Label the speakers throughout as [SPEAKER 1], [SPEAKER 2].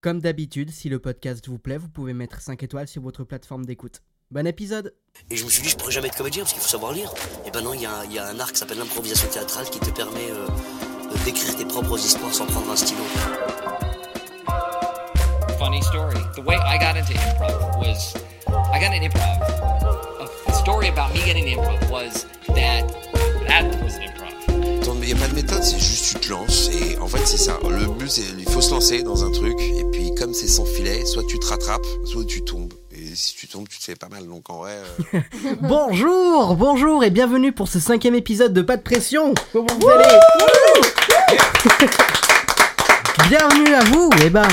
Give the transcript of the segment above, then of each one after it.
[SPEAKER 1] Comme d'habitude, si le podcast vous plaît, vous pouvez mettre 5 étoiles sur votre plateforme d'écoute. Bon épisode
[SPEAKER 2] Et je me suis dit, je pourrais jamais être comédien parce qu'il faut savoir lire. Et ben non, il y a, un- il y a un art qui s'appelle l'improvisation théâtrale qui te permet euh, de- d'écrire tes propres histoires sans prendre un stylo.
[SPEAKER 3] funny story. The way I got into improv was I got into improv. The story about me getting into improv was that that was an improv.
[SPEAKER 4] Attends, mais il n'y a pas de méthode, c'est juste tu te lances et en fait c'est ça. Le but c'est il faut se lancer dans un truc et puis comme c'est sans filet, soit tu te rattrapes, soit tu tombes. Et si tu tombes, tu te fais pas mal. Donc en vrai, euh,
[SPEAKER 1] Bonjour, bonjour et bienvenue pour ce cinquième épisode de Pas de pression Comment vous allez Bienvenue à vous Eh ben,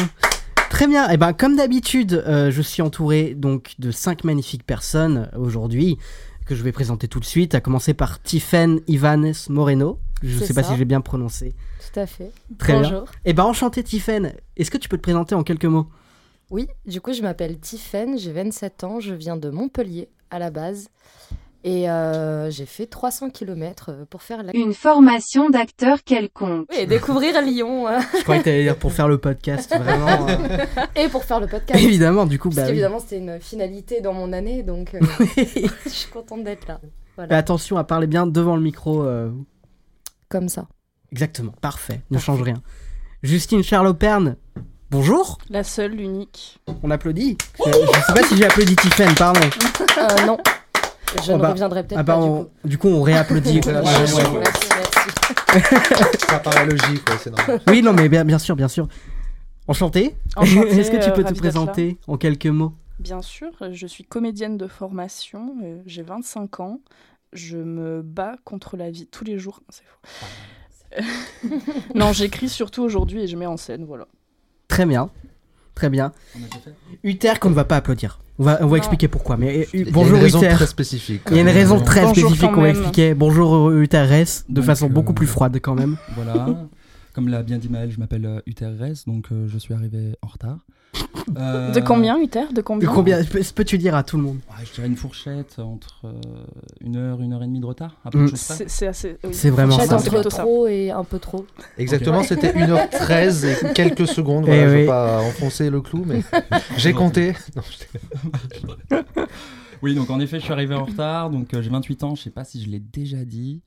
[SPEAKER 1] très bien, eh ben, comme d'habitude, euh, je suis entouré donc de cinq magnifiques personnes aujourd'hui que je vais présenter tout de suite, à commencer par Tiffen Ivanes Moreno. Je ne
[SPEAKER 5] C'est
[SPEAKER 1] sais pas
[SPEAKER 5] ça.
[SPEAKER 1] si j'ai bien prononcé.
[SPEAKER 5] Tout à fait.
[SPEAKER 1] Très bien.
[SPEAKER 5] Bonjour.
[SPEAKER 1] Eh ben, enchanté Tiffen, est-ce que tu peux te présenter en quelques mots
[SPEAKER 5] Oui, du coup, je m'appelle Tiffaine, j'ai 27 ans, je viens de Montpellier à la base. Et euh, j'ai fait 300 km euh, pour faire la...
[SPEAKER 6] Une formation d'acteur quelconque.
[SPEAKER 5] Oui, et découvrir Lyon euh,
[SPEAKER 1] Je croyais que t'allais dire pour faire le podcast, vraiment. euh,
[SPEAKER 5] et pour faire le podcast.
[SPEAKER 1] Évidemment, du coup,
[SPEAKER 5] Parce
[SPEAKER 1] bah, oui.
[SPEAKER 5] qu'évidemment, c'était une finalité dans mon année, donc euh, je suis contente d'être là.
[SPEAKER 1] Mais attention à parler bien devant le micro. euh,
[SPEAKER 5] Comme ça.
[SPEAKER 1] Exactement, parfait, ne change rien. Justine Charloperne, bonjour,
[SPEAKER 7] La seule, l'unique.
[SPEAKER 1] on applaudit. Je, je sais pas si j'ai applaudi Tiffen, pardon.
[SPEAKER 5] Euh, non, je
[SPEAKER 1] Oh
[SPEAKER 5] ne
[SPEAKER 1] bah,
[SPEAKER 5] reviendrai peut-être
[SPEAKER 1] Ah bah,
[SPEAKER 5] pas,
[SPEAKER 1] on-
[SPEAKER 5] du coup.
[SPEAKER 1] du coup, on réapplaudit.
[SPEAKER 8] Ouais, ouais,
[SPEAKER 5] Merci,
[SPEAKER 8] ouais, ouais.
[SPEAKER 5] merci, merci.
[SPEAKER 8] Ça paraît logique, ouais, c'est normal.
[SPEAKER 1] oui, non, mais bien, bien sûr, bien sûr. Enchanté.
[SPEAKER 7] Enchantée,
[SPEAKER 1] Est-ce que tu
[SPEAKER 7] euh,
[SPEAKER 1] peux te
[SPEAKER 7] ravie d'être là.
[SPEAKER 1] présenter en quelques mots
[SPEAKER 7] Bien sûr, je suis comédienne de formation, euh, j'ai 25 ans, je me bats contre la vie tous les jours, c'est fou. non, j'écris surtout aujourd'hui et je mets en scène, voilà.
[SPEAKER 1] Très bien, très bien. Uther qu'on ne va pas applaudir. On va, on va
[SPEAKER 7] Non.
[SPEAKER 1] expliquer pourquoi. Mais euh,
[SPEAKER 8] Il y a
[SPEAKER 1] bonjour
[SPEAKER 8] une raison
[SPEAKER 1] Uther.
[SPEAKER 8] très spécifique.
[SPEAKER 1] Il y a
[SPEAKER 9] Euh,
[SPEAKER 1] une raison très
[SPEAKER 7] Bonjour
[SPEAKER 1] spécifique
[SPEAKER 7] quand
[SPEAKER 1] qu'on va
[SPEAKER 7] même.
[SPEAKER 1] expliquer. Bonjour euh, Uther Ress, de
[SPEAKER 9] Donc,
[SPEAKER 1] façon
[SPEAKER 9] euh,
[SPEAKER 1] beaucoup plus froide quand même.
[SPEAKER 9] Voilà. Comme l'a bien dit Maël, je m'appelle euh, UTRS, donc euh, je suis arrivé en retard. Euh,
[SPEAKER 7] De combien, Uther De
[SPEAKER 1] De
[SPEAKER 7] combien
[SPEAKER 1] combien peux- Peux-tu dire à tout le monde
[SPEAKER 9] ouais, Je dirais une fourchette entre euh, une heure, une heure et demie de retard. à peu de
[SPEAKER 1] Mm.
[SPEAKER 9] choses près.
[SPEAKER 7] C'est c'est assez... oui.
[SPEAKER 1] C'est vraiment ça.
[SPEAKER 5] J'attends
[SPEAKER 7] c'est
[SPEAKER 5] entre
[SPEAKER 7] plutôt ça.
[SPEAKER 5] trop et un peu trop.
[SPEAKER 8] Exactement, c'était 1h13 et quelques secondes.
[SPEAKER 1] Eh
[SPEAKER 8] Voilà, Je
[SPEAKER 1] oui.
[SPEAKER 8] vais pas enfoncer le clou, mais j'ai compté. Non, je-
[SPEAKER 9] Oui, donc en effet, je suis arrivé en retard, donc euh, j'ai 28 ans, je sais pas si je l'ai déjà dit.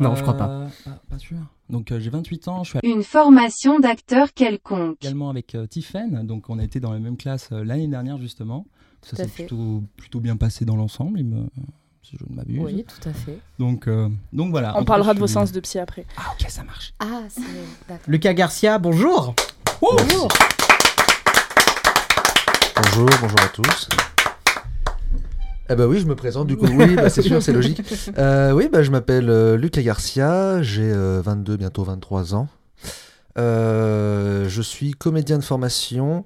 [SPEAKER 1] Non, je crois pas.
[SPEAKER 9] Pas, pas sûr. Donc euh, j'ai 28 ans, je suis
[SPEAKER 6] Une formation d'acteur quelconque.
[SPEAKER 9] également avec euh, Tiffen, donc on a été dans la même classe euh, l'année dernière justement. Ça
[SPEAKER 5] Tout à
[SPEAKER 9] s'est
[SPEAKER 5] fait.
[SPEAKER 9] plutôt, plutôt bien passé dans l'ensemble, il me- si je ne m'abuse.
[SPEAKER 5] Oui, tout à fait.
[SPEAKER 9] Donc, euh, donc voilà. En
[SPEAKER 7] On
[SPEAKER 9] tout
[SPEAKER 7] parlera
[SPEAKER 9] cas,
[SPEAKER 7] de vos
[SPEAKER 9] je suis-
[SPEAKER 7] séances de psy après.
[SPEAKER 9] Ah ok, ça marche.
[SPEAKER 5] Ah, c'est...
[SPEAKER 7] Mm.
[SPEAKER 5] D'accord.
[SPEAKER 1] Lucas Garcia, bonjour.
[SPEAKER 9] Bonjour.
[SPEAKER 8] Bonjour, bonjour à tous. Eh bah oui, je me présente du coup. Oui, bah, c'est sûr, c'est logique. Euh, oui, bah, je m'appelle euh, Lucas Garcia, j'ai euh, 22, bientôt 23 ans. Euh, je suis comédien de formation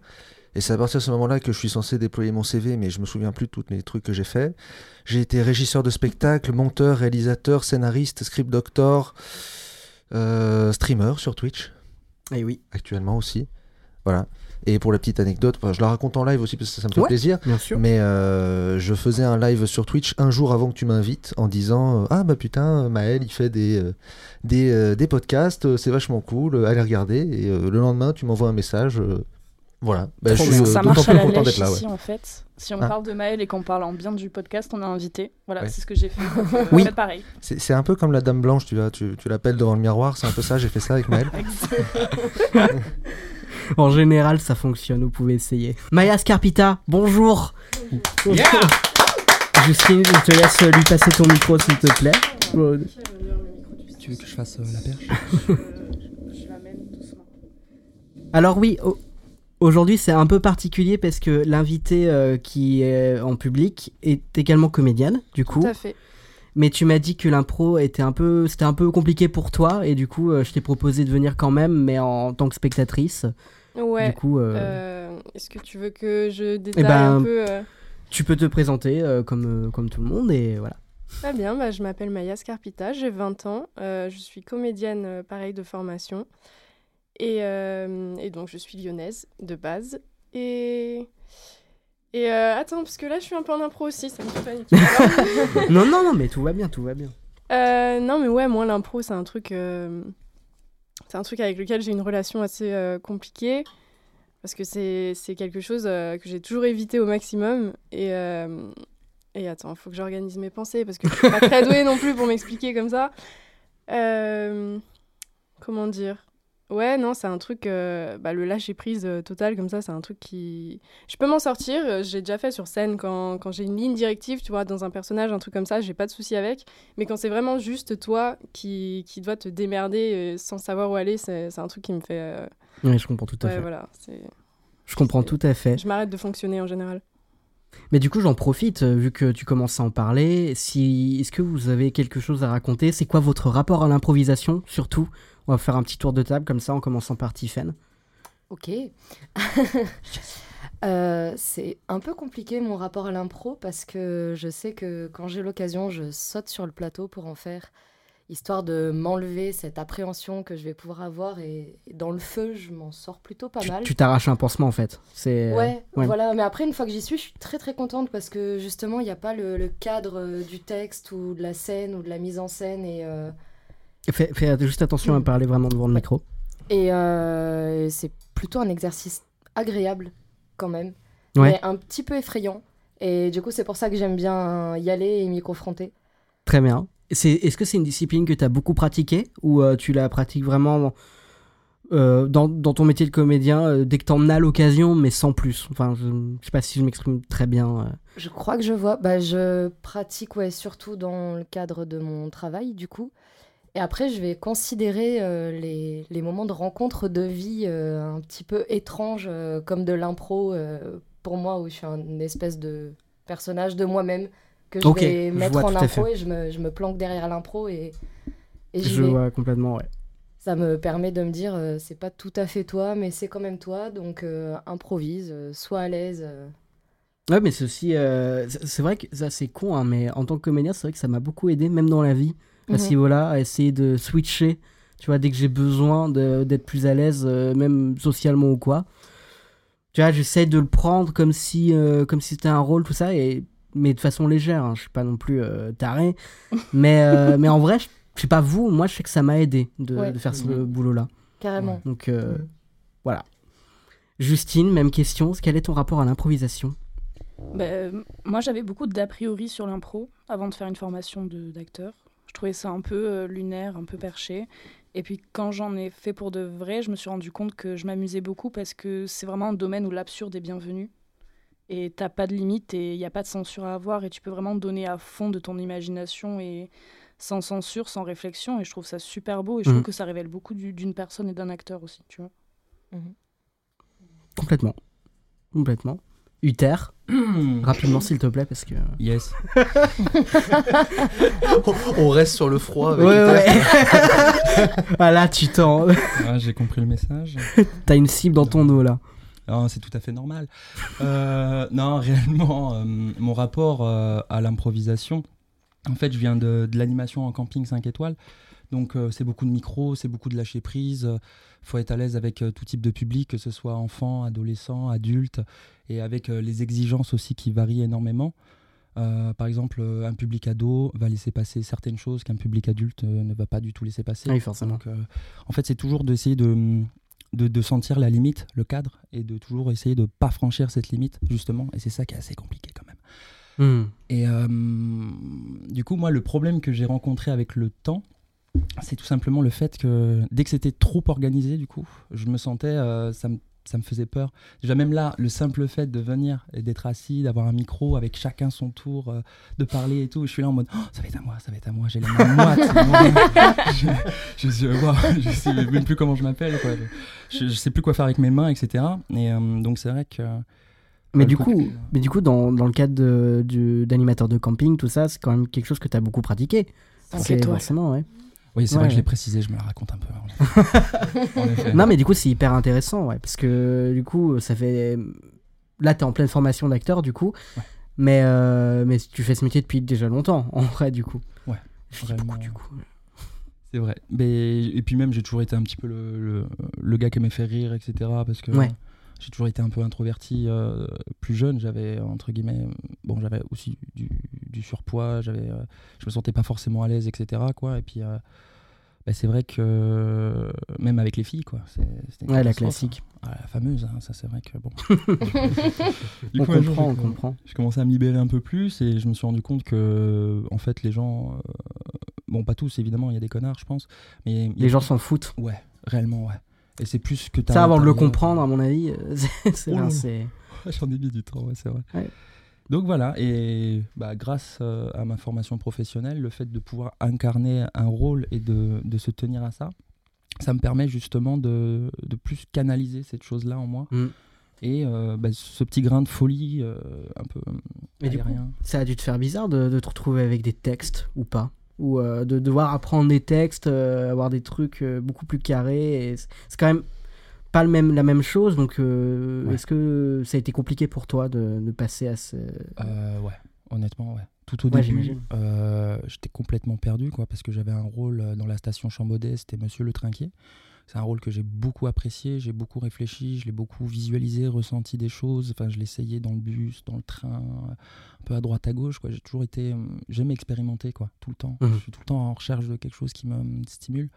[SPEAKER 8] et c'est à partir de ce moment-là que je suis censé déployer mon CV, mais je me souviens plus de tous les trucs que j'ai fait. J'ai été régisseur de spectacle, monteur, réalisateur, scénariste, script doctor, euh, streamer sur Twitch
[SPEAKER 1] Eh oui,
[SPEAKER 8] actuellement aussi. Voilà. Et pour la petite anecdote, enfin, je la raconte en live aussi parce que ça me fait
[SPEAKER 1] Ouais.
[SPEAKER 8] plaisir.
[SPEAKER 1] bien sûr.
[SPEAKER 8] Mais euh, je faisais un live sur Twitch un jour avant que tu m'invites en disant euh, Ah bah putain, Maël il fait des, euh, des, euh, des podcasts, euh, c'est vachement cool, euh, allez regarder. Et euh, le lendemain, tu m'envoies un message. euh, voilà. Bah, je
[SPEAKER 1] Trop
[SPEAKER 8] suis
[SPEAKER 1] bien.
[SPEAKER 8] euh,
[SPEAKER 7] ça
[SPEAKER 8] d'autant
[SPEAKER 7] marche à
[SPEAKER 8] plus
[SPEAKER 7] la
[SPEAKER 8] content
[SPEAKER 7] lèche
[SPEAKER 8] d'être là. ouais.
[SPEAKER 7] ici en fait. Si on
[SPEAKER 8] Hein
[SPEAKER 7] parle de Maël et qu'on parle en bien du podcast, on a invité. Voilà,
[SPEAKER 8] Ouais.
[SPEAKER 7] c'est ce que j'ai fait. Donc, euh,
[SPEAKER 1] Oui.
[SPEAKER 7] faites pareil.
[SPEAKER 8] C'est c'est un peu comme la dame blanche, tu, vois, tu, tu l'appelles devant le miroir, c'est un peu ça, j'ai fait ça avec Maël.
[SPEAKER 1] En général, ça fonctionne, vous pouvez essayer. Maya Scarpita, bonjour. Justine, je te laisse lui passer ton micro, s'il te plaît. Euh,
[SPEAKER 9] Tu veux que je fasse euh, la perche
[SPEAKER 1] Alors oui, au- aujourd'hui c'est un peu particulier parce que l'invité euh, qui est en public est également comédienne, du coup.
[SPEAKER 7] Tout à fait.
[SPEAKER 1] Mais tu m'as dit que l'impro était un peu, c'était un peu compliqué pour toi et du coup euh, je t'ai proposé de venir quand même, mais en tant que spectatrice. Du
[SPEAKER 10] Ouais.
[SPEAKER 1] coup, euh,
[SPEAKER 10] euh, Est-ce que tu veux que je détaille
[SPEAKER 1] ben-
[SPEAKER 10] un peu euh
[SPEAKER 1] tu peux te présenter euh, comme euh, comme tout le monde et voilà.
[SPEAKER 10] Très bien, bah, je m'appelle Maya Scarpita, j'ai 20 ans, euh, je suis comédienne, euh, pareil, de formation. Et, euh, et donc, je suis lyonnaise de base. Et. Et euh, attends, parce que là, je suis un peu en impro aussi, ça me fait paniquer.
[SPEAKER 1] non non non, mais tout va bien, tout va bien.
[SPEAKER 10] Euh, non, mais ouais, moi, l'impro, c'est un truc. euh, C'est un truc avec lequel j'ai une relation assez euh, compliquée. Parce que c'est c'est quelque chose euh, que j'ai toujours évité au maximum. Et, euh, et attends, faut que j'organise mes pensées parce que je suis pas très douée non plus pour m'expliquer comme ça. Euh, comment dire Ouais, non, c'est un truc. euh, bah, le lâcher prise euh, total, comme ça, c'est un truc qui. Je peux m'en sortir. euh, J'ai déjà fait sur scène quand, quand j'ai une ligne directive, tu vois, dans un personnage, un truc comme ça, j'ai pas de souci avec. Mais quand c'est vraiment juste toi qui, qui dois te démerder euh, sans savoir où aller, c'est c'est un truc qui me fait. euh,
[SPEAKER 1] Ouais, je comprends tout à
[SPEAKER 10] ouais,
[SPEAKER 1] fait.
[SPEAKER 10] voilà, c'est-
[SPEAKER 1] Je comprends tout à fait.
[SPEAKER 10] je m'arrête de fonctionner en général.
[SPEAKER 1] Mais du coup, j'en profite, euh, vu que tu commences à en parler. Si... Est-ce que vous avez quelque chose à raconter C'est quoi votre rapport à l'improvisation, surtout On va faire un petit tour de table comme ça, en commençant par Tiffen.
[SPEAKER 5] Ok. Euh, c'est un peu compliqué mon rapport à l'impro parce que je sais que quand j'ai l'occasion, je saute sur le plateau pour en faire, histoire de m'enlever cette appréhension que je vais pouvoir avoir et, et dans le feu, je m'en sors plutôt pas mal.
[SPEAKER 1] Tu euh, t'arraches un pansement, en fait. C'est...
[SPEAKER 5] Ouais, voilà. Mais après, une fois que j'y suis, je suis très très contente parce que justement, il n'y a pas le, le cadre euh, du texte ou de la scène ou de la mise en scène et. euh,
[SPEAKER 1] Fais, fais juste attention à parler vraiment devant le micro.
[SPEAKER 5] Et euh, c'est plutôt un exercice agréable quand même,
[SPEAKER 1] Ouais.
[SPEAKER 5] mais un petit peu effrayant. Et du coup, c'est pour ça que j'aime bien y aller et m'y confronter.
[SPEAKER 1] Très bien. C'est... Est-ce que c'est une discipline que tu as beaucoup pratiquée ou euh, tu la pratiques vraiment euh, dans, dans ton métier de comédien euh, dès que tu en as l'occasion, mais sans plus Enfin, je ne sais pas si je m'exprime très bien. euh.
[SPEAKER 5] Je crois que je vois, bah, je pratique ouais, surtout dans le cadre de mon travail du coup. Et après, je vais considérer euh, les, les moments de rencontre de vie euh, un petit peu étranges, euh, comme de l'impro euh, pour moi, où je suis un espèce de personnage de moi-même que je
[SPEAKER 1] Ok,
[SPEAKER 5] vais
[SPEAKER 1] je
[SPEAKER 5] mettre
[SPEAKER 1] vois
[SPEAKER 5] en
[SPEAKER 1] tout à
[SPEAKER 5] impro
[SPEAKER 1] fait.
[SPEAKER 5] et je me, je me planque derrière l'impro et, et j'y
[SPEAKER 1] je
[SPEAKER 5] vais.
[SPEAKER 1] vois complètement, ouais.
[SPEAKER 5] Ça me permet de me dire, euh, c'est pas tout à fait toi, mais c'est quand même toi, donc euh, improvise, euh, sois à l'aise. euh.
[SPEAKER 1] Ouais, mais ceci, euh, c'est c'est vrai que ça c'est con, hein, mais en tant que comédien, c'est vrai que ça m'a beaucoup aidé, même dans la vie, à
[SPEAKER 5] Mhm.
[SPEAKER 1] ce niveau-là, à essayer de switcher, tu vois, dès que j'ai besoin de- d'être plus à l'aise, euh, même socialement ou quoi. Tu vois, j'essaie de le prendre comme si euh, comme si c'était un rôle, tout ça, et, mais de façon légère, hein, je suis pas non plus euh, taré, mais, euh, mais en vrai, je je sais pas vous, moi je sais que ça m'a aidé de,
[SPEAKER 5] Ouais. Mhm.
[SPEAKER 1] de faire ce boulot-là.
[SPEAKER 5] Carrément.
[SPEAKER 1] Donc euh, voilà. Justine, même question, quel est ton rapport à l'improvisation
[SPEAKER 7] Bah, euh, moi, j'avais beaucoup d'a priori sur l'impro avant de faire une formation de- d'acteur. Je trouvais ça un peu euh, lunaire, un peu perché. Et puis, quand j'en ai fait pour de vrai, je me suis rendu compte que je m'amusais beaucoup parce que c'est vraiment un domaine où l'absurde est bienvenu. Et t'as pas de limite et il n'y a pas de censure à avoir. Et tu peux vraiment donner à fond de ton imagination et sans censure, sans réflexion. Et je trouve ça super beau. Et je
[SPEAKER 1] Mhm.
[SPEAKER 8] Mm.
[SPEAKER 7] trouve que ça révèle beaucoup du- d'une personne et d'un acteur aussi, tu vois.
[SPEAKER 1] Complètement. Complètement. Uther, rapidement s'il te plaît, parce que.
[SPEAKER 9] Yes.
[SPEAKER 8] on, on reste sur le froid avec
[SPEAKER 1] Ouais,
[SPEAKER 8] Uther.
[SPEAKER 1] ouais. ah là, tu t'en.
[SPEAKER 9] Ah, j'ai compris le message.
[SPEAKER 1] T'as une cible dans ton dos là.
[SPEAKER 9] Ah, c'est tout à fait normal. Euh, non, réellement, euh, mon rapport euh, à l'improvisation, en fait, je viens de, de l'animation en camping 5 étoiles. Donc, euh, c'est beaucoup de micro, c'est beaucoup de lâcher prise. euh, faut être à l'aise avec euh, tout type de public, que ce soit enfant, adolescent, adulte, et avec euh, les exigences aussi qui varient énormément. Euh, par exemple, euh, un public ado va laisser passer certaines choses qu'un public adulte euh, ne va pas du tout laisser passer.
[SPEAKER 1] Oui, forcément.
[SPEAKER 9] Donc, euh, en fait, c'est toujours d'essayer de, mm, de, de sentir la limite, le cadre, et de toujours essayer de ne pas franchir cette limite, justement. Et c'est ça qui est assez compliqué quand même.
[SPEAKER 1] Hmm.
[SPEAKER 9] Et euh, du coup, moi, le problème que j'ai rencontré avec le temps, c'est tout simplement le fait que dès que c'était trop organisé, du coup, je me sentais, euh, ça, me, ça me faisait peur. Déjà, même là, le simple fait de venir et d'être assis, d'avoir un micro avec chacun son tour, euh, de parler et tout, je suis là en mode, Oh, ça va être à moi, ça va être à moi, j'ai les mains moites. je, je suis, euh, wow, je sais même plus comment je m'appelle, quoi. Je, je- je sais plus quoi faire avec mes mains, etc. Et euh, donc, c'est vrai que.
[SPEAKER 1] Mais
[SPEAKER 9] euh,
[SPEAKER 1] du,
[SPEAKER 9] le
[SPEAKER 1] coup, mais du coup, dans, dans le cadre de- du- d'animateur de, camping, tout ça, c'est quand même quelque chose que t'as beaucoup pratiqué.
[SPEAKER 9] Cinq
[SPEAKER 1] Ah, C'est
[SPEAKER 9] étoiles.
[SPEAKER 1] Forcément, ouais.
[SPEAKER 9] Oui, c'est vrai
[SPEAKER 1] Ouais,
[SPEAKER 9] que je l'ai
[SPEAKER 1] ouais.
[SPEAKER 9] précisé, je me la raconte un peu. en effet. En effet.
[SPEAKER 1] Non, mais du coup, c'est hyper intéressant, ouais, parce que du coup, ça fait. Là, t'es en pleine formation d'acteur, du coup, mais, euh, mais tu fais ce métier depuis déjà longtemps, en vrai, du coup.
[SPEAKER 9] Ouais,
[SPEAKER 1] Je dis beaucoup, du coup.
[SPEAKER 9] C'est vrai. Mais, et puis même, j'ai toujours été un petit peu le, le, le gars qui aimait faire rire, etc. Parce que
[SPEAKER 1] Ouais.
[SPEAKER 9] j'ai toujours été un peu introverti. euh, plus jeune, j'avais, entre guillemets, euh, bon, j'avais aussi du, du surpoids, j'avais, euh, je me sentais pas forcément à l'aise, etc. Quoi. Et puis, euh, bah, c'est vrai que euh, même avec les filles, quoi. c'est- c'était une
[SPEAKER 1] Ouais, la
[SPEAKER 9] catastrophe,
[SPEAKER 1] classique.
[SPEAKER 9] hein. Ah, la fameuse, hein, ça c'est vrai que bon. Du
[SPEAKER 1] On
[SPEAKER 9] coup, un jour,
[SPEAKER 1] comprend, on
[SPEAKER 9] j'ai-
[SPEAKER 1] comprend.
[SPEAKER 9] Je commençais à me libérer un peu plus et je me suis rendu compte que, en fait, les gens, euh, bon, pas tous évidemment, il y a des connards, je pense, mais il y a-
[SPEAKER 1] Les gens s'en foutent.
[SPEAKER 9] ouais, réellement, ouais. Et c'est plus que t'as à
[SPEAKER 1] Ça, avant de le
[SPEAKER 9] l'intérieur.
[SPEAKER 1] comprendre, à mon avis, euh, c'est- c'est
[SPEAKER 9] Oh là là.
[SPEAKER 1] c'est-
[SPEAKER 9] J'en ai mis du temps, ouais, c'est vrai.
[SPEAKER 1] Ouais.
[SPEAKER 9] Donc voilà, et bah, grâce euh, à ma formation professionnelle, le fait de pouvoir incarner un rôle et de, de se tenir à ça, ça me permet justement de, de plus canaliser cette chose-là en moi.
[SPEAKER 1] Mm.
[SPEAKER 9] Et euh, bah, ce petit grain de folie, euh, un peu
[SPEAKER 1] Mais du coup,
[SPEAKER 9] aérien.
[SPEAKER 1] Ça a dû te faire bizarre de, de te retrouver avec des textes ou pas Ou euh, de devoir apprendre des textes, euh, avoir des trucs euh, beaucoup plus carrés. et c- C'est quand même pas le même, la même chose, donc euh,
[SPEAKER 9] Ouais.
[SPEAKER 1] est-ce que ça a été compliqué pour toi de, de passer à ce.
[SPEAKER 9] Euh, ouais, honnêtement, ouais. Tout au
[SPEAKER 1] Ouais,
[SPEAKER 9] début,
[SPEAKER 1] j'imagine.
[SPEAKER 9] euh, j'étais complètement perdu, quoi, parce que j'avais un rôle euh, dans la station Chambaudet, c'était Monsieur le Trinquier. C'est un rôle que j'ai beaucoup apprécié, j'ai beaucoup réfléchi, je l'ai beaucoup visualisé, ressenti des choses. Enfin, je l'essayais dans le bus, dans le train, euh, un peu à droite, à gauche, quoi. J'ai toujours été. euh, J'aime expérimenter, quoi, tout le temps.
[SPEAKER 1] Mhm.
[SPEAKER 9] Je suis tout le temps en recherche de quelque chose qui me me stimule.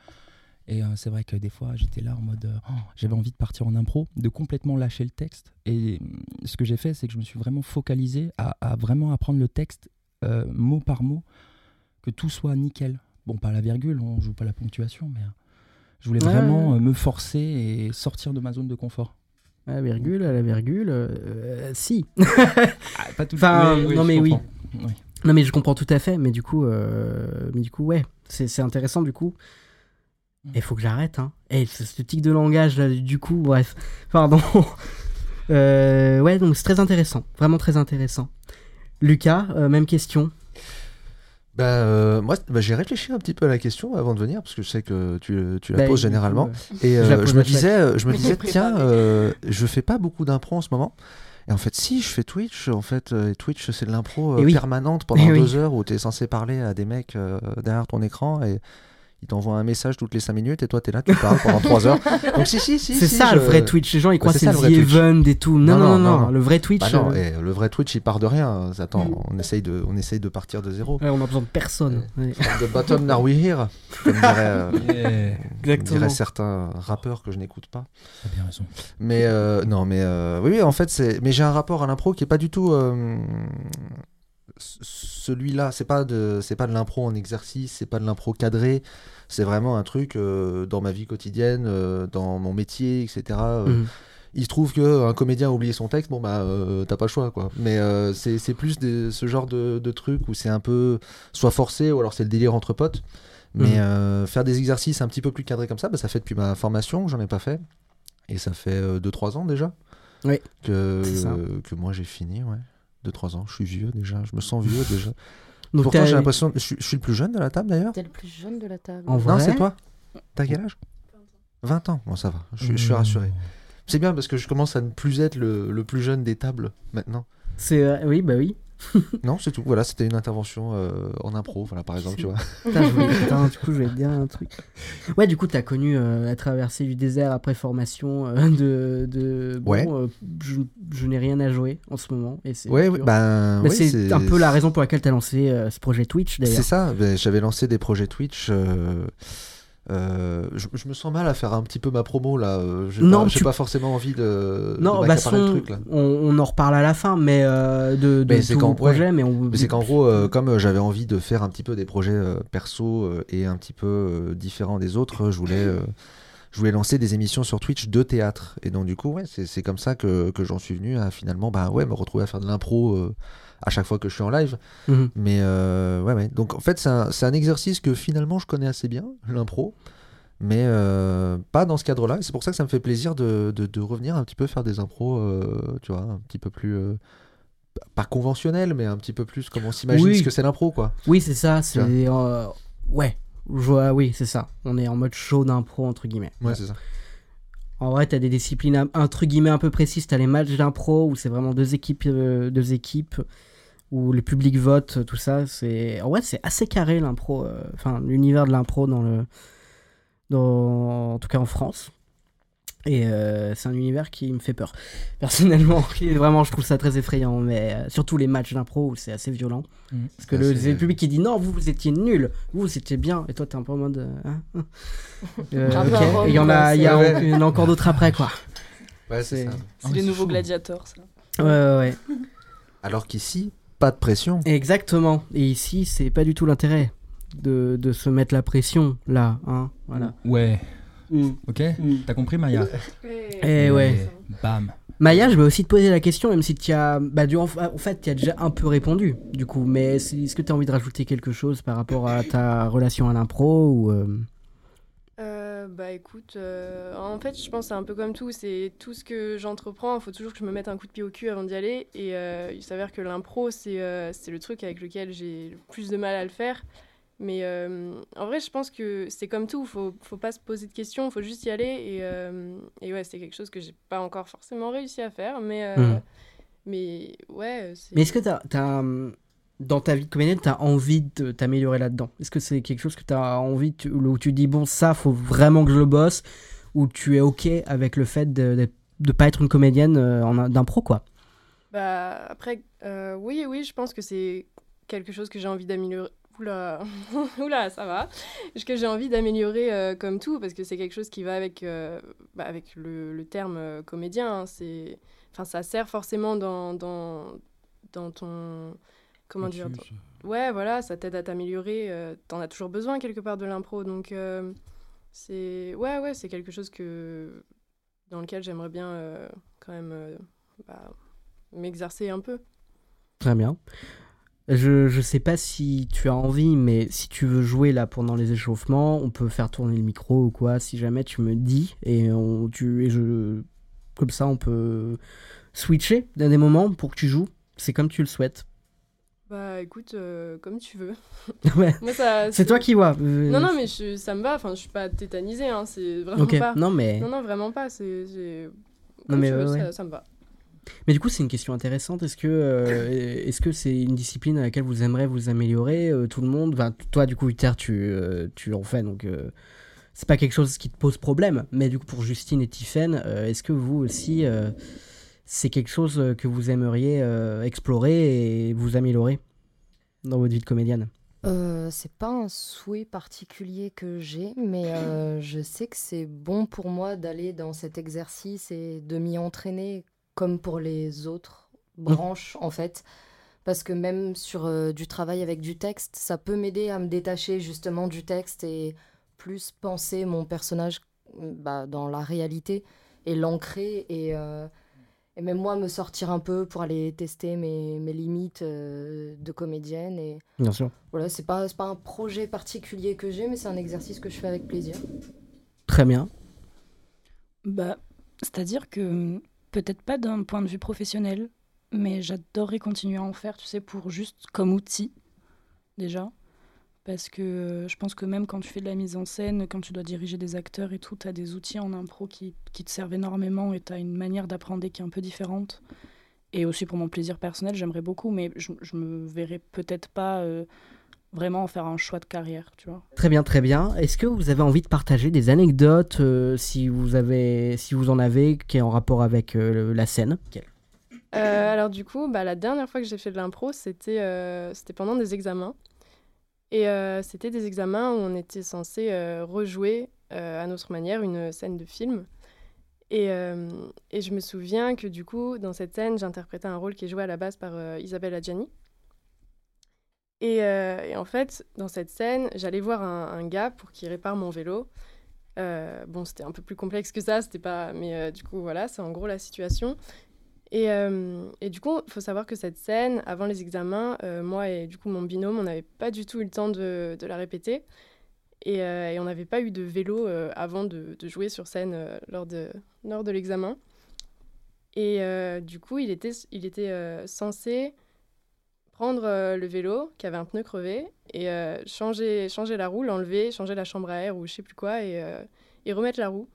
[SPEAKER 9] Et euh, c'est vrai que des fois, j'étais là en mode. euh, Oh, j'avais envie de partir en impro, de complètement lâcher le texte. Et hum, ce que j'ai fait, c'est que je me suis vraiment focalisé à, à vraiment apprendre le texte euh, mot par mot, que tout soit nickel. Bon, pas la virgule, on joue pas la ponctuation, mais euh, je voulais
[SPEAKER 1] Ouais,
[SPEAKER 9] vraiment
[SPEAKER 1] ouais.
[SPEAKER 9] euh, me forcer et sortir de ma zone de confort.
[SPEAKER 1] À la virgule, à la virgule euh, Si
[SPEAKER 9] Ah, pas tout
[SPEAKER 1] Enfin, non, mais oui.
[SPEAKER 9] oui.
[SPEAKER 1] Non, mais je comprends tout à fait, mais du coup, euh, mais du coup ouais, c'est c'est intéressant du coup. Il faut que j'arrête, hein. Et ce, ce tic de langage, là, du coup, bref. Pardon. Euh, ouais, donc c'est très intéressant. Vraiment très intéressant. Lucas, euh, même question.
[SPEAKER 8] Bah, euh, moi, bah, j'ai réfléchi un petit peu à la question avant de venir, parce que je sais que tu, tu la
[SPEAKER 1] Bah,
[SPEAKER 8] poses
[SPEAKER 1] du coup,
[SPEAKER 8] généralement.
[SPEAKER 1] euh,
[SPEAKER 8] Et
[SPEAKER 1] Je la
[SPEAKER 8] euh,
[SPEAKER 1] pose
[SPEAKER 8] je me
[SPEAKER 1] à chaque.
[SPEAKER 8] disais, euh, je me
[SPEAKER 10] Mais
[SPEAKER 8] disais,
[SPEAKER 10] t'es
[SPEAKER 8] tiens,
[SPEAKER 10] préparé.
[SPEAKER 8] euh, je fais pas beaucoup d'impro en ce moment. Et en fait, si, je fais Twitch. En fait, euh, et Twitch, c'est de l'impro euh,
[SPEAKER 1] Eh oui.
[SPEAKER 8] permanente pendant
[SPEAKER 1] Eh oui.
[SPEAKER 8] deux heures où tu es censé parler à des mecs euh, derrière ton écran et ils t'envoient un message toutes les cinq minutes et toi, tu es là, tu parles pendant trois heures. Donc, si, si, si.
[SPEAKER 1] C'est
[SPEAKER 8] si,
[SPEAKER 1] ça le
[SPEAKER 8] je- Bah,
[SPEAKER 1] vrai Twitch. Les gens, ils croient que
[SPEAKER 8] c'est ça,
[SPEAKER 1] c'est
[SPEAKER 8] le
[SPEAKER 1] The
[SPEAKER 8] vrai Twitch.
[SPEAKER 1] Event et tout. Non, non, non, non, Le vrai Twitch.
[SPEAKER 8] Bah non,
[SPEAKER 1] euh,
[SPEAKER 8] et le vrai Twitch, il part de rien. Attends,
[SPEAKER 1] Mm.
[SPEAKER 8] on, essaye de, on essaye de partir de zéro.
[SPEAKER 1] ouais, on a besoin de personne. Ouais.
[SPEAKER 8] From the bottom, now we here. Comme dirait, euh,
[SPEAKER 1] Exactement.
[SPEAKER 8] diraient certains rappeurs que je n'écoute pas.
[SPEAKER 9] T'as bien raison.
[SPEAKER 8] Mais euh, non, mais euh, oui, oui, en fait, c'est. Mais j'ai un rapport à l'impro qui est pas du tout euh, c- celui-là. C'est pas de, c'est pas de l'impro en exercice, c'est pas de l'impro cadré. C'est vraiment un truc euh, dans ma vie quotidienne, euh, dans mon métier, etc. Euh,
[SPEAKER 1] Mhm.
[SPEAKER 8] Il se trouve euh, qu'un comédien a oublié son texte, bon bah euh, t'as pas le choix quoi. Mais euh, c'est c'est plus des- ce genre de, de truc où c'est un peu soit forcé ou alors c'est le délire entre potes. Mais
[SPEAKER 1] Mhm.
[SPEAKER 8] euh, faire des exercices un petit peu plus cadrés comme ça, bah, ça fait depuis ma formation, j'en ai pas fait. Et ça fait 2-3 ans déjà
[SPEAKER 1] Oui,
[SPEAKER 8] que,
[SPEAKER 1] c'est ça.
[SPEAKER 8] euh, que moi j'ai fini, ouais. 2-3 ans, je suis vieux déjà, je me sens vieux déjà.
[SPEAKER 1] Donc,
[SPEAKER 8] Pourtant
[SPEAKER 1] t'as-
[SPEAKER 8] j'ai l'impression, je, suis- je suis le plus jeune de la table d'ailleurs.
[SPEAKER 5] T'es le plus jeune de la table.
[SPEAKER 1] En vrai,
[SPEAKER 8] Non, c'est toi T'as quel âge 20 ans, bon ça va, je, suis- je suis rassuré. C'est bien parce que je commence à ne plus être le, le plus jeune des tables maintenant.
[SPEAKER 1] c'est euh, oui, bah oui.
[SPEAKER 8] Non, c'est tout. Voilà, c'était une intervention euh, en impro, voilà, par exemple, tu vois.
[SPEAKER 1] Putain, je voulais- putain, du coup, je vais te dire un truc. Ouais, du coup, t'as connu euh, la traversée du désert après formation euh, de. de bon,
[SPEAKER 8] Ouais.
[SPEAKER 1] euh, je je n'ai rien à jouer en ce moment. Et c'est
[SPEAKER 8] Ouais,
[SPEAKER 1] dur.
[SPEAKER 8] ouais, ben,
[SPEAKER 1] Mais
[SPEAKER 8] oui,
[SPEAKER 1] c'est un peu la raison pour laquelle t'as lancé euh, ce projet Twitch
[SPEAKER 8] C'est
[SPEAKER 1] d'ailleurs.
[SPEAKER 8] ça, ben, j'avais lancé des projets Twitch. euh, euh, je, je me sens mal à faire un petit peu ma promo là. euh, J'ai
[SPEAKER 1] Non,
[SPEAKER 8] pas, j'ai
[SPEAKER 1] tu-
[SPEAKER 8] pas forcément envie de.
[SPEAKER 1] Non,
[SPEAKER 8] de
[SPEAKER 1] bah,
[SPEAKER 8] m'accaparer le
[SPEAKER 1] son-
[SPEAKER 8] truc là.
[SPEAKER 1] on, on en reparle à la fin, mais euh, de, de
[SPEAKER 8] Mais c'est
[SPEAKER 1] tout
[SPEAKER 8] quand-
[SPEAKER 1] vos projets, mais on.
[SPEAKER 8] Mais c'est qu'en gros, euh, comme euh, j'avais envie de faire un petit peu des projets euh, perso euh, et un petit peu euh, différents des autres, euh, je voulais, euh, je voulais lancer des émissions sur Twitch de théâtre. Et donc du coup, ouais, c'est c'est comme ça que, que j'en suis venu à finalement, bah ouais, me retrouver à faire de l'impro euh, à chaque fois que je suis en live.
[SPEAKER 1] Mhm.
[SPEAKER 8] Mais euh, ouais, ouais. Donc en fait, c'est un, c'est un exercice que finalement je connais assez bien, l'impro. Mais euh, pas dans ce cadre-là. Et C'est pour ça que ça me fait plaisir de, de- de revenir un petit peu faire des impros, euh, tu vois, un petit peu plus. euh, pas conventionnel, mais un petit peu plus comme on s'imagine
[SPEAKER 1] Oui.
[SPEAKER 8] ce que c'est l'impro, quoi.
[SPEAKER 1] Oui, c'est ça. C'est
[SPEAKER 8] Tu
[SPEAKER 1] euh, ouais. Je vois- oui, c'est ça. On est en mode show d'impro entre guillemets.
[SPEAKER 8] c'est ça.
[SPEAKER 1] En vrai, t'as des disciplines un- entre guillemets un peu précises. T'as les matchs d'impro où c'est vraiment deux équipes, euh, deux équipes où le public vote, tout ça. C'est en vrai, c'est assez carré l'impro. euh, Enfin, l'univers de l'impro dans le, dans en tout cas en France. Et euh, c'est un univers qui me fait peur. Personnellement, qui est vraiment, je trouve ça très effrayant. Mais euh, surtout les matchs d'impro où c'est assez violent.
[SPEAKER 9] Mhm.
[SPEAKER 1] Parce que
[SPEAKER 4] Ah,
[SPEAKER 1] le,
[SPEAKER 4] c'est-
[SPEAKER 1] c'est le public qui dit non, vous, vous étiez nul, vous, vous étiez bien. Et toi, t'es un peu en mode. euh, hein, hein. Euh,
[SPEAKER 5] Un
[SPEAKER 1] ok.
[SPEAKER 5] peu un
[SPEAKER 1] Et il y en a, il y a,
[SPEAKER 4] roman,
[SPEAKER 1] il y en a encore d'autres après, quoi.
[SPEAKER 4] Ouais, c'est
[SPEAKER 1] C'est-
[SPEAKER 4] ça.
[SPEAKER 11] C'est
[SPEAKER 8] oh,
[SPEAKER 9] Ah ouais,
[SPEAKER 11] les
[SPEAKER 9] c'est
[SPEAKER 11] nouveaux
[SPEAKER 9] chaud.
[SPEAKER 11] gladiateurs, ça.
[SPEAKER 1] Ouais, ouais, ouais.
[SPEAKER 4] Alors qu'ici, pas de pression.
[SPEAKER 1] Exactement. Et ici, c'est pas du tout l'intérêt de, de se mettre la pression, là. Hein. Voilà.
[SPEAKER 9] Ouais, ok T'as compris, Maya
[SPEAKER 1] Et Eh
[SPEAKER 4] Mm.
[SPEAKER 1] ouais.
[SPEAKER 9] Bam.
[SPEAKER 1] Maya, je vais aussi te poser la question, même si tu as. Bah, durant- En fait, tu as déjà un peu répondu, du coup. Mais est- est-ce que tu as envie de rajouter quelque chose par rapport à ta relation à l'impro ou, euh,
[SPEAKER 7] Euh, bah écoute, euh, en fait, je pense que c'est un peu comme tout. C'est tout ce que j'entreprends, il faut toujours que je me mette un coup de pied au cul avant d'y aller. Et euh, il s'avère que l'impro, c'est euh, c'est le truc avec lequel j'ai le plus de mal à le faire. Mais euh, en vrai, je pense que c'est comme tout. Faut, faut pas se poser de questions, faut juste y aller. Et, euh, et ouais, c'est quelque chose que j'ai pas encore forcément réussi à faire. Mais, euh,
[SPEAKER 1] Mhm.
[SPEAKER 7] mais ouais, c'est.
[SPEAKER 1] Mais est-ce que tu as, Dans ta vie de comédienne, tu as envie de t'améliorer là-dedans Est-ce que c'est quelque chose que tu as envie, tu- où tu dis, bon, ça, faut vraiment que je le bosse Ou tu es OK avec le fait de de- de pas être une comédienne euh, en- d'impro, quoi
[SPEAKER 7] Bah, après, euh, oui, oui, je pense que c'est quelque chose que j'ai envie d'améliorer. Oula, Oula, ça va. Que j'ai envie d'améliorer euh, comme tout, parce que c'est quelque chose qui va avec, euh, bah, avec le, le terme euh, comédien. hein. C'est, enfin, ça sert forcément dans, dans, dans ton. Comment dire dans- Ouais, voilà, ça t'aide à t'améliorer. euh, T'en as toujours besoin quelque part de l'impro, donc euh, c'est ouais, ouais, c'est quelque chose que dans lequel j'aimerais bien euh, quand même euh, bah, m'exercer un peu.
[SPEAKER 1] Très bien. Je, je sais pas si tu as envie, mais si tu veux jouer là pendant les échauffements, on peut faire tourner le micro ou quoi, si jamais tu me dis, et, on, tu, et je, comme ça on peut switcher dans des moments pour que tu joues. C'est comme tu le souhaites.
[SPEAKER 7] Bah, écoute, euh, comme tu veux.
[SPEAKER 1] Ouais.
[SPEAKER 7] Moi, ça.
[SPEAKER 1] C'est toi qui vois. Euh,
[SPEAKER 7] Non, non, mais je- ça me va. Enfin, je suis pas tétanisée. Hein, c'est vraiment
[SPEAKER 1] Ok,
[SPEAKER 7] pas.
[SPEAKER 1] non mais,
[SPEAKER 7] Non, non, vraiment pas. C'est. c'est-
[SPEAKER 1] Non,
[SPEAKER 7] Comme
[SPEAKER 1] mais
[SPEAKER 7] tu veux,
[SPEAKER 1] ouais,
[SPEAKER 7] ça,
[SPEAKER 1] ouais.
[SPEAKER 7] ça me va.
[SPEAKER 1] mais du coup c'est une question intéressante. Est-ce que euh, est-ce que c'est une discipline à laquelle vous aimeriez vous améliorer euh, tout le monde Enfin, t- toi du coup Uther tu euh, tu en fais donc euh, c'est pas quelque chose qui te pose problème. Mais du coup pour Justine et Tiffen, euh, est-ce que vous aussi euh, c'est quelque chose euh, que vous aimeriez euh, explorer et vous améliorer dans votre vie de comédienne
[SPEAKER 5] Euh, c'est pas un souhait particulier que j'ai, mais euh, je sais que c'est bon pour moi d'aller dans cet exercice et de m'y entraîner comme pour les autres branches en fait. Parce que même sur euh, du travail avec du texte, ça peut m'aider à me détacher justement du texte et plus penser mon personnage euh, bah, dans la réalité et l'ancrer et, euh, et même moi me sortir un peu pour aller tester mes, mes limites euh, de comédienne et
[SPEAKER 1] Bien sûr.
[SPEAKER 5] voilà, c'est pas, c'est pas un projet particulier que j'ai, mais c'est un exercice que je fais avec plaisir.
[SPEAKER 1] Très bien.
[SPEAKER 11] Bah, c'est-à-dire que mm, peut-être pas d'un point de vue professionnel, mais j'adorerais continuer à en faire, tu sais, pour juste comme outil, déjà. Parce que euh, je pense que même quand tu fais de la mise en scène, quand tu dois diriger des acteurs et tout, tu as des outils en impro qui, qui te servent énormément et tu as une manière d'apprendre qui est un peu différente. Et aussi pour mon plaisir personnel, j'aimerais beaucoup, mais je, je me verrais peut-être pas euh, vraiment en faire un choix de carrière, tu vois.
[SPEAKER 1] Très bien, très bien. Est-ce que vous avez envie de partager des anecdotes, euh, si, vous avez, si vous en avez, qui est en rapport avec euh, le- la scène
[SPEAKER 7] Euh, alors du coup, bah, la dernière fois que j'ai fait de l'impro, c'était euh, c'était pendant des examens. Et euh, c'était des examens où on était censé euh, rejouer euh, à notre manière une scène de film. Et, euh, et je me souviens que du coup, dans cette scène, j'interprétais un rôle qui est joué à la base par euh, Isabelle Adjani. Et, euh, et en fait, dans cette scène, j'allais voir un, un gars pour qu'il répare mon vélo. Euh, bon, c'était un peu plus complexe que ça, c'était pas. Mais euh, du coup, voilà, c'est en gros la situation. Et, euh, et du coup, il faut savoir que cette scène, avant les examens, euh, moi et du coup mon binôme, on n'avait pas du tout eu le temps de, de la répéter. Et, euh, et on n'avait pas eu de vélo euh, avant de, de jouer sur scène euh, lors de, lors de l'examen. Et euh, du coup, il était, il était euh, censé prendre euh, le vélo qui avait un pneu crevé et euh, changer, changer la roue, l'enlever, changer la chambre à air ou je sais plus quoi et, euh, et remettre la roue.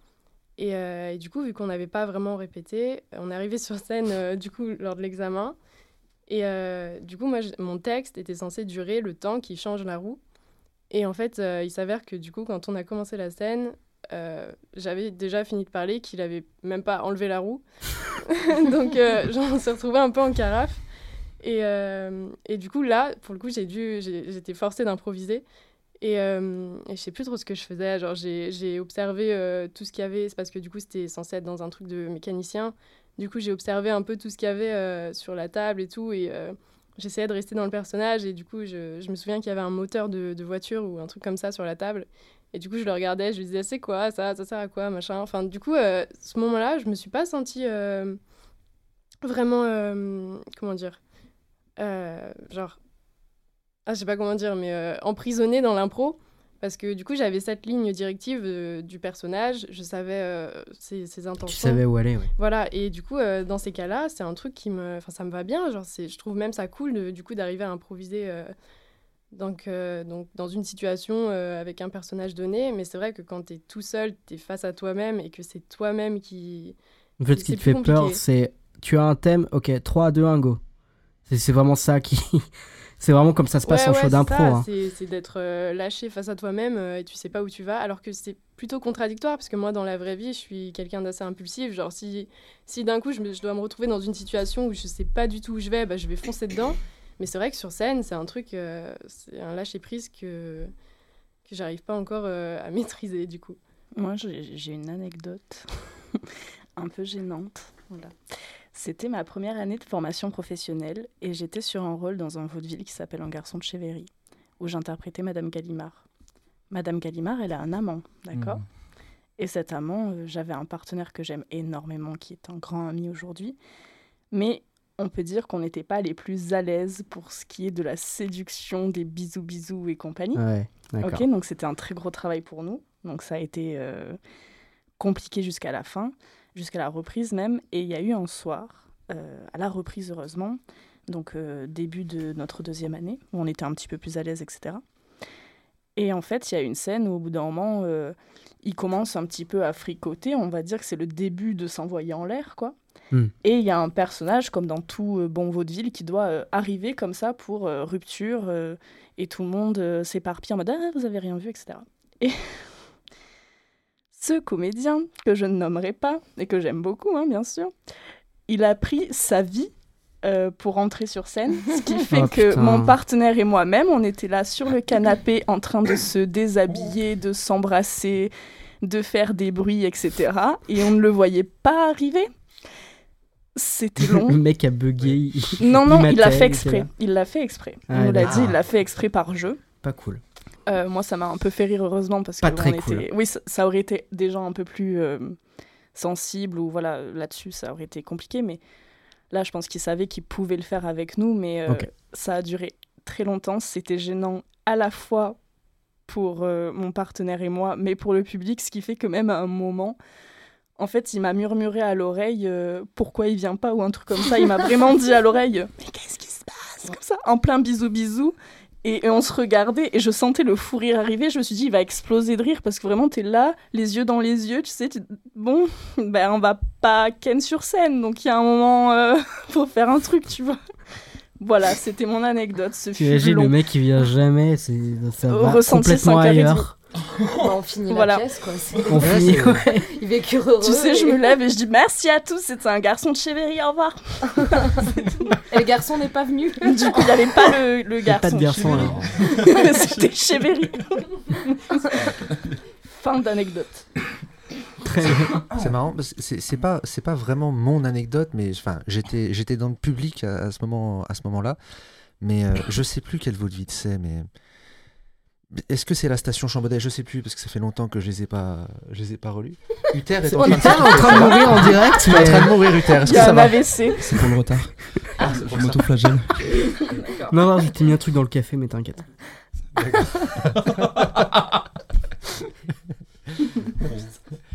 [SPEAKER 7] Et, euh, et du coup, vu qu'on n'avait pas vraiment répété, on est arrivé sur scène euh, du coup lors de l'examen. Et euh, du coup, moi, je- mon texte était censé durer le temps qu'il change la roue. Et en fait, euh, il s'avère que du coup, quand on a commencé la scène,
[SPEAKER 10] euh, j'avais déjà fini de parler, qu'il avait même pas enlevé la roue. Donc, euh, genre, on s'est retrouvé un peu en carafe. Et, euh, et du coup, là, pour le coup, j'ai dû, j'ai- j'étais forcée d'improviser. Et, euh, et je sais plus trop ce que je faisais. Genre, j'ai, j'ai observé euh, tout ce qu'il y avait. C'est parce que du coup, c'était censé être dans un truc de mécanicien. Du coup, j'ai observé un peu tout ce qu'il y avait euh, sur la table et tout. Et euh, j'essayais de rester dans le personnage. Et du coup, je, je me souviens qu'il y avait un moteur de, de voiture ou un truc comme ça sur la table. Et du coup, je le regardais. Je lui disais, c'est quoi ça Ça sert à quoi Machin. Enfin, du coup, euh, ce moment-là, je me suis pas sentie euh, vraiment. euh, comment dire Euh, Genre ah, je sais pas comment dire, mais euh, emprisonnée dans l'impro. Parce que du coup, j'avais cette ligne directive euh, du personnage, je savais euh, ses, ses
[SPEAKER 1] Tu
[SPEAKER 10] intentions.
[SPEAKER 1] savais où aller, oui.
[SPEAKER 10] Voilà, et du coup, euh, dans ces cas-là, c'est un truc qui me. Enfin, ça me va bien. Genre, c'est... je trouve même ça cool, de- du coup, d'arriver à improviser euh, donc, euh, donc, dans une situation euh, avec un personnage donné. Mais c'est vrai que quand t'es tout seul, t'es face à toi-même et que c'est toi-même qui.
[SPEAKER 1] En fait, ce qui
[SPEAKER 10] C'est
[SPEAKER 1] te
[SPEAKER 10] plus
[SPEAKER 1] fait peur,
[SPEAKER 10] compliqué.
[SPEAKER 1] c'est tu as un thème, ok, 3, 2, 1, go. C'est- C'est vraiment ça qui. c'est vraiment comme ça se passe
[SPEAKER 10] Ouais,
[SPEAKER 1] en
[SPEAKER 10] ouais,
[SPEAKER 1] show
[SPEAKER 10] c'est
[SPEAKER 1] d'impro.
[SPEAKER 10] ça,
[SPEAKER 1] hein.
[SPEAKER 10] C'est c'est d'être euh, lâché face à toi-même euh, et tu sais pas où tu vas, alors que c'est plutôt contradictoire parce que moi, dans la vraie vie, je suis quelqu'un d'assez impulsif. Genre, si, si d'un coup je, me- je dois me retrouver dans une situation où je sais pas du tout où je vais, bah, je vais foncer dedans. Mais c'est vrai que sur scène, c'est un truc, euh, c'est un lâcher prise que que j'arrive pas encore euh, à maîtriser du coup.
[SPEAKER 7] Moi, j'ai j'ai une anecdote un peu gênante. Voilà. C'était ma première année de formation professionnelle et j'étais sur un rôle dans un vaudeville qui s'appelle Un garçon de Chévéry, où j'interprétais Madame Gallimard. Madame Gallimard, elle a un amant, d'accord
[SPEAKER 9] Mhm.
[SPEAKER 7] Et cet amant, euh, j'avais un partenaire que j'aime énormément, qui est un grand ami aujourd'hui. Mais on peut dire qu'on n'était pas les plus à l'aise pour ce qui est de la séduction, des bisous bisous et compagnie.
[SPEAKER 1] Ouais, d'accord.
[SPEAKER 7] Ok, donc c'était un très gros travail pour nous. Donc ça a été euh, compliqué jusqu'à la fin, jusqu'à la reprise même. Et il y a eu un soir, euh, à la reprise heureusement, donc euh, début de notre deuxième année, où on était un petit peu plus à l'aise, etc. Et en fait, il y a une scène où au bout d'un moment, euh, il commence un petit peu à fricoter. On va dire que c'est le début de s'envoyer en l'air, quoi.
[SPEAKER 1] Hmm.
[SPEAKER 7] Et il y a un personnage, comme dans tout euh, bon vaudeville, qui doit euh, arriver comme ça pour euh, rupture. euh, et tout le monde euh, s'éparpille en mode Ah, vous avez rien vu, etc. Et ce comédien, que je ne nommerai pas, et que j'aime beaucoup, hein, bien sûr, il a pris sa vie euh, pour entrer sur scène, ce qui fait
[SPEAKER 1] Oh,
[SPEAKER 7] que
[SPEAKER 1] putain.
[SPEAKER 7] mon partenaire et moi-même, on était là sur le canapé en train de se déshabiller, de s'embrasser, de faire des bruits, etc. Et on ne le voyait pas arriver. C'était long.
[SPEAKER 1] Le mec a bugué. il-
[SPEAKER 7] Non, non, il l'a
[SPEAKER 1] matait,
[SPEAKER 7] fait
[SPEAKER 1] était
[SPEAKER 7] exprès.
[SPEAKER 1] là.
[SPEAKER 7] Il l'a fait exprès.
[SPEAKER 1] Ah,
[SPEAKER 7] il nous l'a
[SPEAKER 1] d'accord.
[SPEAKER 7] dit, il l'a fait exprès par jeu.
[SPEAKER 1] Pas cool.
[SPEAKER 7] Euh, moi, ça m'a un peu fait rire, heureusement, parce
[SPEAKER 1] Pas
[SPEAKER 7] que
[SPEAKER 1] très
[SPEAKER 7] on
[SPEAKER 1] cool.
[SPEAKER 7] était... oui, ça, ça aurait été des gens un peu plus euh, sensibles ou voilà, là-dessus, ça aurait été compliqué. Mais là, je pense qu'ils savaient qu'ils pouvaient le faire avec nous, mais euh,
[SPEAKER 1] Ok.
[SPEAKER 7] ça a duré très longtemps. C'était gênant à la fois pour euh, mon partenaire et moi, mais pour le public, ce qui fait que même à un moment, en fait, il m'a murmuré à l'oreille euh, pourquoi il vient pas ou un truc comme ça. Il m'a vraiment dit à l'oreille euh, mais qu'est-ce qui se passe comme ça, en plein bisou bisou. Et, et on se regardait et je sentais le fou rire arriver. Je me suis dit il va exploser de rire parce que vraiment t'es là, les yeux dans les yeux, tu sais. tu- Bon, ben on va pas ken sur scène, donc il y a un moment euh, faut faire un truc, tu vois. Voilà, c'était mon anecdote. Ce
[SPEAKER 1] Tu
[SPEAKER 7] fut
[SPEAKER 1] imagines
[SPEAKER 7] long.
[SPEAKER 1] le mec qui vient jamais, c'est ça
[SPEAKER 7] Au
[SPEAKER 1] va
[SPEAKER 7] ressenti
[SPEAKER 1] complètement
[SPEAKER 7] sans charisme.
[SPEAKER 1] ailleurs.
[SPEAKER 5] Bah, on finit
[SPEAKER 7] Voilà.
[SPEAKER 5] la pièce, quoi. C'est-
[SPEAKER 1] On finit. ouais.
[SPEAKER 5] Il vécu heureux.
[SPEAKER 7] Tu sais, je
[SPEAKER 5] et-
[SPEAKER 7] me lève et je dis merci à tous. C'était un garçon de Chévéry, au revoir.
[SPEAKER 5] Et le garçon n'est pas venu.
[SPEAKER 7] Du coup, il n'y avait pas le, le
[SPEAKER 1] Il y a
[SPEAKER 7] garçon.
[SPEAKER 1] Pas de garçon.
[SPEAKER 7] Chévéry.
[SPEAKER 1] hein.
[SPEAKER 7] C'était Chévéry. fin d'anecdote.
[SPEAKER 1] Très bien.
[SPEAKER 8] C'est marrant, parce que c'est c'est pas c'est pas vraiment mon anecdote, mais enfin j'étais j'étais dans le public à, à ce moment à ce moment-là, mais euh, je sais plus quel vaudeville c'est, mais est-ce que c'est la station Chambaudet Je sais plus parce que ça fait longtemps que je les ai pas je les ai pas relus. Uther est en
[SPEAKER 1] On
[SPEAKER 8] train
[SPEAKER 1] est
[SPEAKER 8] de,
[SPEAKER 1] pas en train de mourir en direct,
[SPEAKER 8] en
[SPEAKER 1] mais
[SPEAKER 8] train de mourir. Uther, est-ce
[SPEAKER 7] Il y
[SPEAKER 8] que
[SPEAKER 7] a
[SPEAKER 8] ça
[SPEAKER 7] un
[SPEAKER 8] va
[SPEAKER 7] AVC.
[SPEAKER 9] C'est pour le retard.
[SPEAKER 8] pour
[SPEAKER 9] Je
[SPEAKER 8] ça.
[SPEAKER 9] m'auto-flagelle.
[SPEAKER 1] non non, j'ai mis un truc dans le café, mais t'inquiète.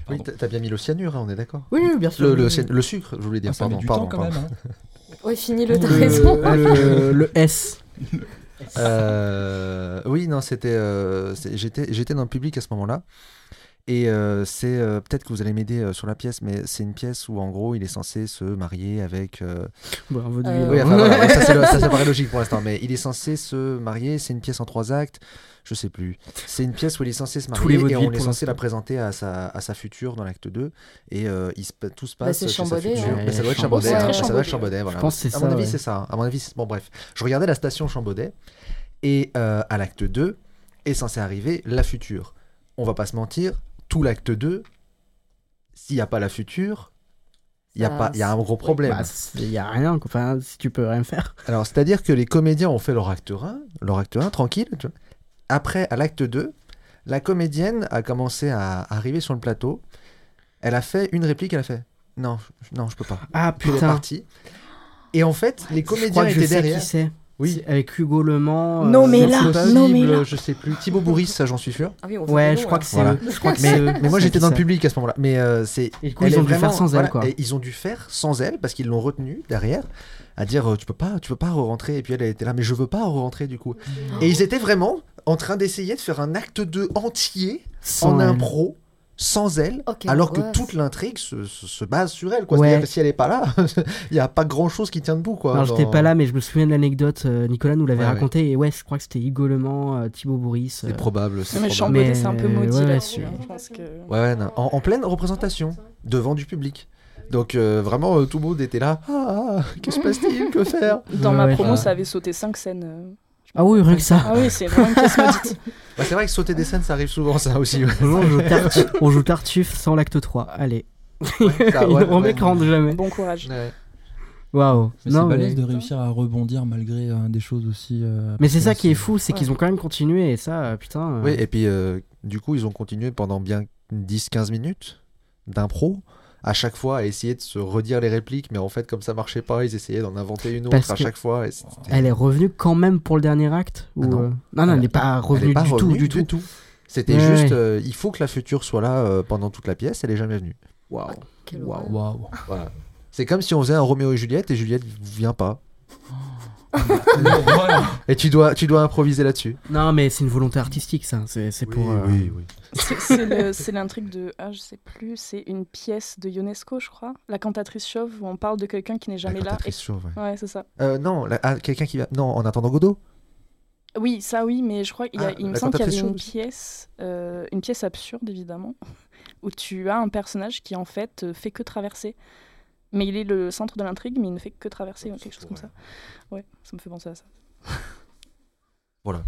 [SPEAKER 8] Oui, t'as- t'as bien mis le cyanure, hein, on est d'accord.
[SPEAKER 1] Oui, oui, bien sûr.
[SPEAKER 8] Le, le, cyan- le sucre, je voulais dire.
[SPEAKER 9] Ah, ça met
[SPEAKER 8] pardon,
[SPEAKER 9] du
[SPEAKER 8] pardon,
[SPEAKER 9] temps quand
[SPEAKER 8] pardon.
[SPEAKER 9] même. hein.
[SPEAKER 5] Ouais, fini le
[SPEAKER 9] Le-
[SPEAKER 5] raison.
[SPEAKER 1] le, le S.
[SPEAKER 8] Euh, oui, non, c'était. euh, c'est- J'étais j'étais dans le public à ce moment-là. Et euh, c'est euh, peut-être que vous allez m'aider euh, sur la pièce, mais c'est une pièce où en gros il est censé se marier avec. euh,
[SPEAKER 1] Bon, on va dire-
[SPEAKER 5] Euh,
[SPEAKER 8] Oui, enfin, voilà, ouais, ça, c'est le- ça, ça paraît logique pour l'instant, mais il est censé se marier. C'est une pièce en trois actes, je sais plus. C'est une pièce où il est censé se
[SPEAKER 1] Tous les
[SPEAKER 8] marier et
[SPEAKER 1] vaudevilles
[SPEAKER 8] on est
[SPEAKER 1] pour
[SPEAKER 8] censé la
[SPEAKER 1] l'instant.
[SPEAKER 8] présenter à sa, à sa future dans l'acte 2. Et euh, il se, pa- tout se
[SPEAKER 5] Bah,
[SPEAKER 8] passe
[SPEAKER 5] c'est
[SPEAKER 8] chez sa
[SPEAKER 5] Chambaudet,
[SPEAKER 8] future.
[SPEAKER 1] hein.
[SPEAKER 8] Mais ça doit être
[SPEAKER 1] Ouais,
[SPEAKER 8] Chambaudet.
[SPEAKER 5] c'est
[SPEAKER 8] hein,
[SPEAKER 5] très
[SPEAKER 8] ça doit être
[SPEAKER 5] Chambaudet.
[SPEAKER 8] Chambaudet. Voilà.
[SPEAKER 1] Je pense que c'est
[SPEAKER 8] à mon
[SPEAKER 1] ça,
[SPEAKER 8] avis,
[SPEAKER 1] ouais.
[SPEAKER 8] c'est ça. À mon avis, c'est- bon, bref. Je regardais la station Chambaudet et euh, à l'acte 2 est censé arriver la future. On va pas se mentir, tout l'acte 2, s'il n'y a pas la future, il y a
[SPEAKER 5] Ça-
[SPEAKER 8] pas, il y a un gros problème.
[SPEAKER 1] Bah, c'est- y a rien, quoi. enfin, si tu peux rien faire.
[SPEAKER 8] Alors, c'est-à-dire que les comédiens ont fait leur acte 1, leur acte 1 tranquille. tu vois. Après, à l'acte 2, la comédienne a commencé à arriver sur le plateau. Elle a fait une réplique, elle a fait Non, je- non, je peux pas.
[SPEAKER 1] Ah
[SPEAKER 8] Puis elle est
[SPEAKER 1] putain,
[SPEAKER 8] partie. Et en fait, les
[SPEAKER 1] je
[SPEAKER 8] comédiens
[SPEAKER 1] crois que je
[SPEAKER 8] étaient
[SPEAKER 1] sais
[SPEAKER 8] derrière.
[SPEAKER 1] qui c'est.
[SPEAKER 8] Oui.
[SPEAKER 1] C'est Avec Hugo Le Mans. euh,
[SPEAKER 10] Non, mais
[SPEAKER 1] sur
[SPEAKER 10] là,
[SPEAKER 1] ce
[SPEAKER 8] C'est
[SPEAKER 1] poste.
[SPEAKER 10] non, mais
[SPEAKER 8] possible,
[SPEAKER 10] là.
[SPEAKER 8] Je sais plus. Thibaut Bourris, ça, j'en suis sûr.
[SPEAKER 5] Ah oui, on fait
[SPEAKER 1] Ouais,
[SPEAKER 5] vélo,
[SPEAKER 1] je crois
[SPEAKER 5] là.
[SPEAKER 1] que c'est
[SPEAKER 8] Voilà.
[SPEAKER 1] eux. Je crois que
[SPEAKER 8] Mais, euh,
[SPEAKER 1] c'est eux.
[SPEAKER 8] mais moi,
[SPEAKER 1] C'est
[SPEAKER 8] j'étais
[SPEAKER 1] qui
[SPEAKER 8] dans le
[SPEAKER 1] c'est.
[SPEAKER 8] public à ce moment-là. Mais euh, c'est.
[SPEAKER 1] Et du coup,
[SPEAKER 8] elle
[SPEAKER 1] ils
[SPEAKER 8] est
[SPEAKER 1] ont dû faire
[SPEAKER 8] vraiment-
[SPEAKER 1] sans
[SPEAKER 8] voilà,
[SPEAKER 1] elle, quoi.
[SPEAKER 8] et ils ont dû faire sans elle parce qu'ils l'ont retenue derrière à dire euh, tu peux pas, tu peux pas re-rentrer. Et puis elle, elle était là, mais je veux pas re-rentrer du coup.
[SPEAKER 1] Oh.
[SPEAKER 8] Et ils étaient vraiment en train d'essayer de faire un acte 2 entier
[SPEAKER 1] Sans
[SPEAKER 8] en
[SPEAKER 1] elle.
[SPEAKER 8] impro sans elle,
[SPEAKER 5] Oh, quelle
[SPEAKER 8] alors que
[SPEAKER 5] angoisse.
[SPEAKER 8] toute l'intrigue se, se- se base sur elle. Quoi.
[SPEAKER 1] Ouais.
[SPEAKER 8] C'est-à-dire que si elle est pas là, il n'y a pas grand chose qui tient debout. Quoi,
[SPEAKER 1] Non,
[SPEAKER 8] dans-
[SPEAKER 1] j'étais pas là, mais je me souviens de l'anecdote. euh, Nicolas nous l'avait
[SPEAKER 8] Ouais, ouais.
[SPEAKER 1] raconté. Et ouais, je crois que c'était Hugo Le Mans, euh, Thibaut Bourris. euh,
[SPEAKER 8] C'est probable. c'est
[SPEAKER 7] Non, mais
[SPEAKER 8] probable.
[SPEAKER 7] Chambaudet, c'est un peu
[SPEAKER 1] Mais- euh,
[SPEAKER 7] maudit
[SPEAKER 1] ouais,
[SPEAKER 7] là-dessus.
[SPEAKER 1] ouais,
[SPEAKER 7] hein,
[SPEAKER 1] c'est-
[SPEAKER 7] Je pense que.
[SPEAKER 8] Ouais, ouais, non. En, en pleine représentation, devant du public. Donc euh, vraiment, euh, tout le monde était là. Ah, que se passe-t-il Que faire
[SPEAKER 7] Dans
[SPEAKER 1] Ouais,
[SPEAKER 7] ma
[SPEAKER 1] ouais.
[SPEAKER 7] promo,
[SPEAKER 8] Ah.
[SPEAKER 7] ça avait sauté 5 scènes. euh.
[SPEAKER 1] Ah oui, rien que ça.
[SPEAKER 7] Ah oui, c'est vraiment une pièce maudite.
[SPEAKER 8] Bah, C'est vrai que sauter des scènes, ça arrive souvent, ça aussi. ouais.
[SPEAKER 1] Bonjour, on joue Tartuffe- on joue Tartuffe sans l'acte 3. Allez.
[SPEAKER 8] ça,
[SPEAKER 1] Ils
[SPEAKER 8] ouais,
[SPEAKER 1] ne remet
[SPEAKER 8] ouais.
[SPEAKER 1] que rendre jamais.
[SPEAKER 7] Bon courage.
[SPEAKER 8] Ouais.
[SPEAKER 1] Waouh.
[SPEAKER 9] Mais c'est
[SPEAKER 1] Non, mais-
[SPEAKER 9] balèze de réussir à rebondir malgré euh, des choses aussi. euh,
[SPEAKER 1] Mais c'est ça
[SPEAKER 9] parce que
[SPEAKER 1] qui est fou, c'est qu'ils ont quand même continué. Et ça, euh, putain. euh,
[SPEAKER 8] Oui, et puis euh, du coup, ils ont continué pendant bien 10-15 minutes d'impro, à chaque fois à essayer de se redire les répliques, mais en fait, comme ça marchait pas, ils essayaient d'en inventer une autre
[SPEAKER 1] Parce
[SPEAKER 8] à
[SPEAKER 1] que-
[SPEAKER 8] chaque fois. et c'était-
[SPEAKER 1] Elle est revenue quand même pour le dernier acte ou,
[SPEAKER 8] Ah non.
[SPEAKER 1] euh, non, non, elle n'est pas
[SPEAKER 8] Elle
[SPEAKER 1] revenue
[SPEAKER 8] est pas
[SPEAKER 1] du
[SPEAKER 8] revenue
[SPEAKER 1] tout, du tout.
[SPEAKER 8] C'était
[SPEAKER 1] Ouais,
[SPEAKER 8] juste,
[SPEAKER 1] ouais.
[SPEAKER 8] euh, il faut que la future soit là euh, pendant toute la pièce, elle est jamais venue.
[SPEAKER 1] Waouh.
[SPEAKER 5] Quelle
[SPEAKER 1] Waouh.
[SPEAKER 5] horreur.
[SPEAKER 9] Waouh.
[SPEAKER 8] Voilà. C'est comme si on faisait un Roméo et Juliette et Juliette vient pas.
[SPEAKER 9] Voilà.
[SPEAKER 8] Et tu dois, tu dois improviser là-dessus.
[SPEAKER 1] Non, mais c'est une volonté artistique, ça. C'est c'est pour. euh,
[SPEAKER 7] C'est- C'est le- c'est l'intrigue de. Ah, je sais plus, c'est une pièce de Ionesco, je crois. La cantatrice chauve, où on parle de quelqu'un qui n'est
[SPEAKER 8] La
[SPEAKER 7] jamais là.
[SPEAKER 8] cantatrice chauve, ouais.
[SPEAKER 7] et- Ouais, c'est ça.
[SPEAKER 8] Euh, non, la- ah, quelqu'un qui va. Non, en attendant Godot.
[SPEAKER 7] Oui, ça oui, mais je crois qu'il y a-
[SPEAKER 8] Ah,
[SPEAKER 7] il me
[SPEAKER 8] la
[SPEAKER 7] semble qu'il y
[SPEAKER 8] cantatrice
[SPEAKER 7] avait une
[SPEAKER 8] chauve.
[SPEAKER 7] pièce, euh, une pièce absurde évidemment, où tu as un personnage qui en fait euh, fait que traverser. Mais il est le centre de l'intrigue, mais il ne fait que traverser, ou quelque chose comme ça. Ouais, ça me fait penser à ça.
[SPEAKER 1] très euh,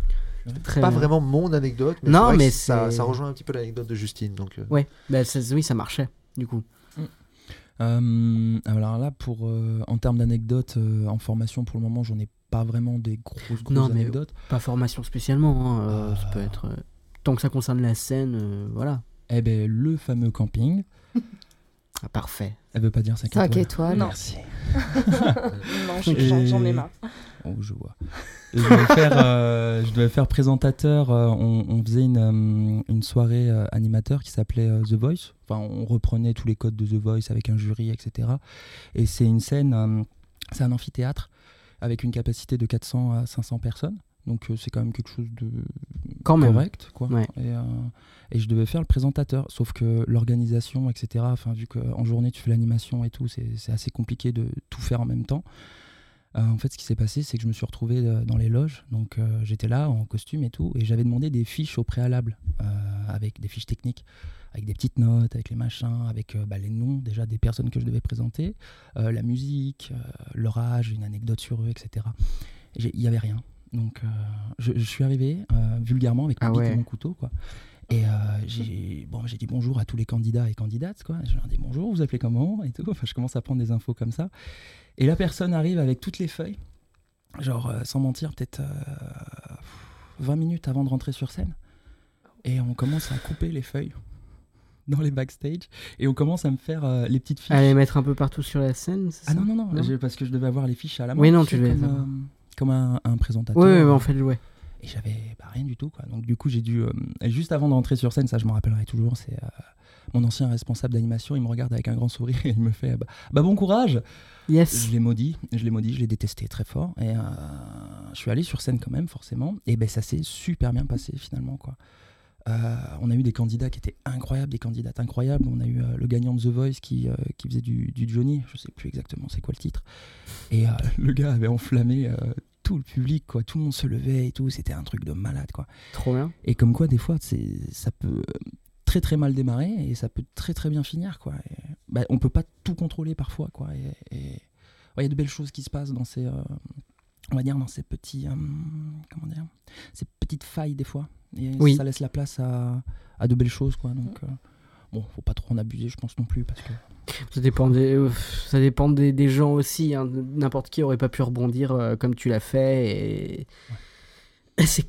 [SPEAKER 1] bien.
[SPEAKER 8] Pas vraiment mon anecdote, mais,
[SPEAKER 1] Non,
[SPEAKER 8] c'est vrai que
[SPEAKER 1] mais
[SPEAKER 8] ça,
[SPEAKER 1] c'est-
[SPEAKER 8] ça rejoint un petit peu l'anecdote de Justine. Donc, euh,
[SPEAKER 1] Ouais. Bah, c'est- oui, ça marchait, du coup.
[SPEAKER 9] Euh, alors là, pour, euh, en termes d'anecdotes, euh, en formation, pour le moment, j'en ai pas vraiment des grosses, grosses
[SPEAKER 1] Non, mais-
[SPEAKER 9] anecdotes.
[SPEAKER 1] Pas formation spécialement. hein, euh, Ça
[SPEAKER 9] Ah.
[SPEAKER 1] peut être. euh, Tant que ça concerne la scène, euh, voilà.
[SPEAKER 9] Eh ben, le fameux camping.
[SPEAKER 1] Ah, parfait.
[SPEAKER 9] Elle veut pas dire 5
[SPEAKER 5] Cinq
[SPEAKER 9] étoiles.
[SPEAKER 5] étoiles.
[SPEAKER 9] Merci.
[SPEAKER 7] Non, je- j'en j'en ai
[SPEAKER 9] Et-
[SPEAKER 7] marre.
[SPEAKER 9] Oh, je vois. Et je, devais faire, euh, je devais faire présentateur. euh, on, on faisait une, euh, une soirée euh, animateur qui s'appelait euh, The Voice. Enfin, on reprenait tous les codes de The Voice avec un jury, etc. Et c'est une scène, euh, c'est un amphithéâtre avec une capacité de 400 à 500 personnes. Donc euh, c'est quand même quelque chose de
[SPEAKER 1] Quand même.
[SPEAKER 9] correct, quoi.
[SPEAKER 1] Ouais.
[SPEAKER 9] Et, euh, et je devais faire le présentateur, sauf que l'organisation, etc. Enfin, vu qu'en journée tu fais l'animation et tout, c'est c'est assez compliqué de tout faire en même temps. Euh, en fait, ce qui s'est passé, c'est que je me suis retrouvé euh, dans les loges. Donc, euh, j'étais là en costume et tout, et j'avais demandé des fiches au préalable, euh, avec des fiches techniques, avec des petites notes, avec les machins, avec euh, bah, les noms déjà des personnes que je devais présenter, euh, la musique, euh, leur âge, une anecdote sur eux, etc. Et j'ai- Il n'y avait rien. Donc, euh, je, je suis arrivé euh, vulgairement avec ma
[SPEAKER 1] Ah
[SPEAKER 9] pique
[SPEAKER 1] ouais.
[SPEAKER 9] et mon couteau, quoi. Et euh, j'ai bon, j'ai dit bonjour à tous les candidats et candidates, quoi. Je leur ai dit bonjour, vous appelez comment et tout. Enfin, je commence à prendre des infos comme ça. Et la personne arrive avec toutes les feuilles, genre euh, sans mentir, peut-être euh, 20 minutes avant de rentrer sur scène. Et on commence à couper les feuilles dans les backstage et on commence à me faire euh, les petites fiches.
[SPEAKER 1] Allez mettre un peu partout sur la scène, c'est
[SPEAKER 9] ah
[SPEAKER 1] ça
[SPEAKER 9] non, non, non,
[SPEAKER 1] Ah, Non.
[SPEAKER 9] je- parce que je devais avoir les fiches à la main.
[SPEAKER 1] Oui, non,
[SPEAKER 9] sais,
[SPEAKER 1] tu devais les
[SPEAKER 9] Comme,
[SPEAKER 1] avoir.
[SPEAKER 9] euh, comme un, un présentateur.
[SPEAKER 1] Ouais, ouais, ouais, en fait, ouais.
[SPEAKER 9] Et j'avais bah, rien du tout. Quoi. Donc, du coup, j'ai dû. euh, et juste avant de rentrer sur scène, ça, je m'en rappellerai toujours, c'est euh, mon ancien responsable d'animation. Il me regarde avec un grand sourire et il me fait euh, bah, bah, bon courage
[SPEAKER 1] Yes.
[SPEAKER 9] je l'ai maudit, je l'ai maudit, je l'ai détesté très fort. Et euh, je suis allé sur scène quand même, forcément. Et ben ça s'est super bien passé finalement, quoi. Euh, on a eu des candidats qui étaient incroyables, des candidates incroyables. On a eu euh, le gagnant de The Voice qui, euh, qui faisait du, du Johnny, je sais plus exactement c'est quoi le titre. Et euh, le gars avait enflammé euh, tout le public, quoi. Tout le monde se levait et tout. C'était un truc de malade, quoi.
[SPEAKER 1] Trop bien.
[SPEAKER 9] Et comme quoi, des fois, c'est, ça peut euh, très très mal démarrer et ça peut très très bien finir. Quoi. Et, bah, on peut pas tout contrôler parfois. quoi. Et- et- ouais, Il y a de belles choses qui se passent dans ces, euh, on va dire, dans ces petits, euh, comment dire, ces petites failles des fois. Et
[SPEAKER 1] Oui.
[SPEAKER 9] ça laisse la place à, à de belles choses. Quoi. Donc euh, bon, faut pas trop en abuser, je pense non plus, parce que
[SPEAKER 1] Ça dépend des, euh, ça dépend des, des gens aussi. hein. N'importe qui aurait pas pu rebondir euh, comme tu l'as fait. Et, et c'est,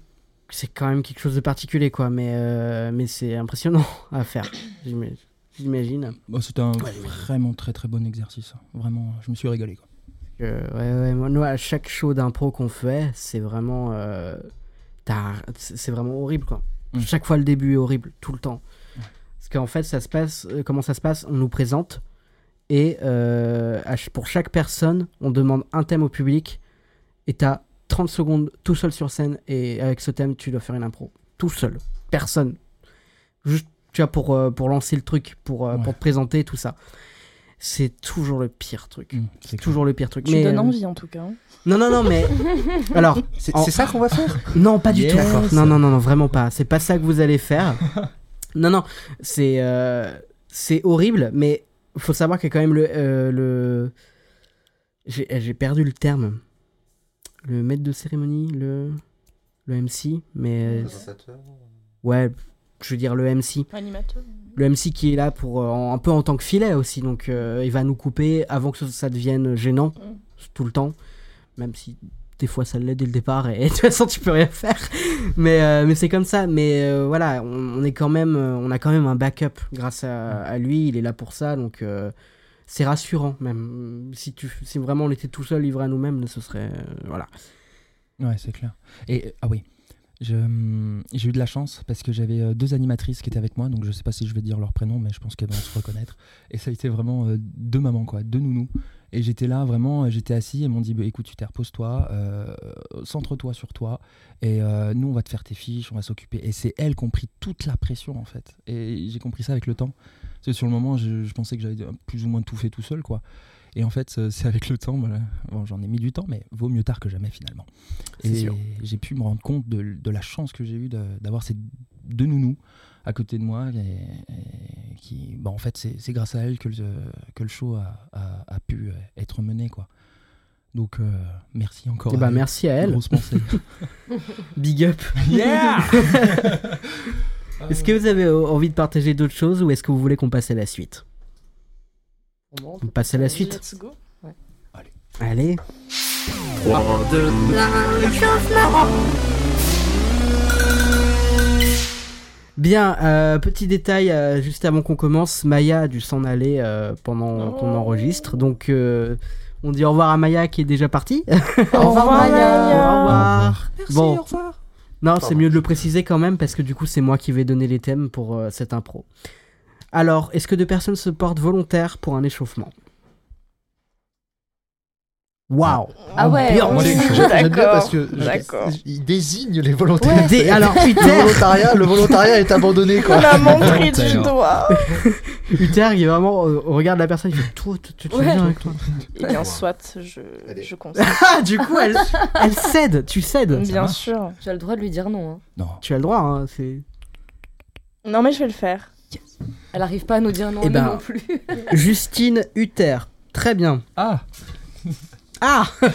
[SPEAKER 1] c'est quand même quelque chose de particulier, quoi. Mais, euh, mais c'est impressionnant à faire, j'im- j'imagine.
[SPEAKER 9] Bon, Bah, c'était un vraiment très très bon exercice. hein. Vraiment, je me suis régalé. Quoi.
[SPEAKER 1] Euh, ouais, ouais, moi, nous, à chaque show d'impro qu'on fait, c'est vraiment. euh, t'as- c'est c'est vraiment horrible, quoi.
[SPEAKER 9] Mm.
[SPEAKER 1] Chaque fois, le début est horrible, tout le temps. Parce qu'en fait, ça se passe. euh, Comment ça se passe On nous présente, et euh, à ch- pour chaque personne, on demande un thème au public, et t'as 30 secondes tout seul sur scène, et avec ce thème, tu dois faire une impro. Tout seul. Personne. Juste, tu vois, pour, euh, pour lancer le truc, pour, euh,
[SPEAKER 9] Ouais.
[SPEAKER 1] pour te présenter, tout ça. C'est toujours le pire truc.
[SPEAKER 9] Mmh, c'est clair.
[SPEAKER 1] Toujours le pire truc.
[SPEAKER 7] Tu
[SPEAKER 1] mais,
[SPEAKER 7] donnes
[SPEAKER 1] euh,
[SPEAKER 7] envie en tout cas. hein.
[SPEAKER 1] non, non, non, mais. Alors,
[SPEAKER 8] C'est
[SPEAKER 1] En-
[SPEAKER 8] c'est ça qu'on va faire
[SPEAKER 1] non, pas du
[SPEAKER 9] Yes.
[SPEAKER 1] tout. Non, non, non, non, vraiment pas. C'est pas ça que vous allez faire. non, non, c'est. euh, c'est horrible, mais faut savoir qu'il y a quand même le. euh, le... J'ai j'ai perdu le terme. Le maître de cérémonie, le. Le MC, mais. euh, Ouais, je veux dire le MC.
[SPEAKER 7] Animateur.
[SPEAKER 1] Le MC qui est là pour euh, en- un peu en tant que filet aussi, donc euh, il va nous couper avant que ça- ça devienne gênant
[SPEAKER 7] Mm.
[SPEAKER 1] tout le temps, même si des fois ça l'est dès le départ et de toute façon tu peux rien faire. Mais euh, mais c'est comme ça. Mais euh, voilà, on, on est quand même, euh, on a quand même un backup grâce
[SPEAKER 7] Mm.
[SPEAKER 1] à, à lui. Il est là pour ça, donc euh, c'est rassurant même. Si tu, si vraiment on était tout seul livré à nous-mêmes, ce serait euh, voilà.
[SPEAKER 9] Ouais, c'est clair. Et euh, ah oui, je, hum, j'ai eu de la chance parce que j'avais euh, deux animatrices qui étaient avec moi, donc je sais pas si je vais dire leur prénom, mais je pense qu'elles vont se reconnaître. Et ça a été vraiment euh, deux mamans, quoi, deux nounous. Et j'étais là, vraiment, euh, j'étais assis, elles m'ont dit, Bah, écoute, tu t'es repose-toi, euh, centre-toi sur toi, et euh, nous, on va te faire tes fiches, on va s'occuper. Et c'est elles qui ont pris toute la pression, en fait. Et j'ai compris ça avec le temps. Parce que sur le moment, je, je pensais que j'avais euh, plus ou moins tout fait tout seul, quoi. Et en fait, euh, c'est avec le temps, voilà. Bon, j'en ai mis du temps, mais vaut mieux tard que jamais, finalement.
[SPEAKER 1] C'est
[SPEAKER 9] Et
[SPEAKER 1] sûr.
[SPEAKER 9] j'ai pu me rendre compte de, de la chance que j'ai eue de- d'avoir ces deux nounous à côté de moi. Et, et qui, bah, en fait, c'est c'est grâce à elles que le, que le show a, a- a pu euh, être mené. Quoi. Donc, euh, merci encore.
[SPEAKER 1] Eh
[SPEAKER 9] à
[SPEAKER 1] ben,
[SPEAKER 9] elles.
[SPEAKER 1] merci à elle.
[SPEAKER 9] Grosse pensée.
[SPEAKER 1] Big up. Yeah. est-ce que vous avez euh, envie de partager d'autres choses ou est-ce que vous voulez qu'on passe à la suite On passe à la suite.
[SPEAKER 7] Let's go.
[SPEAKER 1] Allez. Bien, euh, petit détail euh, juste avant qu'on commence, Maya a dû s'en aller euh, pendant qu'on enregistre, donc euh, on dit au revoir à Maya qui est déjà partie.
[SPEAKER 5] Au revoir, Maya.
[SPEAKER 1] Au revoir. bon,
[SPEAKER 8] revoir.
[SPEAKER 1] non, c'est
[SPEAKER 8] Pardon.
[SPEAKER 1] mieux de le préciser quand même parce que du coup c'est moi qui vais donner les thèmes pour euh, cette impro. Alors, est-ce que deux personnes se portent volontaires pour un échauffement Waouh
[SPEAKER 5] Ah ouais,
[SPEAKER 1] Ambiance.
[SPEAKER 5] on
[SPEAKER 8] Moi, je
[SPEAKER 5] est-
[SPEAKER 8] suis
[SPEAKER 10] D'accord,
[SPEAKER 8] j'aime bien parce que je-
[SPEAKER 10] d'accord.
[SPEAKER 8] il désigne les volontaires.
[SPEAKER 1] Des- Alors,
[SPEAKER 8] Le
[SPEAKER 1] Uther,
[SPEAKER 8] volontariat, le volontariat est abandonné
[SPEAKER 10] On
[SPEAKER 8] quoi.
[SPEAKER 10] a montré du
[SPEAKER 9] Volontaire.
[SPEAKER 10] doigt.
[SPEAKER 1] Uther, il est vraiment. euh, on regarde la personne, il fait Toi, tu tu te
[SPEAKER 10] Ouais.
[SPEAKER 1] souviens avec toi
[SPEAKER 10] Eh bien, soit, je,
[SPEAKER 8] Allez.
[SPEAKER 10] je conseille.
[SPEAKER 1] Ah, du coup, elle, elle cède, tu cèdes.
[SPEAKER 10] Bien
[SPEAKER 9] marche.
[SPEAKER 10] sûr.
[SPEAKER 5] Tu as le droit de lui dire non. hein.
[SPEAKER 9] non.
[SPEAKER 1] Tu as le droit, hein, c'est.
[SPEAKER 10] Non, mais je vais le faire.
[SPEAKER 5] Elle arrive pas à nous dire non,
[SPEAKER 1] Eh
[SPEAKER 5] nous
[SPEAKER 1] ben,
[SPEAKER 5] non plus.
[SPEAKER 1] Justine Uther, très bien.
[SPEAKER 9] Ah
[SPEAKER 1] Ah
[SPEAKER 10] Ah,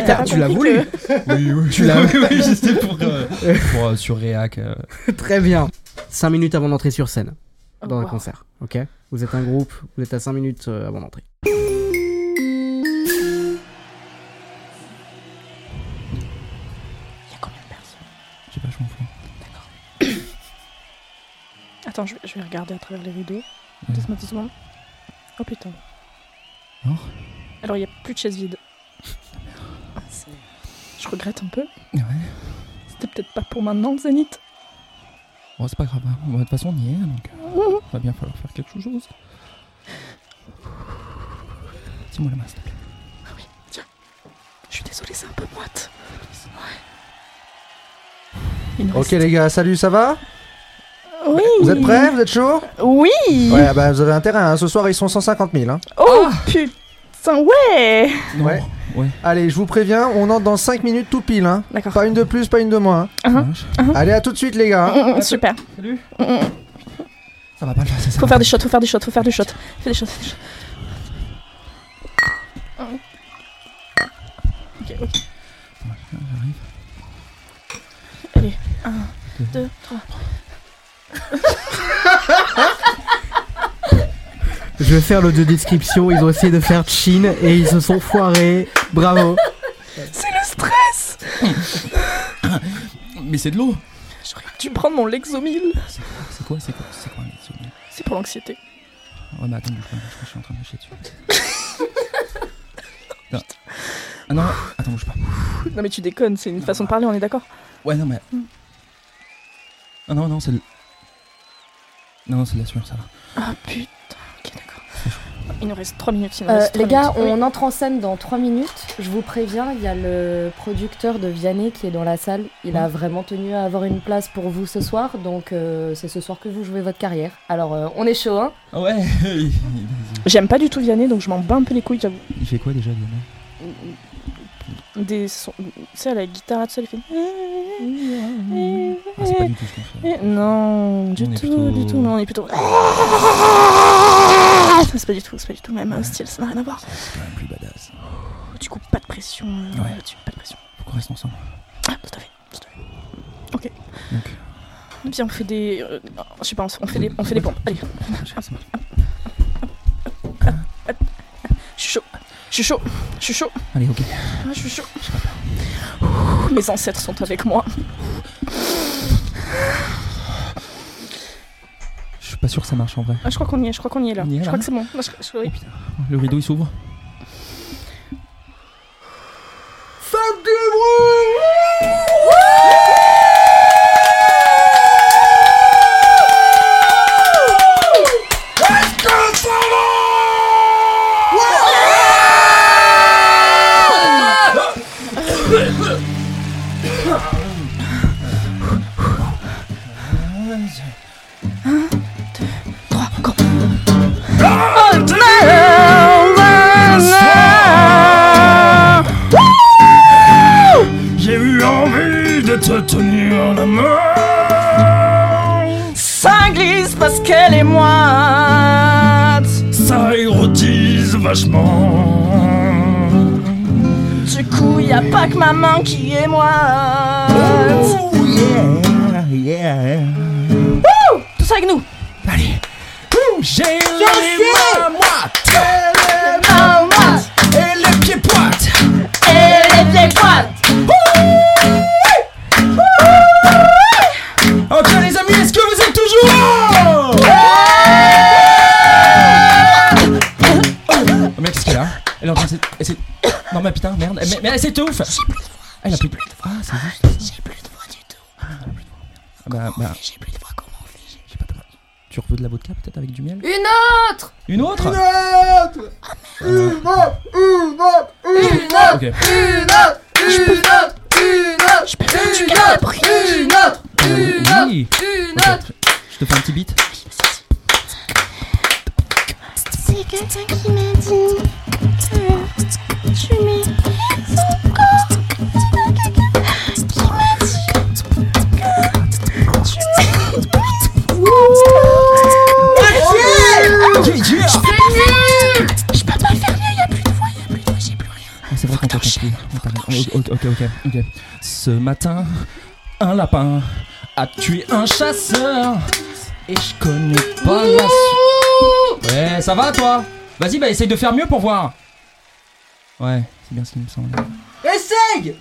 [SPEAKER 10] t'as pas
[SPEAKER 1] tu l'as
[SPEAKER 10] compris
[SPEAKER 1] voulu.
[SPEAKER 10] que-
[SPEAKER 9] Oui, oui,
[SPEAKER 1] Tu l'as-
[SPEAKER 9] oui, oui, j'étais pour, euh, pour, euh, sur Réac. euh.
[SPEAKER 1] Très bien. 5 minutes avant d'entrer sur scène, dans un
[SPEAKER 10] Oh,
[SPEAKER 1] concert, ok Vous êtes un groupe, vous êtes à 5 minutes euh, avant d'entrer.
[SPEAKER 7] Il y a combien de personnes
[SPEAKER 9] J'ai pas, je m'en fous.
[SPEAKER 7] Attends, je vais, je vais regarder à travers les rideaux.
[SPEAKER 9] Ouais.
[SPEAKER 7] Laisse-moi deux secondes. Oh putain.
[SPEAKER 9] Non.
[SPEAKER 7] Alors, il n'y a plus de chaises vides. Je regrette un peu.
[SPEAKER 9] Ah Ouais.
[SPEAKER 7] C'était peut-être pas pour maintenant le zénith.
[SPEAKER 9] Bon, c'est pas grave. hein. Bon, de toute façon, on y est, donc
[SPEAKER 7] Mhm.
[SPEAKER 9] euh, va bien falloir faire quelque chose. Dis-moi la main, s'il te plaît.
[SPEAKER 7] Je suis désolée, c'est un peu moite. Ouais. Il nous
[SPEAKER 8] Ok
[SPEAKER 7] reste-
[SPEAKER 8] les gars, salut, ça va
[SPEAKER 10] Oui.
[SPEAKER 8] Vous êtes prêts Vous êtes chaud
[SPEAKER 10] Oui.
[SPEAKER 8] Ouais, bah vous avez intérêt, hein. ce soir ils sont 150 000. Hein.
[SPEAKER 10] Oh putain, ouais.
[SPEAKER 9] Non.
[SPEAKER 8] Ouais.
[SPEAKER 9] Ouais.
[SPEAKER 8] Allez, je vous préviens, on entre dans 5 minutes tout pile. Hein.
[SPEAKER 10] D'accord.
[SPEAKER 8] Pas une de plus, pas une de moins.
[SPEAKER 7] Uh-huh.
[SPEAKER 8] hein.
[SPEAKER 10] Ah.
[SPEAKER 5] Uh-huh.
[SPEAKER 8] Allez, à tout de suite les gars. hein.
[SPEAKER 10] Mm, mm, Super.
[SPEAKER 9] Salut.
[SPEAKER 10] Mm, mm.
[SPEAKER 9] Ça va pas le faire, ça, ça
[SPEAKER 10] Faut
[SPEAKER 9] va
[SPEAKER 10] faire des shots, faut faire des shots, faut faire des shots. Fais des shots, fais des shots. Ok, ok. Allez, 1, 2, 3.
[SPEAKER 1] Je vais faire le de description. Ils ont essayé de faire chin et ils se sont foirés. Bravo.
[SPEAKER 10] C'est le stress
[SPEAKER 9] pas. Mais c'est de l'eau.
[SPEAKER 10] J'aurais dû prendre mon Lexomil.
[SPEAKER 9] C'est quoi C'est quoi C'est quoi un insomnie
[SPEAKER 10] C'est pour l'anxiété.
[SPEAKER 9] Ouais, mais attends, bouge pas, je crois que je suis en train de me chier dessus. Non. Ah non, attends, bouge pas.
[SPEAKER 10] Non mais tu déconnes, c'est une façon de parler, on est d'accord Hmm.
[SPEAKER 9] Ouais, non, mais. Ah non, non, c'est. de- Non, non, c'est de la sueur, ça va.
[SPEAKER 10] Ah putain, ok d'accord. Il nous reste 3 minutes, il nous
[SPEAKER 5] Euh,
[SPEAKER 10] reste trois
[SPEAKER 5] les gars,
[SPEAKER 10] minutes.
[SPEAKER 5] on entre en scène dans 3 minutes. Je vous préviens, il y a le producteur de Vianney qui est dans la salle. Il a vraiment tenu à avoir une place pour vous ce soir, donc euh, c'est ce soir que vous jouez votre carrière. Alors, euh, on est chaud, hein
[SPEAKER 9] Ah ouais il,
[SPEAKER 10] J'aime pas du tout Vianney, donc je m'en bats un peu les couilles, j'avoue.
[SPEAKER 9] il fait quoi déjà, Lionel
[SPEAKER 10] Des sons... Tu sais, à la guitare, tout ça, il fait...
[SPEAKER 9] Ah, c'est pas du tout ce qu'on
[SPEAKER 10] Eh,
[SPEAKER 9] fait.
[SPEAKER 10] Non, du
[SPEAKER 9] On est
[SPEAKER 10] tout,
[SPEAKER 9] plutôt-
[SPEAKER 10] du tout, non, on est plutôt... Ah, C'est pas du tout, c'est pas du tout le même euh, style, ça n'a rien à voir. Oh,
[SPEAKER 9] C'est quand même plus badass.
[SPEAKER 10] Du coup, pas de pression, euh,
[SPEAKER 9] Ouais.
[SPEAKER 10] tu- pas de pression.
[SPEAKER 9] Faut qu'on reste ensemble.
[SPEAKER 10] Ah, tout à fait, tout à fait. Ok.
[SPEAKER 9] Donc.
[SPEAKER 10] Viens, on fait des... euh, je sais pas, on fait des, on fait des pompes, allez. Je suis chaud. Je suis chaud. Je suis chaud.
[SPEAKER 9] Allez, ok.
[SPEAKER 10] Ah, je suis chaud. Ouh, Mes ancêtres sont avec moi.
[SPEAKER 9] Je suis pas sûr que ça marche en vrai.
[SPEAKER 10] Ah, je crois qu'on y est. Je crois qu'on y est là.
[SPEAKER 9] On y est,
[SPEAKER 10] je
[SPEAKER 9] là,
[SPEAKER 10] crois
[SPEAKER 9] hein
[SPEAKER 10] que c'est bon. Ah, je- je- oui.
[SPEAKER 9] Le rideau il s'ouvre.
[SPEAKER 8] Faites du bruit Est-ce que ça
[SPEAKER 10] Trois, go.
[SPEAKER 12] J'ai eu envie de te tenir la main.
[SPEAKER 10] Ça glisse parce qu'elle est moite.
[SPEAKER 12] Ça érotise vachement.
[SPEAKER 10] Du coup, y a pas que ma main qui est moite.
[SPEAKER 12] Oh, Yeah, yeah.
[SPEAKER 10] Tout ça avec nous.
[SPEAKER 12] J'ai les mains moites. Et les pieds poites.
[SPEAKER 10] Et les vieilles poites.
[SPEAKER 12] Ok les amis, est-ce que vous êtes toujours là
[SPEAKER 9] Oh mec, qu'est-ce qu'elle a Elle est en train de. s'é- elle s'é- Non, mais putain, merde. Mais, mais elle s'étouffe Elle a plus de voix. Ah, c'est juste. J'ai plus de voix du tout. Bah, bah. J'ai plus de voix, comment on fait J'ai pas de voix. Tu veux de la vodka peut-être avec du miel
[SPEAKER 5] Une autre
[SPEAKER 9] Une autre Euh, Ok. Oui. Ok, Je te fais un petit beat.
[SPEAKER 12] C'est quelqu'un qui m'a dit que tu mets son corps. C'est quelqu'un qui m'a dit que tu mets ton corps. Je peux pas le faire mieux, y a plus de voix, y a plus de voix, j'ai plus rien.
[SPEAKER 9] Ah, c'est vrai qu'on t'a compris. On t'a compris. Ok, ok, ok, ok. Ce matin, un lapin a tué un chasseur. Et je connais pas la su- Ouais, ça va toi Vas-y, bah essaye de faire mieux pour voir. Ouais, c'est bien ce qu'il me semble.
[SPEAKER 8] Essaye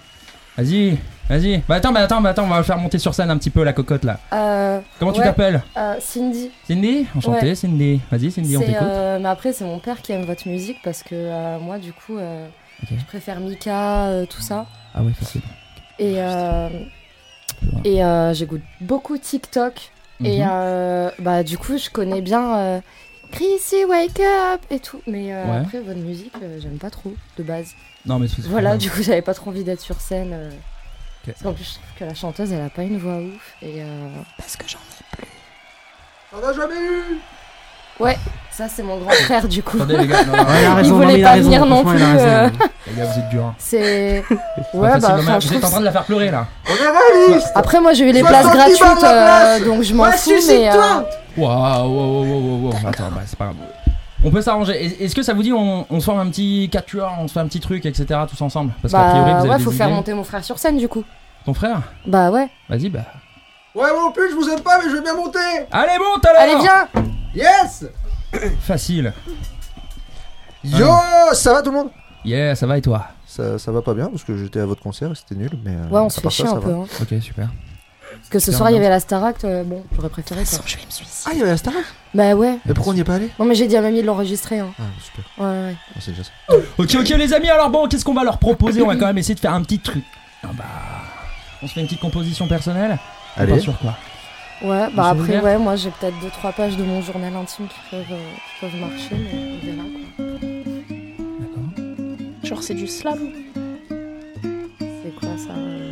[SPEAKER 9] Vas-y, vas-y. Bah attends, bah attends, bah attends, on va le faire monter sur scène un petit peu la cocotte là.
[SPEAKER 5] Euh,
[SPEAKER 9] Comment tu
[SPEAKER 5] Ouais.
[SPEAKER 9] t'appelles
[SPEAKER 5] euh, Cindy,
[SPEAKER 9] Cindy Enchantée,
[SPEAKER 5] Ouais.
[SPEAKER 9] Cindy. Vas-y, Cindy, on
[SPEAKER 5] c'est,
[SPEAKER 9] t'écoute.
[SPEAKER 5] euh, mais après, c'est mon père qui aime votre musique parce que euh, moi, du coup, euh,
[SPEAKER 9] Ok.
[SPEAKER 5] je préfère Mika, euh, tout ça.
[SPEAKER 9] Ah ouais, facile.
[SPEAKER 5] Et, euh, et euh, j'écoute beaucoup TikTok. Et
[SPEAKER 9] Mhm.
[SPEAKER 5] euh, bah, du coup, je connais bien euh, Chrissy Wake Up et tout. Mais euh,
[SPEAKER 9] Ouais.
[SPEAKER 5] après, votre musique, euh, j'aime pas trop de base.
[SPEAKER 9] Non, mais c'est-
[SPEAKER 5] Voilà, du coup, j'avais pas trop envie d'être sur scène. euh,
[SPEAKER 9] Ok.
[SPEAKER 5] Parce qu'en plus, je trouve que la chanteuse, elle a pas une voix ouf. Et euh,
[SPEAKER 10] Parce que j'en ai plus.
[SPEAKER 8] On a jamais eu
[SPEAKER 5] Ouais, ça c'est mon grand frère du coup.
[SPEAKER 9] Attendez, les gars, non, non, non.
[SPEAKER 1] Ouais, il a
[SPEAKER 5] il
[SPEAKER 1] raison, non, mais
[SPEAKER 5] voulait
[SPEAKER 1] il a
[SPEAKER 5] pas
[SPEAKER 1] raison,
[SPEAKER 5] venir non
[SPEAKER 1] franchement, il
[SPEAKER 5] plus.
[SPEAKER 1] a
[SPEAKER 5] euh,
[SPEAKER 1] raison.
[SPEAKER 9] Les gars, vous êtes durs. hein.
[SPEAKER 5] C'est.
[SPEAKER 9] C'est pas
[SPEAKER 5] Ouais,
[SPEAKER 9] facile,
[SPEAKER 5] bah
[SPEAKER 9] non,
[SPEAKER 5] enfin,
[SPEAKER 9] mais
[SPEAKER 5] je
[SPEAKER 9] Vous êtes en
[SPEAKER 5] trouve.
[SPEAKER 9] train de la faire pleurer là.
[SPEAKER 8] On a la liste
[SPEAKER 5] Après, moi j'ai eu les
[SPEAKER 8] Sois
[SPEAKER 5] places
[SPEAKER 8] gentil,
[SPEAKER 5] gratuites,
[SPEAKER 8] parle la
[SPEAKER 5] euh,
[SPEAKER 8] place. Bah,
[SPEAKER 5] donc je m'en
[SPEAKER 8] Ouais,
[SPEAKER 5] fous, mais.
[SPEAKER 8] suicide-toi.
[SPEAKER 5] euh,
[SPEAKER 9] Waouh, waouh, waouh, waouh, waouh. Attends, bah, c'est pas grave. On peut s'arranger. Est- Est-ce que ça vous dit on, on se forme un petit 4 tueurs, on se fait un petit truc, etc. tous ensemble Parce qu'a priori, vous
[SPEAKER 5] Bah
[SPEAKER 9] avez
[SPEAKER 5] ouais,
[SPEAKER 9] des
[SPEAKER 5] faut faire
[SPEAKER 9] idées.
[SPEAKER 5] monter mon frère sur scène du coup.
[SPEAKER 9] Ton frère
[SPEAKER 5] Bah ouais.
[SPEAKER 9] Vas-y, bah.
[SPEAKER 8] Ouais, moi non plus, je vous aime pas, mais je vais bien monter
[SPEAKER 9] Allez, monte alors
[SPEAKER 5] Allez, viens
[SPEAKER 8] Yes
[SPEAKER 9] Facile.
[SPEAKER 8] Yo Ça va tout le monde
[SPEAKER 9] Yeah, ça va et toi
[SPEAKER 8] ça, ça va pas bien, parce que j'étais à votre concert et c'était nul, mais... euh,
[SPEAKER 5] Ouais, on
[SPEAKER 8] à
[SPEAKER 5] se fait
[SPEAKER 8] part
[SPEAKER 5] chier
[SPEAKER 8] ça,
[SPEAKER 5] un
[SPEAKER 8] ça
[SPEAKER 5] peu.
[SPEAKER 8] va.
[SPEAKER 5] Hein.
[SPEAKER 9] Ok, super.
[SPEAKER 5] Parce que ce
[SPEAKER 9] Super
[SPEAKER 5] soir, il y avait la Staract, euh, bon, j'aurais préféré quoi.
[SPEAKER 12] Je vais me suicider.
[SPEAKER 8] Ah, il y avait la Starac
[SPEAKER 5] Bah ouais.
[SPEAKER 8] Mais pourquoi on n'y est pas allé
[SPEAKER 5] Non, mais j'ai dit à mamie de l'enregistrer. Hein.
[SPEAKER 8] Ah, super,
[SPEAKER 5] Ouais, ouais.
[SPEAKER 8] Ah, c'est déjà ça.
[SPEAKER 9] Ok, ok, les amis, alors bon, qu'est-ce qu'on va leur proposer On va quand même essayer de faire un petit truc. Ah bah. On se fait une petite composition personnelle On
[SPEAKER 8] Allez.
[SPEAKER 9] part sur quoi
[SPEAKER 5] Ouais,
[SPEAKER 9] Vous
[SPEAKER 5] bah après,
[SPEAKER 9] vous souvenez
[SPEAKER 5] ouais, moi j'ai peut-être 2-3 pages de mon journal intime qui peuvent, euh, qui peuvent marcher, mais on verra quoi.
[SPEAKER 9] D'accord.
[SPEAKER 7] Genre, c'est du slam.
[SPEAKER 5] C'est quoi ça euh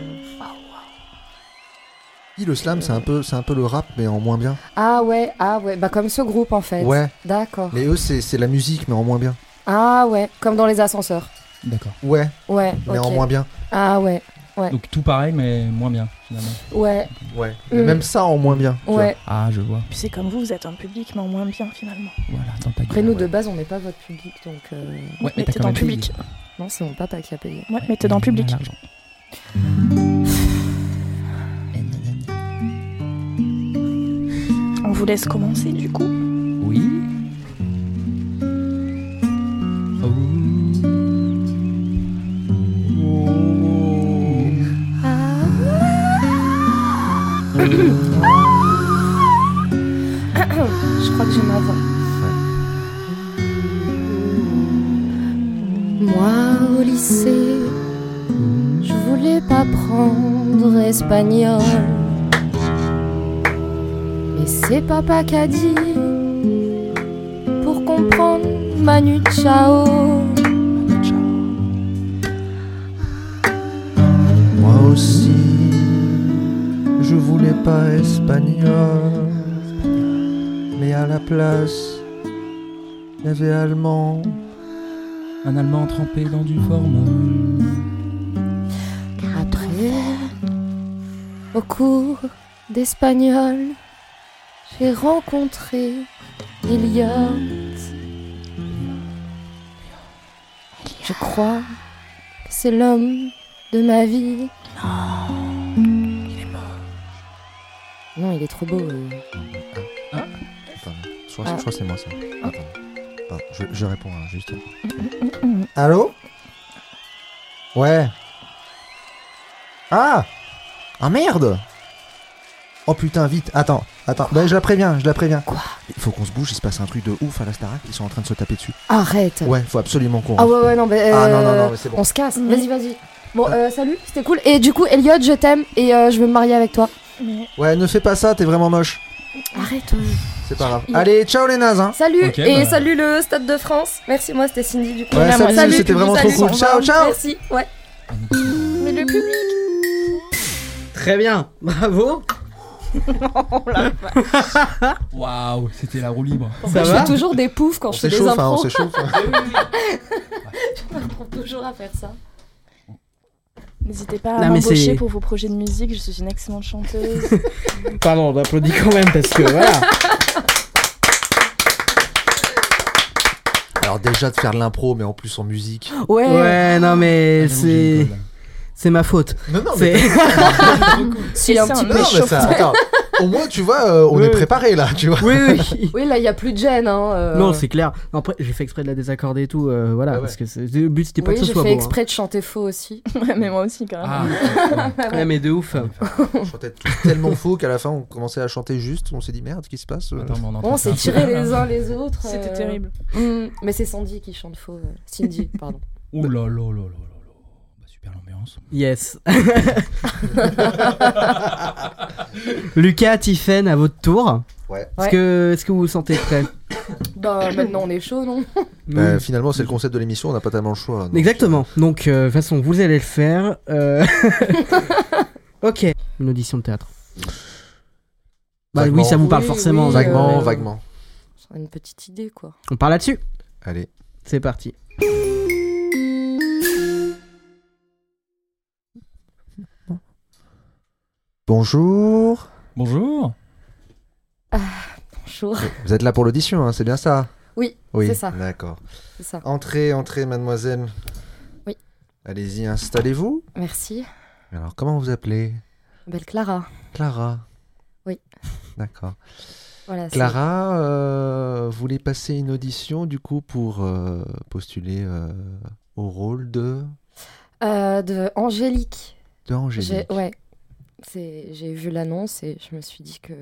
[SPEAKER 8] Hi, le slam, c'est un, peu, c'est un peu le rap, mais en moins bien.
[SPEAKER 5] Ah ouais, ah ouais, bah comme ce groupe en fait.
[SPEAKER 8] Ouais,
[SPEAKER 5] D'accord.
[SPEAKER 8] mais eux, c'est c'est la musique, mais en moins bien.
[SPEAKER 5] Ah ouais, comme dans les ascenseurs.
[SPEAKER 9] D'accord.
[SPEAKER 8] Ouais,
[SPEAKER 5] Ouais,
[SPEAKER 8] mais
[SPEAKER 5] ok.
[SPEAKER 8] en moins bien.
[SPEAKER 5] Ah ouais,
[SPEAKER 9] Donc tout pareil, mais moins bien, finalement.
[SPEAKER 5] ouais,
[SPEAKER 8] Ouais.
[SPEAKER 5] Mm.
[SPEAKER 8] Mais même ça, en moins bien. tu vois.
[SPEAKER 5] ouais.
[SPEAKER 9] Ah, je vois.
[SPEAKER 10] Puis c'est comme vous, vous êtes en public, mais en moins bien finalement.
[SPEAKER 9] Voilà, dans ta gueule.
[SPEAKER 5] Après, nous
[SPEAKER 9] ouais.
[SPEAKER 5] de base, on n'est pas votre public, donc. euh,
[SPEAKER 9] Ouais, mais
[SPEAKER 10] Mais
[SPEAKER 9] t'as
[SPEAKER 10] t'es
[SPEAKER 9] quand
[SPEAKER 10] dans
[SPEAKER 9] même
[SPEAKER 10] le public.
[SPEAKER 9] payé.
[SPEAKER 5] Non, c'est mon papa qui a payé.
[SPEAKER 10] Ouais, mais t'es dans le public.
[SPEAKER 9] L'argent.
[SPEAKER 10] On vous laisse commencer du coup.
[SPEAKER 9] Oui. Oh.
[SPEAKER 5] Je crois que je m'avance. Moi, au lycée, je voulais pas prendre espagnol. Mais c'est papa qui a dit pour comprendre Manu Chao.
[SPEAKER 8] Moi aussi, je voulais pas espagnol. Mais à la place, il y avait allemand.
[SPEAKER 9] Un Allemand trempé dans du formol.
[SPEAKER 5] Après, au cours d'espagnol, j'ai rencontré Elliot. Je crois que c'est l'homme de ma vie. Non, il est trop beau. euh.
[SPEAKER 8] Pardon. Je crois, je crois que c'est moi ça. Attends. Pardon, je, je réponds hein, juste. Allô Ouais. Ah Ah merde Oh putain, vite, attends, attends, Bah, je la préviens, je la préviens.
[SPEAKER 5] Quoi
[SPEAKER 8] Il faut qu'on se bouge, il se passe un truc de ouf à la Starac, ils sont en train de se taper dessus.
[SPEAKER 5] Arrête.
[SPEAKER 8] Ouais, faut absolument qu'on
[SPEAKER 5] Ah
[SPEAKER 8] rentre.
[SPEAKER 5] ouais, ouais, non, bah,
[SPEAKER 8] Ah non, non,
[SPEAKER 5] euh,
[SPEAKER 8] non, mais c'est bon.
[SPEAKER 5] On se casse. Vas-y, vas-y. Bon, euh, salut, c'était cool. Et du coup, Elliot, je t'aime et euh, je veux me marier avec toi.
[SPEAKER 10] Mais
[SPEAKER 8] Ouais, ne fais pas ça, t'es vraiment moche.
[SPEAKER 5] Arrête. euh.
[SPEAKER 8] C'est pas grave.
[SPEAKER 5] Il-
[SPEAKER 8] Allez, ciao les nazes, hein.
[SPEAKER 5] Salut
[SPEAKER 9] Ok,
[SPEAKER 5] et
[SPEAKER 9] bah.
[SPEAKER 5] salut le Stade de France. Merci, moi c'était Cindy du coup.
[SPEAKER 8] Ouais,
[SPEAKER 10] Vraiment,
[SPEAKER 8] salut,
[SPEAKER 10] salut,
[SPEAKER 8] c'était
[SPEAKER 10] public,
[SPEAKER 8] vraiment
[SPEAKER 10] salut,
[SPEAKER 8] trop
[SPEAKER 10] au
[SPEAKER 8] cool. Ciao, ciao
[SPEAKER 5] Merci, ouais.
[SPEAKER 10] mais le public.
[SPEAKER 1] Très bien, bravo.
[SPEAKER 9] Waouh, c'était la roue libre.
[SPEAKER 1] Ça
[SPEAKER 5] je
[SPEAKER 1] va
[SPEAKER 5] fais toujours des poufs quand
[SPEAKER 8] On
[SPEAKER 5] je fais des
[SPEAKER 8] s'échauffe, hein, on
[SPEAKER 5] impros.
[SPEAKER 8] s'échauffe. hein.
[SPEAKER 5] je me retrouve toujours à faire ça.
[SPEAKER 10] N'hésitez pas
[SPEAKER 1] Non,
[SPEAKER 10] à
[SPEAKER 1] mais c'est-
[SPEAKER 10] m'embaucher pour vos projets de musique, je suis une excellente chanteuse.
[SPEAKER 1] Pardon, on applaudit quand même parce que voilà.
[SPEAKER 8] Alors déjà de faire de l'impro, mais en plus en musique.
[SPEAKER 1] Ouais, non mais c'est c'est ma faute.
[SPEAKER 8] Non, non, mais
[SPEAKER 1] C'est
[SPEAKER 5] Si, un petit
[SPEAKER 8] Non, mais ça, attends. Au moins, tu vois, euh, on
[SPEAKER 1] Oui,
[SPEAKER 8] est
[SPEAKER 1] oui.
[SPEAKER 8] préparé là, tu vois.
[SPEAKER 1] oui oui.
[SPEAKER 5] Oui, là, il n'y a plus de gêne. Hein, euh.
[SPEAKER 1] Non, c'est clair. Non, après, j'ai fait exprès de la désaccorder et tout, euh, voilà,
[SPEAKER 8] Ah ouais.
[SPEAKER 1] parce que c'est- le but c'était pas
[SPEAKER 5] Oui,
[SPEAKER 1] que ce
[SPEAKER 5] j'ai
[SPEAKER 1] soit
[SPEAKER 5] fait
[SPEAKER 1] beau.
[SPEAKER 5] exprès de chanter faux aussi.
[SPEAKER 10] Ouais, mais moi aussi quand même.
[SPEAKER 9] Ah,
[SPEAKER 1] hein. Ouais, mais de ouf.
[SPEAKER 8] On chantait tous tellement faux qu'à la fin, on commençait à chanter juste. On s'est dit merde, qu'est-ce qui se passe euh
[SPEAKER 9] Attends, mais on est en train
[SPEAKER 5] Bon, Ah, on
[SPEAKER 9] de faire
[SPEAKER 5] s'est
[SPEAKER 9] un
[SPEAKER 5] tirés
[SPEAKER 9] truc,
[SPEAKER 5] les
[SPEAKER 9] là.
[SPEAKER 5] uns les autres.
[SPEAKER 10] C'était
[SPEAKER 5] euh.
[SPEAKER 10] terrible.
[SPEAKER 5] Mm, mais c'est Sandy qui chante faux. euh, Cindy, pardon.
[SPEAKER 9] Ouh là là là là là là. Bah, Super l'ambiance.
[SPEAKER 1] Yes. Lucas, Tiffen, à votre tour.
[SPEAKER 8] Ouais.
[SPEAKER 1] Est-ce
[SPEAKER 5] Ouais.
[SPEAKER 1] que, est-ce que vous vous sentez prêt
[SPEAKER 5] Bah, maintenant, on est chaud, non
[SPEAKER 8] Bah, Finalement, c'est le concept de l'émission, on n'a pas tellement le choix. donc,
[SPEAKER 1] Mm. Exactement. Donc, euh, de toute façon, vous allez le faire. euh. ok. Une audition de théâtre. Bah
[SPEAKER 9] Vaguement.
[SPEAKER 1] oui, ça vous parle
[SPEAKER 5] Oui,
[SPEAKER 1] forcément.
[SPEAKER 5] oui,
[SPEAKER 9] Vaguement,
[SPEAKER 5] euh,
[SPEAKER 9] vaguement.
[SPEAKER 5] J'en ai une petite idée, quoi.
[SPEAKER 1] On part là-dessus
[SPEAKER 9] Allez.
[SPEAKER 1] C'est parti.
[SPEAKER 9] Bonjour.
[SPEAKER 13] Bonjour.
[SPEAKER 5] Bonjour.
[SPEAKER 9] Vous êtes là pour l'audition, hein, c'est bien ça
[SPEAKER 5] Oui,
[SPEAKER 9] Oui, Oh.
[SPEAKER 5] c'est ça.
[SPEAKER 9] D'accord.
[SPEAKER 5] C'est ça.
[SPEAKER 9] Entrez, entrez, mademoiselle.
[SPEAKER 5] Oui.
[SPEAKER 9] Allez-y, installez-vous.
[SPEAKER 5] Merci.
[SPEAKER 9] Alors, comment vous appelez
[SPEAKER 5] Belle Clara.
[SPEAKER 9] Clara.
[SPEAKER 5] Oui.
[SPEAKER 9] D'accord.
[SPEAKER 5] Voilà, c'est-
[SPEAKER 9] Clara, euh, vous voulez passer une audition du coup pour euh, postuler euh, au rôle de,
[SPEAKER 5] Euh, de Angélique.
[SPEAKER 9] de Angélique.
[SPEAKER 5] J'ai- Ouais. C'est- J'ai vu l'annonce et je me suis dit que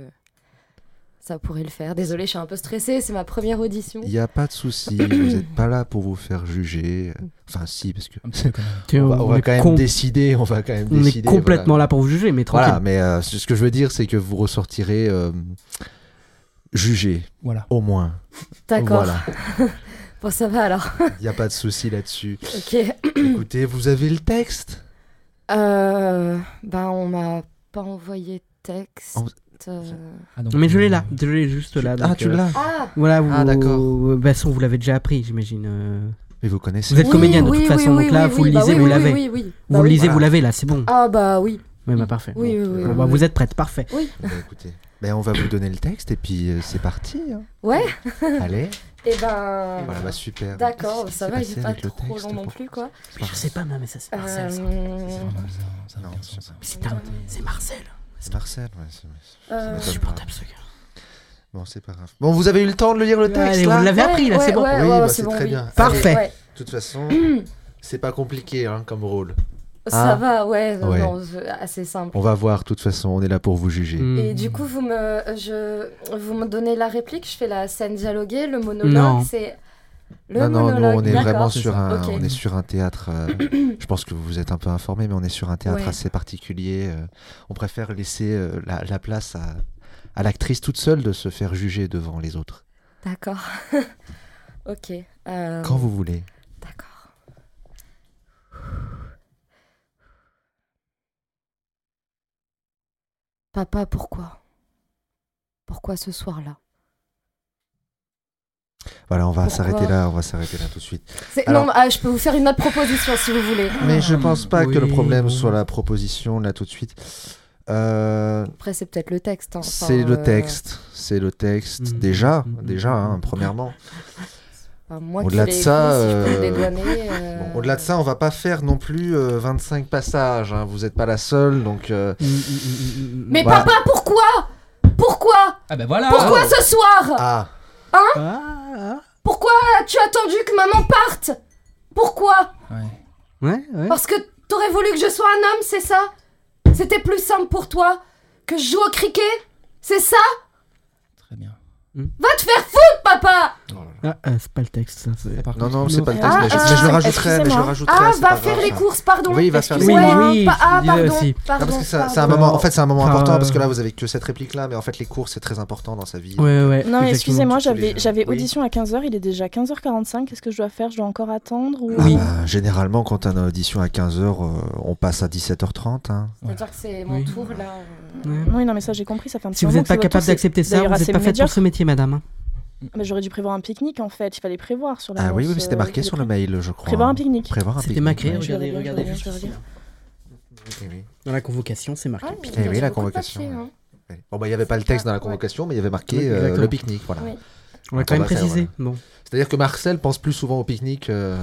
[SPEAKER 5] ça pourrait le faire. Désolée, je suis un peu stressée, c'est ma première audition.
[SPEAKER 9] Il n'y a pas de souci, vous n'êtes pas là pour vous faire juger. Enfin, si, parce que
[SPEAKER 1] Tiens,
[SPEAKER 9] on va, on
[SPEAKER 1] on
[SPEAKER 9] va
[SPEAKER 1] est
[SPEAKER 9] quand même
[SPEAKER 1] com-
[SPEAKER 9] décider. On va quand même
[SPEAKER 1] On est
[SPEAKER 9] décider,
[SPEAKER 1] complètement
[SPEAKER 9] voilà.
[SPEAKER 1] là pour vous juger, mais tranquille.
[SPEAKER 9] Voilà, mais euh, ce ce que je veux dire, c'est que vous ressortirez euh, jugé,
[SPEAKER 13] Voilà.
[SPEAKER 9] au moins.
[SPEAKER 5] D'accord.
[SPEAKER 9] Voilà.
[SPEAKER 5] bon, ça va alors.
[SPEAKER 9] Il n'y a pas de souci là-dessus.
[SPEAKER 5] ok.
[SPEAKER 9] Écoutez, vous avez le texte
[SPEAKER 5] Euh, bah, on m'a pas envoyé de texte.
[SPEAKER 9] On-
[SPEAKER 5] euh,
[SPEAKER 1] mais je l'ai là, je l'ai juste là.
[SPEAKER 9] Ah,
[SPEAKER 1] donc,
[SPEAKER 9] tu
[SPEAKER 1] euh,
[SPEAKER 9] l'as
[SPEAKER 5] Ah
[SPEAKER 1] Voilà, vous,
[SPEAKER 9] Ah, d'accord.
[SPEAKER 1] de toute façon, vous l'avez déjà appris, j'imagine. euh.
[SPEAKER 9] Mais vous connaissez.
[SPEAKER 1] Vous êtes
[SPEAKER 5] Oui,
[SPEAKER 1] comédienne de
[SPEAKER 5] oui,
[SPEAKER 1] toute
[SPEAKER 5] oui,
[SPEAKER 1] façon,
[SPEAKER 5] oui,
[SPEAKER 1] donc là,
[SPEAKER 5] oui,
[SPEAKER 1] vous
[SPEAKER 5] oui,
[SPEAKER 1] le
[SPEAKER 5] bah
[SPEAKER 1] lisez,
[SPEAKER 5] oui,
[SPEAKER 1] vous
[SPEAKER 5] oui,
[SPEAKER 1] l'avez.
[SPEAKER 5] oui, oui,
[SPEAKER 1] Vous
[SPEAKER 5] bah
[SPEAKER 1] le
[SPEAKER 5] oui.
[SPEAKER 1] lisez, vous
[SPEAKER 9] Voilà.
[SPEAKER 1] l'avez là, c'est bon.
[SPEAKER 5] Ah bah oui.
[SPEAKER 1] Oui, bah parfait.
[SPEAKER 5] Oui, oui,
[SPEAKER 9] euh,
[SPEAKER 5] oui,
[SPEAKER 1] Bon, bah,
[SPEAKER 5] oui.
[SPEAKER 1] vous êtes prête, parfait.
[SPEAKER 5] Oui.
[SPEAKER 9] Bah, écoutez, ben, on va vous donner le texte et puis euh, c'est parti. hein.
[SPEAKER 5] Ouais.
[SPEAKER 9] Allez.
[SPEAKER 5] Et ben.
[SPEAKER 9] Voilà, bah, super.
[SPEAKER 5] D'accord, ça va, il
[SPEAKER 9] j'ai
[SPEAKER 5] est pas trop long non plus, quoi.
[SPEAKER 1] Je sais pas, mais ça,
[SPEAKER 9] Ah,
[SPEAKER 1] c'est Marcel. ça.
[SPEAKER 5] Euh,
[SPEAKER 9] Non, c'est ça.
[SPEAKER 1] C'est un- c'est Marcel.
[SPEAKER 9] C'est Marcel. ouais, c'est-
[SPEAKER 5] euh,
[SPEAKER 9] m'étonne pas.
[SPEAKER 1] Supportable, ce gars.
[SPEAKER 9] Bon, c'est pas grave. Bon, vous avez eu le temps de le lire le texte
[SPEAKER 1] Allez,
[SPEAKER 9] là
[SPEAKER 1] vous l'avez appris, là,
[SPEAKER 5] ouais,
[SPEAKER 1] c'est bon.
[SPEAKER 5] ouais,
[SPEAKER 9] Oui,
[SPEAKER 5] ouais,
[SPEAKER 9] bah,
[SPEAKER 5] c'est
[SPEAKER 9] c'est
[SPEAKER 5] bon,
[SPEAKER 9] très
[SPEAKER 5] oui.
[SPEAKER 9] bien.
[SPEAKER 1] Parfait.
[SPEAKER 5] Ouais.
[SPEAKER 9] De toute façon, c'est pas compliqué hein, comme rôle.
[SPEAKER 5] Ça
[SPEAKER 9] Ah.
[SPEAKER 5] va, ouais, euh,
[SPEAKER 9] Ouais.
[SPEAKER 5] non, je- assez simple.
[SPEAKER 9] On va voir, de toute façon, on est là pour vous juger.
[SPEAKER 1] Hmm.
[SPEAKER 5] Et du coup, vous me, je, vous me donnez la réplique, je fais la scène dialoguée, le
[SPEAKER 1] Non.
[SPEAKER 5] monologue, c'est. Le
[SPEAKER 9] non, non, nous,
[SPEAKER 5] monologue,
[SPEAKER 9] on est
[SPEAKER 5] d'accord.
[SPEAKER 9] vraiment sur un,
[SPEAKER 5] Ok.
[SPEAKER 9] on est sur un théâtre. euh, je pense que vous êtes un peu informé, mais on est sur un théâtre
[SPEAKER 5] Ouais.
[SPEAKER 9] assez particulier. euh, on préfère laisser euh, la, la place à, à l'actrice toute seule de se faire juger devant les autres,
[SPEAKER 5] D'accord. ok. euh,
[SPEAKER 9] quand vous voulez.
[SPEAKER 5] D'accord. Papa, pourquoi Pourquoi ce soir-là
[SPEAKER 9] Voilà, on va
[SPEAKER 5] Pourquoi
[SPEAKER 9] s'arrêter là, on va s'arrêter là tout de suite.
[SPEAKER 5] C'est-
[SPEAKER 9] Alors-
[SPEAKER 5] Non, ah, je peux vous faire une autre proposition si vous voulez.
[SPEAKER 9] Mais je pense pas que le
[SPEAKER 1] oui,
[SPEAKER 9] problème
[SPEAKER 1] bon.
[SPEAKER 9] soit la proposition là tout de suite. Euh,
[SPEAKER 5] Après, c'est peut-être le texte. hein, enfin,
[SPEAKER 9] c'est le
[SPEAKER 5] euh,
[SPEAKER 9] texte, c'est le texte
[SPEAKER 1] Mhm.
[SPEAKER 9] déjà,
[SPEAKER 1] Mhm.
[SPEAKER 9] déjà,
[SPEAKER 5] Ah.
[SPEAKER 9] hein, premièrement.
[SPEAKER 5] enfin, moi
[SPEAKER 9] Au-delà
[SPEAKER 5] qui
[SPEAKER 9] de
[SPEAKER 5] l'ai
[SPEAKER 9] ça,
[SPEAKER 5] écrit, si je peux
[SPEAKER 9] euh,
[SPEAKER 5] me dédouaner, euh,
[SPEAKER 9] Bon, Au-delà de ça, on va pas faire non plus euh, 25 passages. hein, Vous n'êtes pas la seule, donc euh,
[SPEAKER 1] Hmm,
[SPEAKER 5] Mais
[SPEAKER 9] Voilà.
[SPEAKER 5] papa, pourquoi Pourquoi
[SPEAKER 13] Ah bah voilà.
[SPEAKER 5] Pourquoi ce soir
[SPEAKER 9] ah,
[SPEAKER 1] Ah,
[SPEAKER 5] Pourquoi as-tu attendu que maman parte Pourquoi
[SPEAKER 13] Ouais.
[SPEAKER 1] ah. Ouais, ouais.
[SPEAKER 6] Oh.
[SPEAKER 5] Parce que t'aurais voulu que je sois un homme, c'est ça C'était plus simple pour toi que je joue au cricket C'est ça
[SPEAKER 13] Très bien.
[SPEAKER 5] Va te faire foutre, papa
[SPEAKER 1] Ah, euh, c'est pas le texte, ça. c'est-
[SPEAKER 13] Ah, par
[SPEAKER 9] non
[SPEAKER 13] contre,
[SPEAKER 9] non,
[SPEAKER 13] nous-
[SPEAKER 9] c'est pas le
[SPEAKER 5] Ah,
[SPEAKER 9] texte, mais, je,
[SPEAKER 5] euh,
[SPEAKER 9] mais je le rajouterai, mais je le
[SPEAKER 6] excusez-moi.
[SPEAKER 9] rajouterai.
[SPEAKER 5] Ah,
[SPEAKER 9] c'est
[SPEAKER 5] va
[SPEAKER 9] pas
[SPEAKER 5] faire
[SPEAKER 9] grave,
[SPEAKER 5] les
[SPEAKER 9] ça.
[SPEAKER 5] courses, pardon
[SPEAKER 9] Oui, il va faire les
[SPEAKER 1] Oui,
[SPEAKER 5] Excuse-moi,
[SPEAKER 1] courses.
[SPEAKER 5] hein,
[SPEAKER 1] oui,
[SPEAKER 5] pa-
[SPEAKER 1] je
[SPEAKER 5] Ah,
[SPEAKER 1] disais
[SPEAKER 5] pardon,
[SPEAKER 1] aussi.
[SPEAKER 9] Non,
[SPEAKER 5] pardon,
[SPEAKER 9] parce que ça- c'est un
[SPEAKER 1] Ah.
[SPEAKER 5] pardon.
[SPEAKER 9] moment. En fait, c'est un moment
[SPEAKER 1] Enfin,
[SPEAKER 9] important parce que là,
[SPEAKER 1] euh,
[SPEAKER 9] vous avez que cette réplique là, mais en fait, les courses c'est très important dans sa vie.
[SPEAKER 1] Ouais, ouais.
[SPEAKER 6] Non,
[SPEAKER 1] exactement.
[SPEAKER 6] mais excusez-moi,
[SPEAKER 9] tous les
[SPEAKER 6] j'avais
[SPEAKER 9] jeux.
[SPEAKER 6] j'avais
[SPEAKER 9] Oui.
[SPEAKER 6] audition à 15h, il est déjà 15h45, qu'est-ce que je dois faire Je dois encore attendre ou...
[SPEAKER 9] Ah bah, généralement, quand on a audition à 15h, on passe à 17h30. hein.
[SPEAKER 5] C'est-à-dire que c'est mon
[SPEAKER 1] Oui.
[SPEAKER 5] tour, là.
[SPEAKER 9] Eh
[SPEAKER 1] Ouais.
[SPEAKER 6] Oui, non, mais ça j'ai compris, ça fait un petit
[SPEAKER 1] Si vous
[SPEAKER 6] moment
[SPEAKER 1] n'êtes
[SPEAKER 6] que
[SPEAKER 1] pas
[SPEAKER 6] ça doit
[SPEAKER 1] capable
[SPEAKER 6] tous- c'est
[SPEAKER 1] d'accepter ça, vous
[SPEAKER 6] d'ailleurs
[SPEAKER 1] n'êtes
[SPEAKER 6] assez
[SPEAKER 1] pas faite pour
[SPEAKER 6] médiocre.
[SPEAKER 1] ce métier, madame. hein.
[SPEAKER 6] Mais j'aurais dû prévoir un pique-nique en fait, il fallait prévoir sur la
[SPEAKER 9] Ah oui, oui, mais
[SPEAKER 7] euh,
[SPEAKER 9] c'était marqué sur le mail, je crois.
[SPEAKER 6] Prévoir
[SPEAKER 9] hein.
[SPEAKER 6] un pique-nique.
[SPEAKER 9] Prévoir un
[SPEAKER 1] C'était
[SPEAKER 9] pique-nique,
[SPEAKER 1] marqué,
[SPEAKER 9] ouais.
[SPEAKER 6] je
[SPEAKER 1] regardez,
[SPEAKER 6] vais
[SPEAKER 1] regardez
[SPEAKER 6] relire,
[SPEAKER 1] juste
[SPEAKER 6] je vais
[SPEAKER 1] ici.
[SPEAKER 6] relire.
[SPEAKER 9] Eh oui.
[SPEAKER 1] Dans la convocation, c'est marqué.
[SPEAKER 5] oui,
[SPEAKER 9] Eh oui, la convocation.
[SPEAKER 5] hein.
[SPEAKER 9] Ouais. Bon, bah, il n'y avait pas le texte dans la convocation, mais il y avait
[SPEAKER 1] Oui,
[SPEAKER 9] marqué euh,
[SPEAKER 1] exactement.
[SPEAKER 9] le pique-nique. Voilà.
[SPEAKER 5] Oui.
[SPEAKER 1] On va quand même
[SPEAKER 9] Attends, bah, ça,
[SPEAKER 1] préciser. Bon.
[SPEAKER 9] C'est-à-dire que Marcel pense plus souvent au pique-nique euh,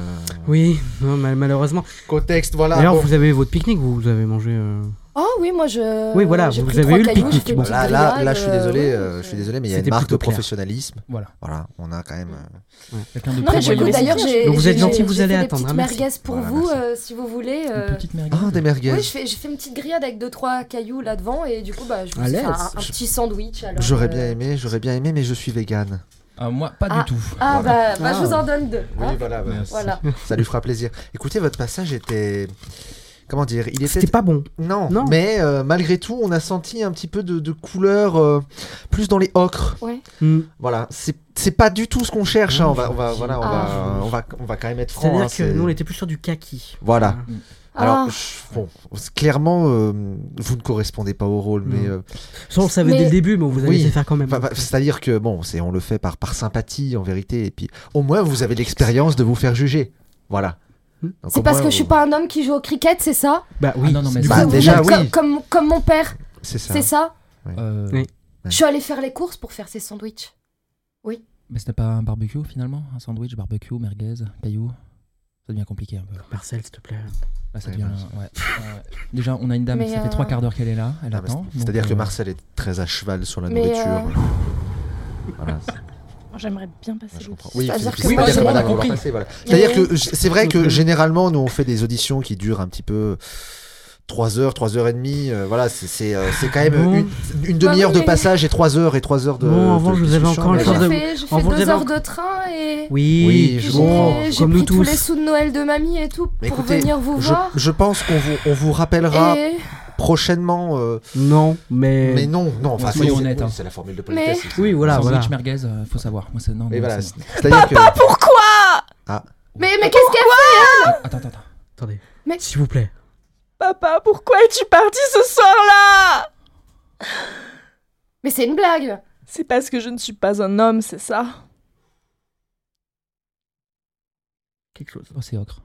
[SPEAKER 1] Oui, non, mal- malheureusement.
[SPEAKER 9] qu'au texte. Voilà.
[SPEAKER 1] D'ailleurs,
[SPEAKER 9] bon.
[SPEAKER 1] vous avez votre pique-nique, vous, vous avez mangé. euh,
[SPEAKER 5] Oh oui, moi je.
[SPEAKER 1] Oui, voilà,
[SPEAKER 5] j'ai
[SPEAKER 1] vous
[SPEAKER 5] pris
[SPEAKER 1] avez
[SPEAKER 5] trois
[SPEAKER 1] eu le
[SPEAKER 5] cailloux, j'ai
[SPEAKER 1] pique-nique.
[SPEAKER 5] fait une
[SPEAKER 1] Bon,
[SPEAKER 5] petite
[SPEAKER 9] Là, là, là, je suis
[SPEAKER 5] grillade,
[SPEAKER 9] désolé,
[SPEAKER 5] euh,
[SPEAKER 9] euh, je suis désolé, mais il y a
[SPEAKER 1] C'était
[SPEAKER 9] une marque de
[SPEAKER 1] plutôt clair.
[SPEAKER 9] professionnalisme.
[SPEAKER 13] Voilà.
[SPEAKER 9] Voilà, on a quand même. euh,
[SPEAKER 13] Quelqu'un de
[SPEAKER 5] Non, mais
[SPEAKER 13] prévoyant.
[SPEAKER 5] j'ai
[SPEAKER 6] prévoyez-les.
[SPEAKER 5] d'ailleurs, j'ai.
[SPEAKER 1] Donc vous
[SPEAKER 5] j'ai-
[SPEAKER 1] êtes gentil,
[SPEAKER 5] j'ai-
[SPEAKER 1] vous
[SPEAKER 5] j'ai
[SPEAKER 1] allez
[SPEAKER 5] fait des
[SPEAKER 1] attendre,
[SPEAKER 5] petites
[SPEAKER 1] hein, merci.
[SPEAKER 5] merguez pour
[SPEAKER 9] Voilà,
[SPEAKER 5] vous,
[SPEAKER 9] merci.
[SPEAKER 5] euh, si vous voulez.
[SPEAKER 13] Une
[SPEAKER 5] euh,
[SPEAKER 13] petite merguez.
[SPEAKER 9] Ah, des merguez.
[SPEAKER 5] Oui, je fais, j'ai fait une petite grillade avec deux trois cailloux là devant et du coup bah je vous
[SPEAKER 1] À
[SPEAKER 5] fais
[SPEAKER 1] l'aise.
[SPEAKER 5] un, un petit sandwich alors.
[SPEAKER 9] J'aurais
[SPEAKER 5] euh,
[SPEAKER 9] bien aimé, j'aurais bien aimé, mais je suis vegan.
[SPEAKER 13] Ah, moi, pas
[SPEAKER 5] Ah.
[SPEAKER 13] du tout.
[SPEAKER 5] Ah bah, bah, je
[SPEAKER 9] Ah.
[SPEAKER 5] vous en donne deux. hein.
[SPEAKER 9] voilà, bah,
[SPEAKER 13] Merci.
[SPEAKER 5] Voilà.
[SPEAKER 9] ça lui fera plaisir. Écoutez, votre passage était. Comment dire Il était.
[SPEAKER 1] C'était pas bon.
[SPEAKER 9] Non,
[SPEAKER 1] Non.
[SPEAKER 9] mais euh, malgré tout, on a senti un petit peu de, de couleur euh, plus dans les ocres.
[SPEAKER 1] Mm.
[SPEAKER 9] Voilà, c'est c'est pas du tout ce qu'on cherche. hein. On va, on va, voilà, on,
[SPEAKER 5] Ah.
[SPEAKER 9] va, on va, on va quand même être franc.
[SPEAKER 1] C'est-à-dire
[SPEAKER 9] hein,
[SPEAKER 1] que
[SPEAKER 9] c'est-
[SPEAKER 1] nous, on était plus sur du kaki.
[SPEAKER 9] Voilà. Alors,
[SPEAKER 5] Ah.
[SPEAKER 9] je- bon, clairement, euh, vous ne correspondez pas au rôle, mais.
[SPEAKER 1] Non.
[SPEAKER 9] euh,
[SPEAKER 1] Ça, on le savait dès le Mais- début, mais vous avez laissé faire quand même.
[SPEAKER 9] Enfin, bah, C'est-à-dire que, bon, c'est- on le fait par, par sympathie, en vérité, et puis au moins, vous avez l'expérience de vous faire juger. Voilà. Donc,
[SPEAKER 5] C'est
[SPEAKER 9] au
[SPEAKER 5] parce
[SPEAKER 9] moins,
[SPEAKER 5] que je suis
[SPEAKER 9] vous-
[SPEAKER 5] pas un homme qui joue au cricket, c'est ça
[SPEAKER 1] Bah oui,
[SPEAKER 4] Ah non, non, mais
[SPEAKER 9] Du
[SPEAKER 4] ça-
[SPEAKER 9] coup,
[SPEAKER 5] Vous
[SPEAKER 9] déjà,
[SPEAKER 5] êtes
[SPEAKER 9] oui.
[SPEAKER 5] co- comme, comme mon père,
[SPEAKER 9] C'est ça.
[SPEAKER 5] c'est ça
[SPEAKER 4] Euh,
[SPEAKER 1] Oui.
[SPEAKER 5] Je suis allée faire les courses pour faire ces sandwichs.
[SPEAKER 4] Mais c'était pas un barbecue finalement Un sandwich, barbecue, merguez, caillou Ça devient compliqué un
[SPEAKER 9] ah.
[SPEAKER 4] peu.
[SPEAKER 1] Marcel, s'il te plaît.
[SPEAKER 4] Là, ça
[SPEAKER 9] Ouais,
[SPEAKER 4] devient-
[SPEAKER 9] bah,
[SPEAKER 4] ouais. Ouais. Déjà, on a une dame,
[SPEAKER 5] Mais,
[SPEAKER 4] ça
[SPEAKER 5] euh,
[SPEAKER 4] fait trois quarts d'heure qu'elle est là, elle
[SPEAKER 9] Ah, mais
[SPEAKER 4] attend.
[SPEAKER 9] c'est- C'est-à-dire
[SPEAKER 4] donc,
[SPEAKER 9] que
[SPEAKER 4] euh,
[SPEAKER 9] Marcel est très à cheval sur la
[SPEAKER 5] Mais,
[SPEAKER 9] nourriture.
[SPEAKER 5] euh,
[SPEAKER 9] Voilà, c'est-
[SPEAKER 14] J'aimerais bien passer le
[SPEAKER 9] Oui,
[SPEAKER 5] C'est-à-dire
[SPEAKER 9] c'est-
[SPEAKER 5] que
[SPEAKER 9] c'est-
[SPEAKER 5] moi, j'ai- Bah,
[SPEAKER 9] c'est-à-dire que voilà, on va
[SPEAKER 4] compris.
[SPEAKER 9] passer, voilà. C'est-à-dire que j- c'est vrai que
[SPEAKER 1] Compris.
[SPEAKER 9] généralement, nous, on fait des auditions qui durent un petit peu 3 heures, 3 heures et demie. euh, voilà, c'est- c'est euh, c'est quand même
[SPEAKER 1] Bon.
[SPEAKER 9] une, une
[SPEAKER 5] Bah
[SPEAKER 9] demi-heure
[SPEAKER 5] oui,
[SPEAKER 9] de
[SPEAKER 5] mais-
[SPEAKER 9] passage et 3 heures et 3 heures de.
[SPEAKER 1] Bon, en revanche,
[SPEAKER 9] de
[SPEAKER 1] vous avez
[SPEAKER 9] discussion,
[SPEAKER 1] encore une
[SPEAKER 9] mais
[SPEAKER 5] J'ai
[SPEAKER 1] chose
[SPEAKER 9] voilà.
[SPEAKER 1] de-
[SPEAKER 5] fait, j'ai
[SPEAKER 1] En
[SPEAKER 5] fait
[SPEAKER 1] vous
[SPEAKER 5] deux
[SPEAKER 1] avez
[SPEAKER 5] heures
[SPEAKER 1] encore-
[SPEAKER 5] de train et
[SPEAKER 1] Oui,
[SPEAKER 9] Oui, je
[SPEAKER 5] j'ai
[SPEAKER 9] comprends.
[SPEAKER 5] j'ai
[SPEAKER 1] Comme
[SPEAKER 5] pris
[SPEAKER 1] nous
[SPEAKER 5] tous les
[SPEAKER 1] tous.
[SPEAKER 5] sous de Noël de mamie et tout
[SPEAKER 9] Mais
[SPEAKER 5] pour
[SPEAKER 9] écoutez,
[SPEAKER 5] venir vous
[SPEAKER 9] je,
[SPEAKER 5] voir.
[SPEAKER 9] je pense qu'on vous, on vous rappellera
[SPEAKER 5] Et-
[SPEAKER 9] prochainement. euh,
[SPEAKER 1] Non, mais.
[SPEAKER 9] mais non, non, enfin,
[SPEAKER 4] soyons
[SPEAKER 9] c'est-
[SPEAKER 4] honnêtes,
[SPEAKER 9] oui,
[SPEAKER 4] hein.
[SPEAKER 9] C'est la formule de politesse. c'est-
[SPEAKER 1] Oui, voilà,
[SPEAKER 4] sandwich,
[SPEAKER 1] voilà.
[SPEAKER 4] merguez, euh, faut savoir. Moi, c'est- non,
[SPEAKER 9] Mais
[SPEAKER 4] non,
[SPEAKER 9] voilà,
[SPEAKER 4] c'est-
[SPEAKER 9] c'est-à-dire que.
[SPEAKER 7] Pourquoi
[SPEAKER 5] Mais, mais qu'est-ce qu'elle
[SPEAKER 4] Attends, attends, attends.
[SPEAKER 1] Attendez.
[SPEAKER 5] Mais-
[SPEAKER 1] S'il vous plaît.
[SPEAKER 7] Papa, pourquoi es-tu parti ce soir-là
[SPEAKER 5] Mais c'est une blague
[SPEAKER 7] C'est parce que je ne suis pas un homme, c'est ça
[SPEAKER 1] Quelque chose.
[SPEAKER 4] Oh, c'est ocre.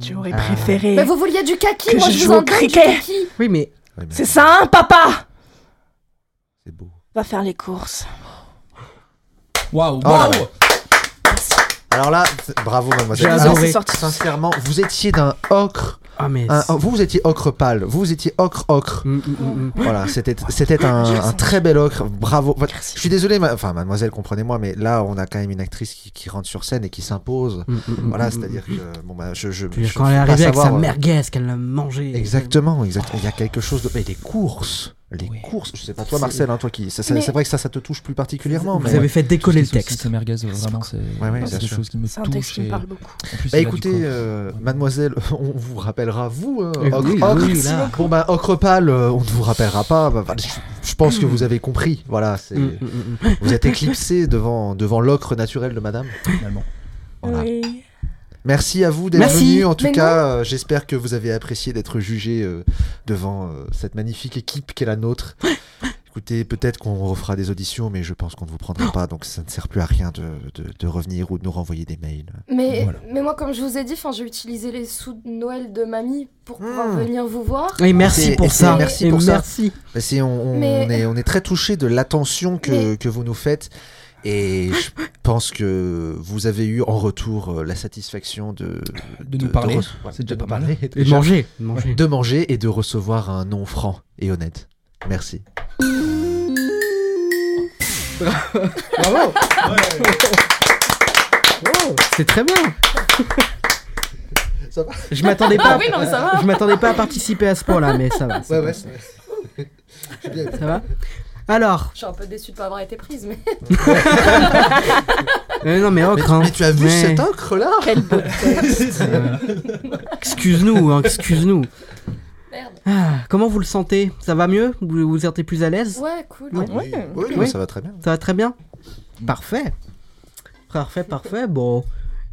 [SPEAKER 7] Tu aurais
[SPEAKER 9] Ah.
[SPEAKER 7] préféré.
[SPEAKER 5] Mais vous vouliez du kaki,
[SPEAKER 7] Que
[SPEAKER 5] moi
[SPEAKER 7] je
[SPEAKER 5] je
[SPEAKER 7] joue
[SPEAKER 5] vous en
[SPEAKER 7] au
[SPEAKER 5] donne du
[SPEAKER 7] cricket.
[SPEAKER 5] kaki
[SPEAKER 1] Oui, mais.
[SPEAKER 9] Ouais, mais
[SPEAKER 7] C'est ça, hein, papa
[SPEAKER 9] C'est beau.
[SPEAKER 7] Va faire les courses.
[SPEAKER 4] Waouh,
[SPEAKER 9] Oh là
[SPEAKER 4] waouh
[SPEAKER 9] là. Alors là, c'est- bravo, mademoiselle.
[SPEAKER 1] J'ai
[SPEAKER 9] Alors,
[SPEAKER 1] adoré.
[SPEAKER 7] C'est sorti.
[SPEAKER 9] Sincèrement, vous étiez d'un ocre.
[SPEAKER 1] Ah, mais.
[SPEAKER 9] un- un- vous, vous étiez ocre pâle. Vous, vous étiez ocre ocre.
[SPEAKER 1] Mm, mm, mm, mm.
[SPEAKER 9] Voilà, c'était c'était un, un très bel ocre. Bravo. Enfin, Je suis désolé, ma- enfin mademoiselle, comprenez-moi, mais là on a quand même une actrice qui, qui rentre sur scène et qui s'impose.
[SPEAKER 1] Mm, mm, mm,
[SPEAKER 9] Voilà,
[SPEAKER 1] mm,
[SPEAKER 9] c'est-à-dire que bon bah je je.
[SPEAKER 1] Je veux dire,
[SPEAKER 9] je
[SPEAKER 1] Quand
[SPEAKER 9] peux
[SPEAKER 1] elle est
[SPEAKER 9] pas
[SPEAKER 1] arrivée avec sa
[SPEAKER 9] savoir, euh,
[SPEAKER 1] merguez, qu'elle l'a mangée. euh,
[SPEAKER 9] Exactement, exactement. Il y a quelque chose de. Mais les courses, les
[SPEAKER 4] Oui.
[SPEAKER 9] courses. Je sais pas toi, Marcel, hein, toi qui. ça- ça-
[SPEAKER 5] Mais-
[SPEAKER 9] C'est vrai que ça, ça te touche plus particulièrement.
[SPEAKER 1] Vous
[SPEAKER 9] mais...
[SPEAKER 1] avez fait décoller le
[SPEAKER 4] Tout ce qui est saucisses
[SPEAKER 1] texte.
[SPEAKER 4] et merguez, euh, vraiment, c'est
[SPEAKER 9] Ouais, ouais, bien
[SPEAKER 4] c'est des
[SPEAKER 9] sûr.
[SPEAKER 4] choses qui me
[SPEAKER 14] C'est un texte
[SPEAKER 4] touchent.
[SPEAKER 14] qui me
[SPEAKER 4] et-
[SPEAKER 14] parle beaucoup.
[SPEAKER 4] en plus,
[SPEAKER 9] Bah
[SPEAKER 4] c'est là du
[SPEAKER 9] écoutez,
[SPEAKER 4] coq. Euh,
[SPEAKER 9] euh,
[SPEAKER 4] Ouais.
[SPEAKER 9] mademoiselle, on vous rappellera, vous, hein,
[SPEAKER 1] Eh
[SPEAKER 9] Ocre,
[SPEAKER 1] oui,
[SPEAKER 9] Ocre.
[SPEAKER 1] oui, là.
[SPEAKER 9] Bon bah, Ocre pâle, euh, on ne vous rappellera pas. Bah, bah, je, je pense que vous avez compris. Voilà, c'est-
[SPEAKER 1] Mm, mm, mm, mm.
[SPEAKER 9] vous êtes éclipsé devant, devant l'ocre naturel de madame.
[SPEAKER 4] Finalement.
[SPEAKER 9] Voilà.
[SPEAKER 7] Oui.
[SPEAKER 9] Merci à vous d'être
[SPEAKER 1] Merci.
[SPEAKER 9] venu. En tout
[SPEAKER 5] Mais
[SPEAKER 9] cas, euh, j'espère que vous avez apprécié d'être jugé euh, devant euh, cette magnifique équipe qu'est la nôtre. Écoutez, peut-être qu'on refera des auditions, mais je pense qu'on ne vous prendra pas, donc ça ne sert plus à rien de, de- de revenir ou de nous renvoyer des mails.
[SPEAKER 5] mais,
[SPEAKER 4] Voilà.
[SPEAKER 5] mais moi, comme je vous ai dit, 'fin, j'ai utilisé les sous de Noël de mamie pour pouvoir
[SPEAKER 9] Hmm.
[SPEAKER 5] venir vous voir.
[SPEAKER 1] Et merci
[SPEAKER 9] C'est- et
[SPEAKER 1] pour
[SPEAKER 9] c'est-
[SPEAKER 1] ça.
[SPEAKER 9] merci
[SPEAKER 1] Et
[SPEAKER 9] pour ça.
[SPEAKER 1] merci.
[SPEAKER 9] Mais c'est- on, on-
[SPEAKER 5] Mais-
[SPEAKER 9] on est, on est très touché de l'attention que,
[SPEAKER 5] Mais-
[SPEAKER 9] que vous nous faites. Et je pense que vous avez eu en retour euh, la satisfaction de,
[SPEAKER 4] De nous parler.
[SPEAKER 9] re- ouais,
[SPEAKER 4] C'est
[SPEAKER 9] de
[SPEAKER 4] déjà
[SPEAKER 9] nous
[SPEAKER 4] pas mal.
[SPEAKER 9] parler,
[SPEAKER 1] Et
[SPEAKER 9] déjà.
[SPEAKER 1] manger. manger.
[SPEAKER 9] de manger et de recevoir un nom franc et honnête. Merci.
[SPEAKER 1] Bravo Oh, C'est très bien
[SPEAKER 9] Ça va
[SPEAKER 1] Je m'attendais pas,
[SPEAKER 7] Ah oui, non, mais ça va.
[SPEAKER 1] je m'attendais pas à participer à ce point-là, mais ça va. ça va. Ça va Alors,
[SPEAKER 5] Je suis un peu déçue de pas avoir été prise, mais
[SPEAKER 1] euh, non mais
[SPEAKER 9] mais,
[SPEAKER 1] ocre, hein.
[SPEAKER 9] mais tu as vu
[SPEAKER 1] Mais-
[SPEAKER 9] cet ocre là
[SPEAKER 1] Euh, Excuse-nous, hein, excuse-nous.
[SPEAKER 5] merde.
[SPEAKER 1] Ah, comment vous le sentez Ça va mieux Vous vous vous sentez plus à l'aise
[SPEAKER 5] Ouais, cool.
[SPEAKER 1] Ouais.
[SPEAKER 9] Oui, oui,
[SPEAKER 1] Oui.
[SPEAKER 9] ça va très bien.
[SPEAKER 1] Ça va très bien Parfait. Parfait, parfait. Bon,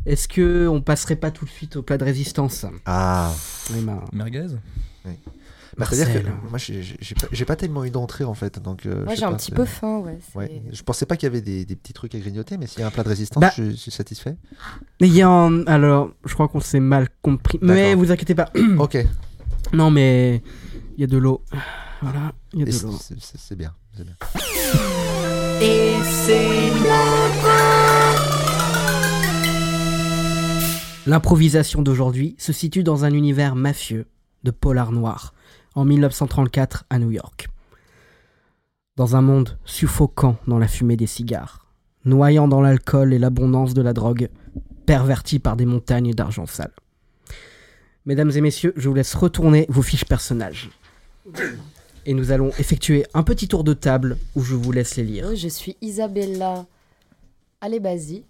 [SPEAKER 1] est-ce que on passerait pas tout de suite au plat de résistance
[SPEAKER 9] Ah,
[SPEAKER 1] Eh ben,
[SPEAKER 4] Merguez
[SPEAKER 9] bah, c'est-à-dire que
[SPEAKER 1] Marcel.
[SPEAKER 9] moi j'ai- j'ai j'ai pas, j'ai pas tellement eu d'entrée en fait. Donc,
[SPEAKER 5] Moi,
[SPEAKER 9] euh, je
[SPEAKER 5] j'ai
[SPEAKER 9] sais
[SPEAKER 5] un
[SPEAKER 9] pas,
[SPEAKER 5] petit
[SPEAKER 9] c'est-
[SPEAKER 5] peu faim, ouais. c'est-
[SPEAKER 9] Ouais. Je pensais pas qu'il y avait des, des petits trucs à grignoter, mais s'il y a un plat de résistance,
[SPEAKER 1] Bah-
[SPEAKER 9] je, je suis satisfait.
[SPEAKER 1] Il y a un- Alors, je crois qu'on s'est mal compris. Mais
[SPEAKER 9] D'accord.
[SPEAKER 1] vous inquiétez pas.
[SPEAKER 9] ok,
[SPEAKER 1] Non, mais il y a de l'eau. Voilà, il y a
[SPEAKER 9] Et
[SPEAKER 1] de l'eau.
[SPEAKER 9] c'est- c'est c'est bien. c'est bien.
[SPEAKER 1] L'improvisation d'aujourd'hui se situe dans un univers mafieux de polar noir, en 1934 à New York. Dans un monde suffocant dans la fumée des cigares, noyant dans l'alcool et l'abondance de la drogue, perverti par des montagnes d'argent sale. Mesdames et messieurs, je vous laisse retourner vos fiches personnages. Et nous allons effectuer un petit tour de table où je vous laisse les lire.
[SPEAKER 5] Oui, Je suis Isabella Alebasi.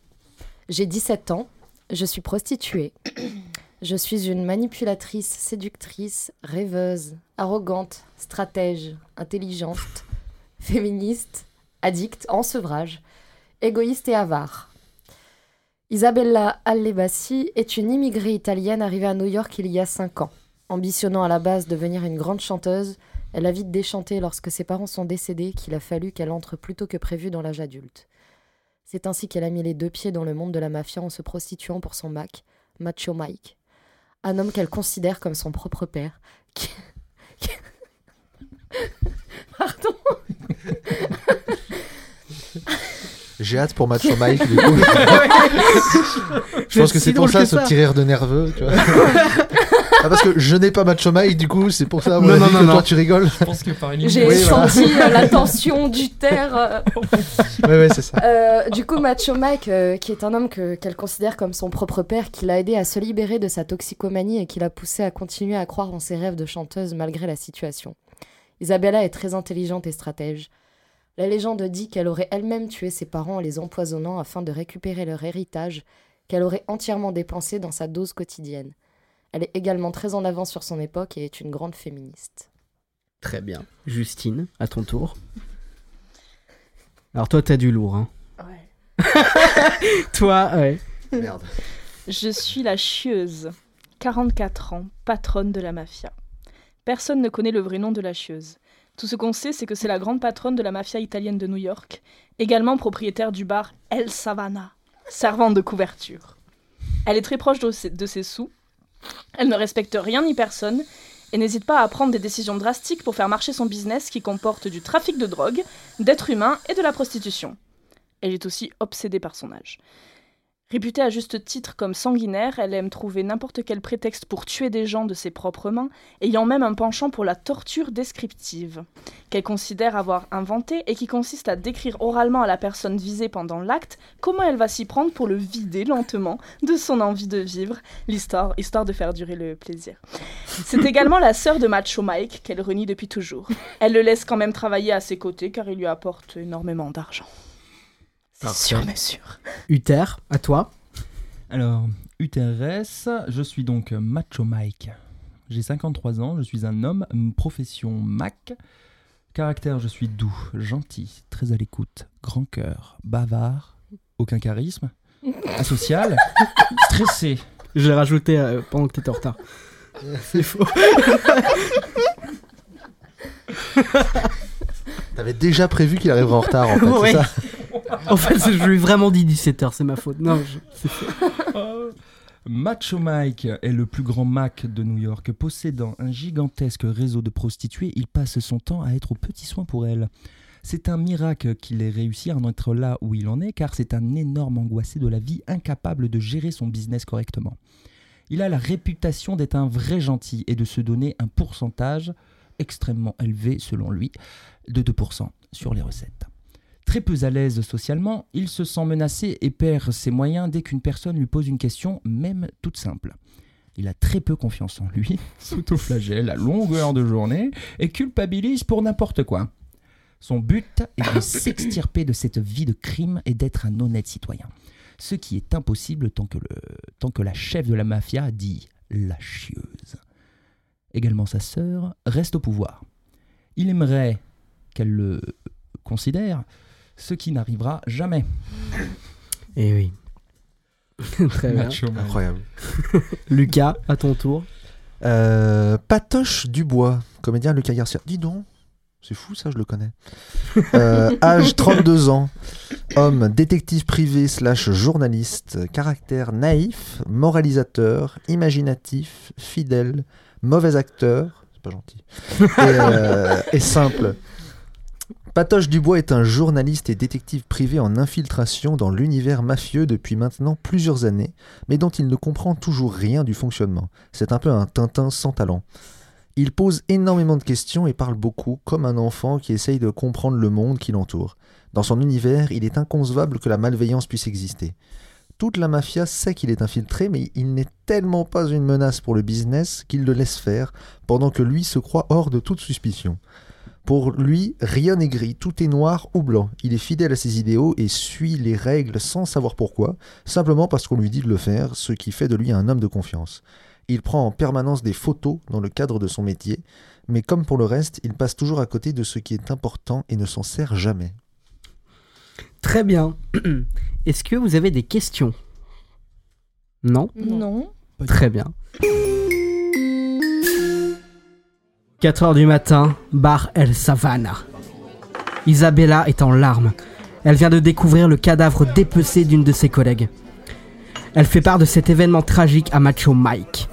[SPEAKER 5] J'ai 17 ans. Je suis prostituée. Je suis une manipulatrice, séductrice, rêveuse, arrogante, stratège, intelligente, féministe, addicte, ensevrage, égoïste et avare. Isabella Allebassi est une immigrée italienne arrivée à New York il y a 5 ans. Ambitionnant à la base devenir une grande chanteuse, elle a vite déchanté lorsque ses parents sont décédés qu'il a fallu qu'elle entre plus tôt que prévu dans l'âge adulte. C'est ainsi qu'elle a mis les deux pieds dans le monde de la mafia en se prostituant pour son Mac, Macho Mike, un homme qu'elle considère comme son propre père. qui- qui- Pardon
[SPEAKER 8] J'ai hâte pour Macho Mike, du coup. je pense que
[SPEAKER 1] Si
[SPEAKER 8] c'est pour
[SPEAKER 1] drôle
[SPEAKER 8] ça,
[SPEAKER 1] que
[SPEAKER 8] ce
[SPEAKER 1] ça.
[SPEAKER 8] petit rire de nerveux, tu vois. Ah, parce que je n'ai pas Macho Mike, du coup, c'est pour ça à mon
[SPEAKER 1] Non,
[SPEAKER 8] avis,
[SPEAKER 1] non, non,
[SPEAKER 8] que
[SPEAKER 1] non.
[SPEAKER 8] toi tu rigoles.
[SPEAKER 9] Je pense que par une
[SPEAKER 5] J'ai
[SPEAKER 8] Oui, voilà.
[SPEAKER 5] senti euh, la tension du terre. euh.
[SPEAKER 8] Ouais, ouais, c'est ça.
[SPEAKER 5] Euh, du coup, Macho Mike, euh, qui est un homme que- qu'elle considère comme son propre père, qui l'a aidé à se libérer de sa toxicomanie et qui l'a poussé à continuer à croire en ses rêves de chanteuse malgré la situation. Isabella est très intelligente et stratège. La légende dit qu'elle aurait elle-même tué ses parents en les empoisonnant afin de récupérer leur héritage, qu'elle aurait entièrement dépensé dans sa dose quotidienne. Elle est également très en avance sur son époque et est une grande féministe.
[SPEAKER 1] Très bien. Justine, à ton tour. Alors toi, t'as du lourd. Hein. toi, ouais.
[SPEAKER 8] Merde.
[SPEAKER 7] Je suis la chieuse, 44 ans, patronne de la mafia. Personne ne connaît le vrai nom de la chieuse. Tout ce qu'on sait, c'est que c'est la grande patronne de la mafia italienne de New York, également propriétaire du bar El Savana, servante de couverture. Elle est très proche de ses, de ses sous, elle ne respecte rien ni personne, et n'hésite pas à prendre des décisions drastiques pour faire marcher son business qui comporte du trafic de drogue, d'êtres humains et de la prostitution. Elle est aussi obsédée par son âge. Réputée à juste titre comme sanguinaire, elle aime trouver n'importe quel prétexte pour tuer des gens de ses propres mains, ayant même un penchant pour la torture descriptive, qu'elle considère avoir inventée et qui consiste à décrire oralement à la personne visée pendant l'acte comment elle va s'y prendre pour le vider lentement de son envie de vivre, l'histoire, histoire de faire durer le plaisir. C'est également la sœur de Macho Mike qu'elle renie depuis toujours. Elle le laisse quand même travailler à ses côtés car il lui apporte énormément d'argent. C'est
[SPEAKER 1] Parfait.
[SPEAKER 7] sur mesure.
[SPEAKER 1] Uther, à toi.
[SPEAKER 9] Alors, UTRS, je suis donc Macho Mike. J'ai 53 ans, je suis un homme, m- profession Mac. Caractère, je suis doux, gentil, très à l'écoute, grand cœur, bavard, aucun charisme, asocial, stressé.
[SPEAKER 1] Je l'ai rajouté euh, pendant que t'étais en retard. C'est faux.
[SPEAKER 8] T'avais déjà prévu qu'il arriverait en retard, en fait,
[SPEAKER 1] Ouais.
[SPEAKER 8] c'est ça
[SPEAKER 1] En fait, c'est- je lui ai vraiment dit 17h, c'est ma faute. Non, je- c'est faux.
[SPEAKER 9] Macho Mike est le plus grand Mac de New York. Possédant un gigantesque réseau de prostituées, il passe son temps à être aux petits soins pour elles. C'est un miracle qu'il ait réussi à en être là où il en est, car c'est un énorme angoissé de la vie incapable de gérer son business correctement. Il a la réputation d'être un vrai gentil et de se donner un pourcentage extrêmement élevé, selon lui, de 2% sur les recettes. Très peu à l'aise socialement, il se sent menacé et perd ses moyens dès qu'une personne lui pose une question, même toute simple. Il a très peu confiance en lui, s'autoflagelle à longueur de journée et culpabilise pour n'importe quoi. Son but est de s'extirper de cette vie de crime et d'être un honnête citoyen. Ce qui est impossible tant que, le, tant que la chef de la mafia dit la chieuse. Également sa sœur reste au pouvoir. Il aimerait qu'elle le considère, ce qui n'arrivera jamais.
[SPEAKER 1] Eh oui. Très bien.
[SPEAKER 8] Incroyable.
[SPEAKER 1] Lucas, à ton tour.
[SPEAKER 8] Euh, Patoche Dubois, comédien Lucas Garcia. Dis donc, c'est fou ça, je le connais. Euh, âge 32 ans, homme, détective privé slash journaliste, caractère naïf, moralisateur, imaginatif, fidèle, mauvais acteur, c'est pas gentil, et, euh, et simple. Patoche Dubois est un journaliste et détective privé en infiltration dans l'univers mafieux depuis maintenant plusieurs années, mais dont il ne comprend toujours rien du fonctionnement. C'est un peu un Tintin sans talent. Il pose énormément de questions et parle beaucoup, comme un enfant qui essaye de comprendre le monde qui l'entoure. Dans son univers, il est inconcevable que la malveillance puisse exister. Toute la mafia sait qu'il est infiltré, mais il n'est tellement pas une menace pour le business qu'il le laisse faire, pendant que lui se croit hors de toute suspicion. Pour lui, rien n'est gris, tout est noir ou blanc. Il est fidèle à ses idéaux et suit les règles sans savoir pourquoi, simplement parce qu'on lui dit de le faire, ce qui fait de lui un homme de confiance. Il prend en permanence des photos dans le cadre de son métier, mais comme pour le reste, il passe toujours à côté de ce qui est important et ne s'en sert jamais.
[SPEAKER 1] Très bien. Est-ce que vous avez des questions Non
[SPEAKER 7] Non.
[SPEAKER 1] Très bien. 4 heures du matin, bar El Savana. Isabella est en larmes. Elle vient de découvrir le cadavre dépecé d'une de ses collègues. Elle fait part de cet événement tragique à Macho Mike.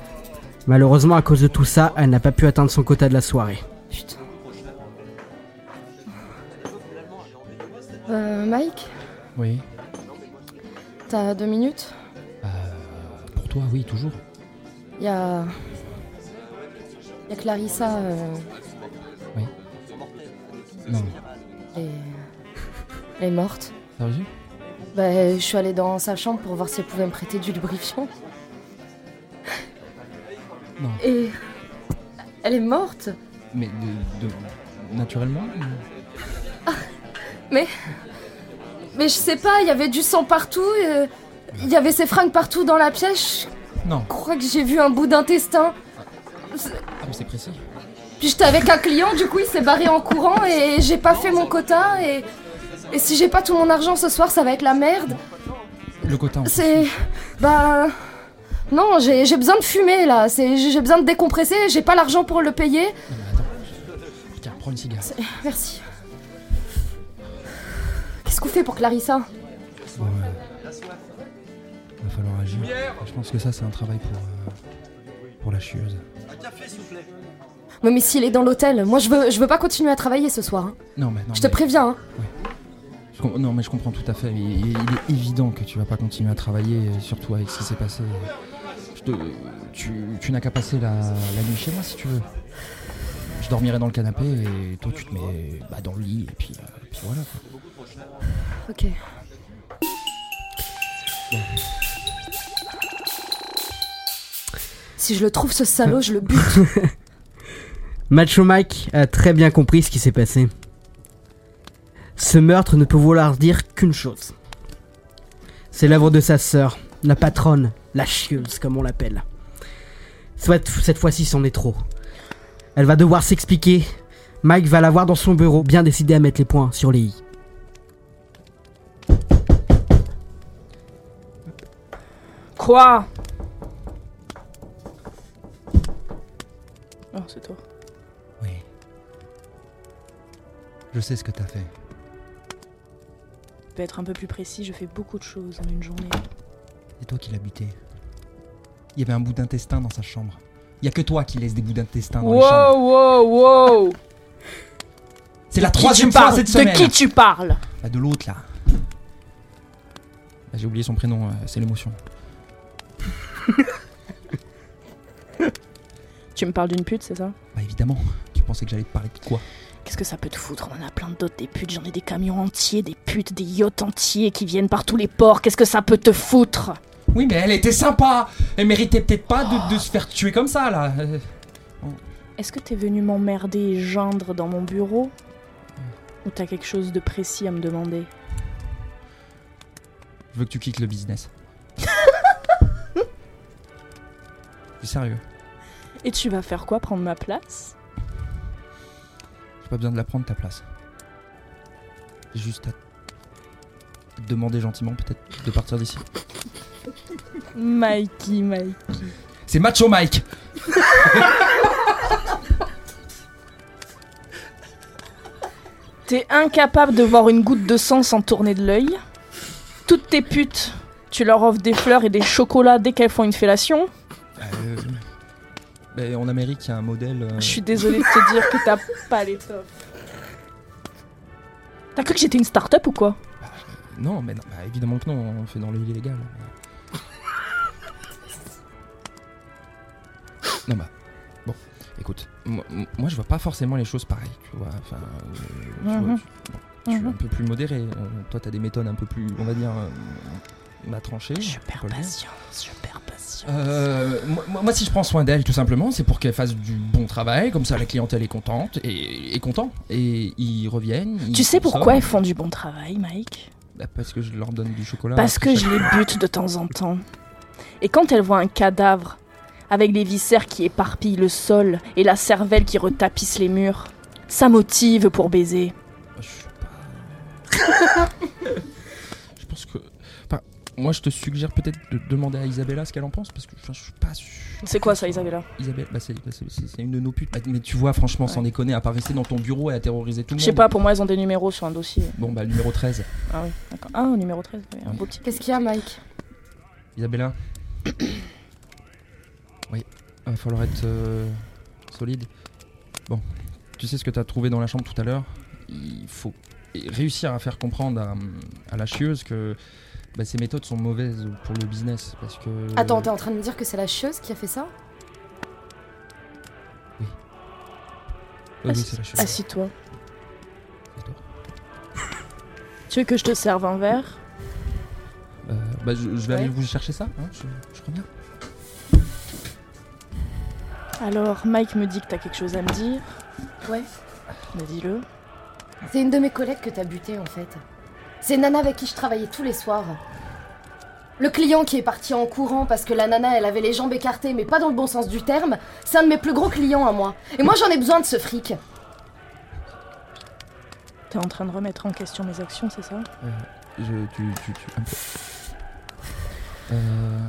[SPEAKER 1] Malheureusement, à cause de tout ça, elle n'a pas pu atteindre son quota de la soirée.
[SPEAKER 5] Euh, Mike,
[SPEAKER 9] Oui.
[SPEAKER 5] t'as deux minutes
[SPEAKER 9] Pour toi, oui, toujours.
[SPEAKER 5] Il y a. Il y a Clarissa. euh,
[SPEAKER 9] Non.
[SPEAKER 5] elle est- Elle est morte.
[SPEAKER 9] Sérieux
[SPEAKER 5] Bah, je suis allée dans sa chambre pour voir si elle pouvait me prêter du lubrifiant.
[SPEAKER 9] Non.
[SPEAKER 5] Et. Elle est morte
[SPEAKER 9] Mais de, de- naturellement ou-
[SPEAKER 5] Mais. Mais je sais pas, il y avait du sang partout. euh, Il y avait ses fringues partout dans la pièce.
[SPEAKER 9] Non.
[SPEAKER 5] Je crois que j'ai vu un bout d'intestin.
[SPEAKER 9] Ah, mais c'est précis.
[SPEAKER 5] Puis j'étais avec un client, du coup il s'est barré en courant et j'ai pas fait mon quota et. Et si j'ai pas tout mon argent ce soir, ça va être la merde.
[SPEAKER 9] Le coton.
[SPEAKER 5] C'est. Bah. Non, j'ai j'ai besoin de fumer là, C'est- j'ai j'ai besoin de décompresser, j'ai pas l'argent pour le payer.
[SPEAKER 9] Tiens, prends une cigarette.
[SPEAKER 5] C'est- Merci. Qu'est-ce qu'on fait pour Clarissa
[SPEAKER 9] Ouais, ouais. Va falloir agir. Je pense que ça, c'est un travail pour, euh, pour la chieuse.
[SPEAKER 5] Mais, mais s'il est dans l'hôtel, moi je veux, je veux pas continuer à travailler ce soir. hein.
[SPEAKER 9] Non, mais non.
[SPEAKER 5] je te
[SPEAKER 9] mais-
[SPEAKER 5] préviens. hein.
[SPEAKER 9] je com- non, mais je comprends tout à fait. mais il, il est évident que tu vas pas continuer à travailler, euh, surtout avec ce qui s'est passé. Je te- tu tu n'as qu'à passer la, la nuit chez moi si tu veux. Je dormirai dans le canapé et toi, tu te mets bah, dans le lit et puis, euh, puis voilà. quoi.
[SPEAKER 5] Ok. Si je le trouve ce salaud, je le bute.
[SPEAKER 1] Macho Mike a très bien compris ce qui s'est passé. Ce meurtre ne peut vouloir dire qu'une chose. C'est l'œuvre de sa sœur, la patronne, la chieuse comme on l'appelle. Soit cette fois-ci c'en est trop. Elle va devoir s'expliquer. Mike va la voir dans son bureau, bien décidé à mettre les points sur les i.
[SPEAKER 7] Quoi Oh, c'est toi.
[SPEAKER 9] Oui. Je sais ce que t'as fait.
[SPEAKER 7] Je peux être un peu plus précis, je fais beaucoup de choses en une journée.
[SPEAKER 9] C'est toi qui l'as buté. Il y avait un bout d'intestin dans sa chambre. Il y a que toi qui laisse des bouts d'intestin dans les chambres.
[SPEAKER 7] wow, wow
[SPEAKER 9] C'est la
[SPEAKER 7] De qui
[SPEAKER 9] troisième
[SPEAKER 7] tu
[SPEAKER 9] fois
[SPEAKER 7] parles
[SPEAKER 9] cette semaine.
[SPEAKER 7] De qui tu parles
[SPEAKER 9] Bah, de l'autre là. Bah, J'ai oublié son prénom, euh, c'est l'émotion.
[SPEAKER 7] Tu me parles d'une pute, c'est ça
[SPEAKER 9] Bah évidemment, tu pensais que j'allais te parler de quoi
[SPEAKER 7] Qu'est-ce que ça peut te foutre On en a plein d'autres, des putes, j'en ai des camions entiers, des putes, des yachts entiers qui viennent par tous les ports, qu'est-ce que ça peut te foutre
[SPEAKER 9] Oui mais elle était sympa Elle méritait peut-être pas de, de se faire tuer comme ça là Euh,
[SPEAKER 7] Est-ce que t'es venu m'emmerder et geindre dans mon bureau Ou t'as quelque chose de précis à me demander
[SPEAKER 9] Je veux que tu quittes le business. Je suis sérieux,
[SPEAKER 7] Et tu vas faire quoi Prendre ma place
[SPEAKER 9] j'ai pas besoin de la prendre ta place. J'ai juste à te demander gentiment peut-être de partir d'ici.
[SPEAKER 7] Mikey, Mikey.
[SPEAKER 9] C'est Macho Mike
[SPEAKER 7] T'es incapable de voir une goutte de sang sans tourner de l'œil. Toutes tes putes, tu leur offres des fleurs et des chocolats dès qu'elles font une fellation.
[SPEAKER 9] Euh, ben, En Amérique, il y a un modèle... euh,
[SPEAKER 7] Je suis désolée de te dire que t'as pas les tops. T'as cru que j'étais une start-up ou quoi
[SPEAKER 9] Non, mais non, bah, évidemment que non, on fait dans l'illégal. non, bah, bon, écoute, moi, moi, je vois pas forcément les choses pareilles, tu vois. Enfin, euh, tu vois,
[SPEAKER 7] Mhm.
[SPEAKER 9] je- bon, je suis
[SPEAKER 7] Mhm.
[SPEAKER 9] un peu plus modéré. euh, toi, t'as des méthodes un peu plus, on va dire, euh, ma tranchée. Je perds
[SPEAKER 7] patience, je perds patience.
[SPEAKER 9] Euh, moi, moi- moi, si je prends soin d'elle, tout simplement, c'est pour qu'elle fasse du bon travail, comme ça la clientèle est contente et est content. Et ils reviennent. ils
[SPEAKER 7] Tu sais pourquoi
[SPEAKER 9] consomment.
[SPEAKER 7] elles font du bon travail, Mike
[SPEAKER 9] Bah, Parce que je leur donne du chocolat. hein.
[SPEAKER 7] Parce
[SPEAKER 9] après
[SPEAKER 7] que je
[SPEAKER 9] chaque-
[SPEAKER 7] les bute de temps en temps. Et quand elles voient un cadavre, avec les viscères qui éparpillent le sol et la cervelle qui retapisse les murs, ça motive pour
[SPEAKER 9] Ah,
[SPEAKER 7] baiser.
[SPEAKER 9] Je pense que. Enfin, Moi, je te suggère peut-être de demander à Isabella ce qu'elle en pense, parce que enfin, je suis pas sûr.
[SPEAKER 7] C'est quoi ça, Isabella
[SPEAKER 9] Isabelle, bah, c'est bah, c'est- c'est- c'est une de nos putes. Ah, Mais tu vois, franchement, sans
[SPEAKER 7] Ouais.
[SPEAKER 9] déconner, à part rester dans ton bureau et à terroriser tout le
[SPEAKER 7] Je
[SPEAKER 9] monde.
[SPEAKER 7] sais pas, pour moi, ils ont des numéros sur un dossier.
[SPEAKER 9] Bon, bah, numéro 13.
[SPEAKER 7] Ah oui, d'accord. Ah, numéro 13, ouais, un beau petit.
[SPEAKER 5] Qu'est-ce qu'il y a, Mike
[SPEAKER 9] Isabella Oui, il va falloir être euh, solide. Bon, tu sais ce que t'as trouvé dans la chambre tout à l'heure Il faut réussir à faire comprendre à, à la chieuse que bah, ces méthodes sont mauvaises pour le business. Parce que.
[SPEAKER 5] Attends, t'es en train de me dire que c'est la chieuse qui a fait ça
[SPEAKER 9] euh, Oui, oui, c'est la chieuse.
[SPEAKER 7] Assis-toi. Tu veux que je te serve un verre
[SPEAKER 9] Euh, bah, je, je vais
[SPEAKER 7] Ouais.
[SPEAKER 9] aller vous chercher ça, hein, je, je reviens.
[SPEAKER 7] Alors, Mike me dit que t'as quelque chose à me dire.
[SPEAKER 5] Ouais.
[SPEAKER 7] Mais dis-le.
[SPEAKER 5] C'est une de mes collègues que t'as butée, en fait. C'est Nana avec qui je travaillais tous les soirs. Le client qui est parti en courant parce que la nana, elle avait les jambes écartées, mais pas dans le bon sens du terme, c'est un de mes plus gros clients à moi. Et moi, j'en ai besoin de ce fric.
[SPEAKER 7] T'es en train de remettre en question mes actions, c'est ça
[SPEAKER 9] Euh, je- tu, tu, tu, un peu. Euh,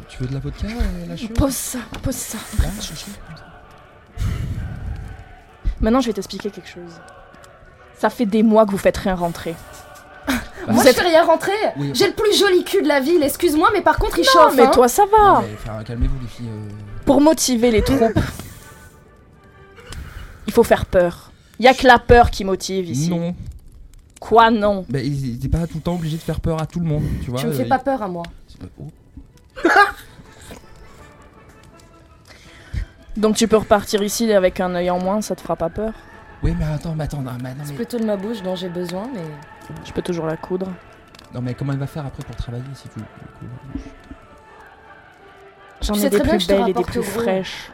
[SPEAKER 9] tu veux de la vodka, euh, la chieuse
[SPEAKER 7] Pose ça, pose ça.
[SPEAKER 9] Ah, je- je-
[SPEAKER 7] Maintenant, je vais t'expliquer quelque chose. Ça fait des mois que vous faites rien rentrer.
[SPEAKER 5] moi,
[SPEAKER 7] êtes-
[SPEAKER 5] je fais rien rentrer.
[SPEAKER 9] Oui,
[SPEAKER 5] J'ai le plus joli cul de la ville, excuse-moi, mais par contre, il
[SPEAKER 7] Non,
[SPEAKER 5] chauffe.
[SPEAKER 7] mais
[SPEAKER 5] hein.
[SPEAKER 7] toi, ça va.
[SPEAKER 9] Non, mais, enfin, calmez-vous les filles. euh,
[SPEAKER 7] Pour motiver les troupes, il faut faire peur. Y a que la peur qui motive ici.
[SPEAKER 9] Non, Bah,
[SPEAKER 7] Quoi, non
[SPEAKER 9] mais il t'es pas tout le temps obligé de faire peur à tout le monde, tu vois.
[SPEAKER 5] Tu me fais
[SPEAKER 9] euh,
[SPEAKER 5] pas peur à moi.
[SPEAKER 9] euh, oh.
[SPEAKER 7] Donc tu peux repartir ici avec un œil en moins, ça te fera pas peur
[SPEAKER 9] Oui, mais attends, mais attends, non, mais, non,
[SPEAKER 5] C'est
[SPEAKER 9] mais,
[SPEAKER 5] plutôt de ma bouche dont j'ai besoin, mais.
[SPEAKER 7] Je peux toujours la coudre.
[SPEAKER 9] non, mais comment elle va faire après pour travailler si tu. du coup,
[SPEAKER 7] J'en
[SPEAKER 5] Tu
[SPEAKER 7] ai
[SPEAKER 5] sais
[SPEAKER 7] des
[SPEAKER 5] très bien que
[SPEAKER 7] plus
[SPEAKER 5] je te
[SPEAKER 7] belles et des
[SPEAKER 5] rapporte
[SPEAKER 7] plus
[SPEAKER 5] au gros.
[SPEAKER 7] fraîches.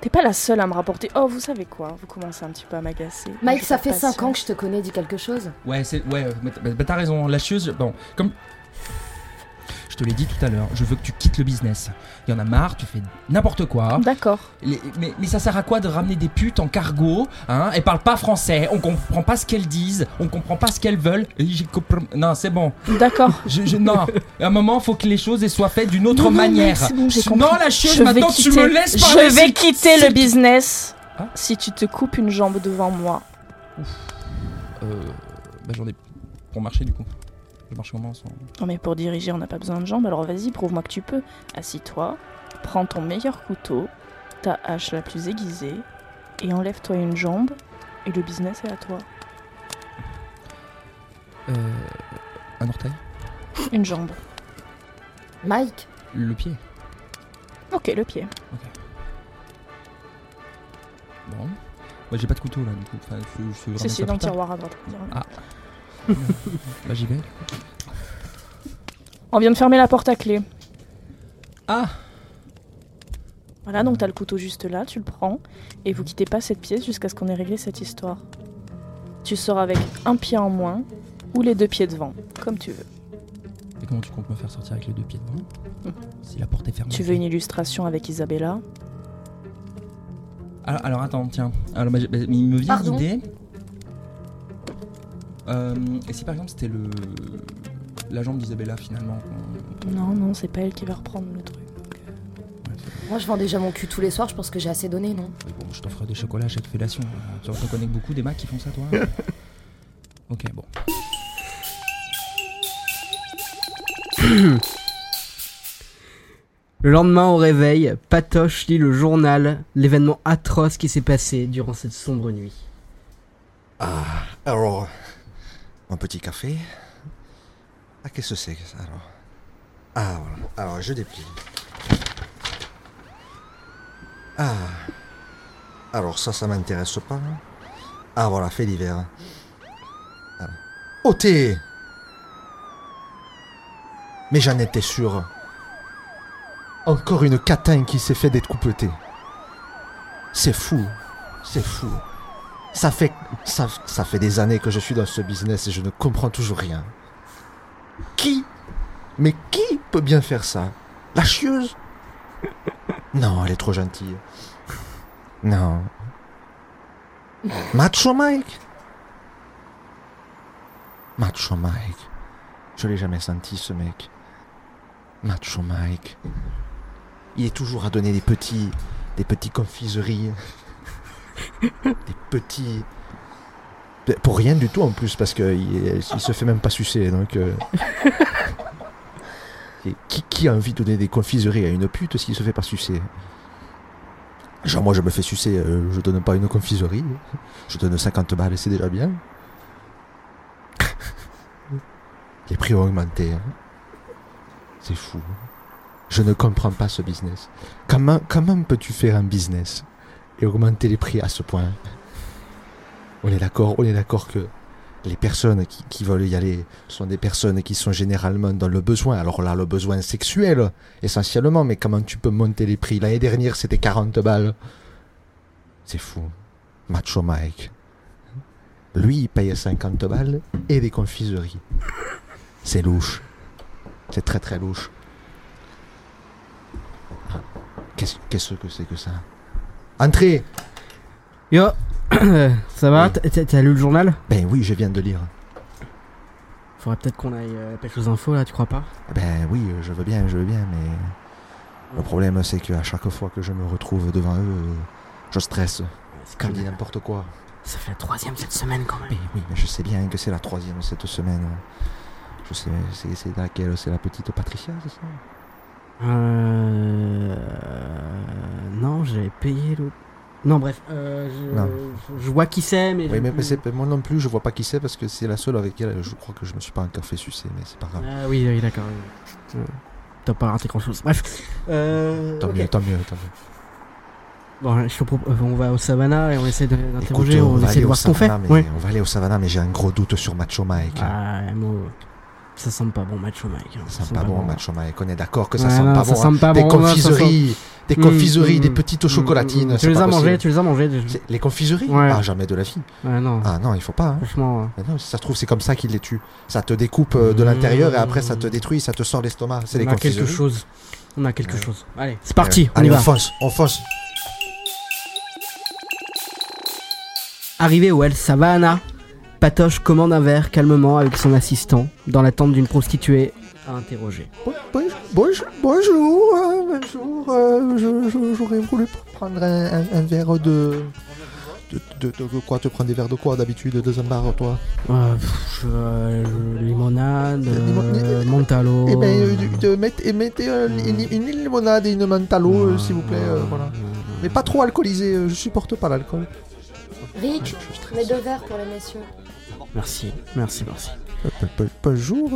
[SPEAKER 7] T'es pas la seule à me rapporter. Oh, vous savez quoi Vous commencez un petit peu à m'agacer.
[SPEAKER 5] Mike,
[SPEAKER 7] J'ai
[SPEAKER 5] ça
[SPEAKER 7] pas
[SPEAKER 5] fait
[SPEAKER 7] de
[SPEAKER 5] 5 ans
[SPEAKER 7] patience.
[SPEAKER 5] que je te connais, dis quelque chose.
[SPEAKER 9] Ouais, c'est ouais, euh, mais t'as- bah, t'as raison. La chieuse, bon, comme je te l'ai dit tout à l'heure, je veux que tu quittes le business. Il y en a marre, tu fais n'importe quoi.
[SPEAKER 7] D'accord.
[SPEAKER 9] Les- mais, mais ça sert à quoi de ramener des putes en cargo hein Elles parlent pas français, on comprend pas ce qu'elles disent, on comprend pas ce qu'elles veulent. Et j'ai compris- Non, c'est bon.
[SPEAKER 7] D'accord.
[SPEAKER 9] Je, je- non, à un moment, faut que les choses elles soient faites d'une autre
[SPEAKER 7] Non, non,
[SPEAKER 9] manière.
[SPEAKER 7] Mike, c'est bon, j'ai
[SPEAKER 9] non,
[SPEAKER 7] compris.
[SPEAKER 9] la chieuse,
[SPEAKER 7] Je vais
[SPEAKER 9] maintenant tu me
[SPEAKER 7] quitter-
[SPEAKER 9] laisses parler.
[SPEAKER 7] Je vais
[SPEAKER 9] s'il-
[SPEAKER 7] quitter
[SPEAKER 9] s'il-
[SPEAKER 7] le business
[SPEAKER 9] Hein
[SPEAKER 7] si tu te coupes une jambe devant moi.
[SPEAKER 9] Euh, bah, j'en ai pour marcher du coup. Je marche comment sans-
[SPEAKER 7] Non mais pour diriger, on n'a pas besoin de jambes, alors vas-y, prouve-moi que tu peux. Assis-toi, prends ton meilleur couteau, ta hache la plus aiguisée, et enlève-toi une jambe, et le business est à toi.
[SPEAKER 9] Euh, un orteil,
[SPEAKER 7] Une jambe.
[SPEAKER 5] Mike,
[SPEAKER 9] le pied.
[SPEAKER 7] Ok, le pied.
[SPEAKER 9] Bon. Ouais, j'ai pas de couteau là du coup. Enfin, je, je ramène
[SPEAKER 7] C'est
[SPEAKER 9] ça
[SPEAKER 7] dans le
[SPEAKER 9] plus tard.
[SPEAKER 7] tiroir à droite.
[SPEAKER 9] Ah. Bah j'y vais.
[SPEAKER 7] On vient de fermer la porte à clé.
[SPEAKER 9] Ah Euh.
[SPEAKER 7] Voilà, donc t'as le couteau juste là, tu le prends, et
[SPEAKER 9] Mm.
[SPEAKER 7] vous quittez pas cette pièce jusqu'à ce qu'on ait réglé cette histoire. Tu sors avec un pied en moins, ou les deux pieds devant, comme tu veux.
[SPEAKER 9] Et comment tu comptes me faire sortir avec les deux pieds devant Si la porte est fermée.
[SPEAKER 7] Tu veux une illustration avec Isabella
[SPEAKER 9] alors, alors, attends, tiens. Alors bah, j'ai- bah, il me vient
[SPEAKER 5] Pardon
[SPEAKER 9] l'idée. Euh, et si par exemple c'était le la jambe d'Isabella finalement qu'on-
[SPEAKER 7] Non, non, c'est pas elle qui va reprendre le truc.
[SPEAKER 5] moi je vends déjà mon cul tous les soirs, je pense que j'ai assez donné, non
[SPEAKER 9] Mais bon, je t'offre des chocolats à chaque fellation. Tu reconnais beaucoup des mecs qui font ça, toi Ok, bon.
[SPEAKER 1] Le lendemain au réveil, Patoche lit le journal, l'événement atroce qui s'est passé durant cette sombre nuit.
[SPEAKER 8] Ah, alors, un petit café. Ah, qu'est-ce que c'est que ça, alors Ah, voilà. Alors, je déplie. Ah. Alors, ça, ça m'intéresse pas. Ah, voilà, fait d'hiver. Voilà. Au thé Mais j'en étais sûr. Encore une catin qui s'est fait découpletée. C'est fou. C'est fou. Ça fait, ça, ça fait des années que je suis dans ce business et je ne comprends toujours rien. Qui Mais qui peut bien faire ça La chieuse Non, elle est trop gentille. Non. Macho Mike Macho Mike. Je l'ai jamais senti, ce mec. Macho Mike. Il est toujours à donner des petits. des petits confiseries. des petits. Pour rien du tout en plus, parce qu'il il se fait même pas sucer, donc. euh, et qui, qui a envie de donner des confiseries à une pute s'il se fait pas sucer Genre, moi je me fais sucer, euh, je donne pas une confiserie. Je donne 50 balles et c'est déjà bien. Les prix ont augmenté. hein. C'est fou. Je ne comprends pas ce business. Comment, comment peux-tu faire un business et augmenter les prix à ce point On est d'accord, on est d'accord que les personnes qui, qui veulent y aller sont des personnes qui sont généralement dans le besoin. Alors là, le besoin sexuel, essentiellement, mais comment tu peux monter les prix L'année dernière, c'était 40 balles. C'est fou. Macho Mike. Lui, il paye 50 balles et des confiseries. C'est louche. C'est très très louche. Qu'est-ce qu'est-ce que c'est que ça Entrez
[SPEAKER 1] Yo Ça va T'as- t'as- T'as lu le journal
[SPEAKER 8] Ben oui, je viens de lire.
[SPEAKER 1] Faudrait peut-être qu'on aille euh, pêche aux infos là, tu crois pas
[SPEAKER 8] Ben oui, euh, je veux bien, je veux bien, mais le problème c'est qu'à chaque fois que je me retrouve devant eux, euh, je stresse.
[SPEAKER 1] C'est
[SPEAKER 8] comme n'importe quoi.
[SPEAKER 1] Ça fait la troisième cette semaine quand même.
[SPEAKER 8] Mais oui, mais je sais bien que c'est la troisième cette semaine. Je sais, c'est, c'est laquelle C'est la petite Patricia, c'est ça
[SPEAKER 1] Euh... Non, j'avais payé l'autre. Non, bref, euh, je...
[SPEAKER 8] Non.
[SPEAKER 1] je vois qui c'est, mais.
[SPEAKER 8] Oui, mais, mais c'est- moi non plus, je vois pas qui c'est parce que c'est la seule avec elle. Je crois que je me suis pas encore fait sucer, mais c'est pas grave.
[SPEAKER 1] Ah oui, oui, d'accord. oui. T'as pas raté grand chose. Bref. Euh,
[SPEAKER 8] Tant
[SPEAKER 1] ok.
[SPEAKER 8] mieux, tant mieux, tant mieux.
[SPEAKER 1] Bon, je te propo- euh, on va au savana et on essaie de- d'interroger,
[SPEAKER 8] Écoute,
[SPEAKER 1] on,
[SPEAKER 8] va
[SPEAKER 1] essaie
[SPEAKER 8] aller
[SPEAKER 1] de
[SPEAKER 8] au
[SPEAKER 1] voir ce qu'on fait.
[SPEAKER 8] Savannah, mais
[SPEAKER 1] Ouais.
[SPEAKER 8] On va aller au Savannah, mais j'ai un gros doute sur Macho Mike.
[SPEAKER 1] Ah, moi, ça sent pas bon, Macho Mike. hein.
[SPEAKER 8] Ça sent pas bon, Macho Mike. On est d'accord que ça
[SPEAKER 1] Ouais,
[SPEAKER 8] sent
[SPEAKER 1] non,
[SPEAKER 8] pas bon. hein.
[SPEAKER 1] sent pas
[SPEAKER 8] des
[SPEAKER 1] bon, non, ça sent-
[SPEAKER 8] confiseries, des
[SPEAKER 1] Mm,
[SPEAKER 8] confiseries,
[SPEAKER 1] mm,
[SPEAKER 8] des
[SPEAKER 1] mm,
[SPEAKER 8] petites
[SPEAKER 1] mm,
[SPEAKER 8] chocolatines.
[SPEAKER 1] mm,
[SPEAKER 8] c'est
[SPEAKER 1] Tu les
[SPEAKER 8] pas
[SPEAKER 1] as mangées,
[SPEAKER 8] possible.
[SPEAKER 1] tu les as mangées.
[SPEAKER 8] C'est- Les confiseries
[SPEAKER 1] Ouais.
[SPEAKER 8] Ah, jamais de la vie.
[SPEAKER 1] Ouais, non.
[SPEAKER 8] Ah non, il faut pas. hein.
[SPEAKER 1] Franchement. mm,
[SPEAKER 8] Mais non, si ça se trouve, c'est comme ça qu'il les tue. Ça te découpe euh, de l'intérieur et après ça te détruit, ça te sort l'estomac. C'est les
[SPEAKER 1] On a quelque
[SPEAKER 8] confiseries.
[SPEAKER 1] chose. On a quelque chose. Allez, c'est
[SPEAKER 8] Ouais.
[SPEAKER 1] parti, on y
[SPEAKER 8] Allez,
[SPEAKER 1] va.
[SPEAKER 8] On fonce, on fonce.
[SPEAKER 1] Arrivé au El Savannah, Patoche commande un verre calmement avec son assistant dans l'attente d'une prostituée à interroger.
[SPEAKER 8] Bonjour, bonjour, euh, bonjour. euh, je- je- J'aurais voulu prendre un, un- un verre de... De, de- de quoi Tu prends des verres de quoi d'habitude dans un bar, toi
[SPEAKER 1] Euh, pff, euh, limonade, euh,
[SPEAKER 8] Limon-
[SPEAKER 1] Montalo.
[SPEAKER 8] Eh ben, euh, du- de mettre- et mettez euh, une, une limonade et une mentalo, euh,
[SPEAKER 1] Ah.
[SPEAKER 8] s'il vous plaît, euh, voilà. Mais pas trop alcoolisé, euh, je supporte pas l'alcool.
[SPEAKER 5] Rick,
[SPEAKER 8] Ah,
[SPEAKER 5] mets deux verres pour les messieurs.
[SPEAKER 1] Merci, merci, merci.
[SPEAKER 8] Bonjour,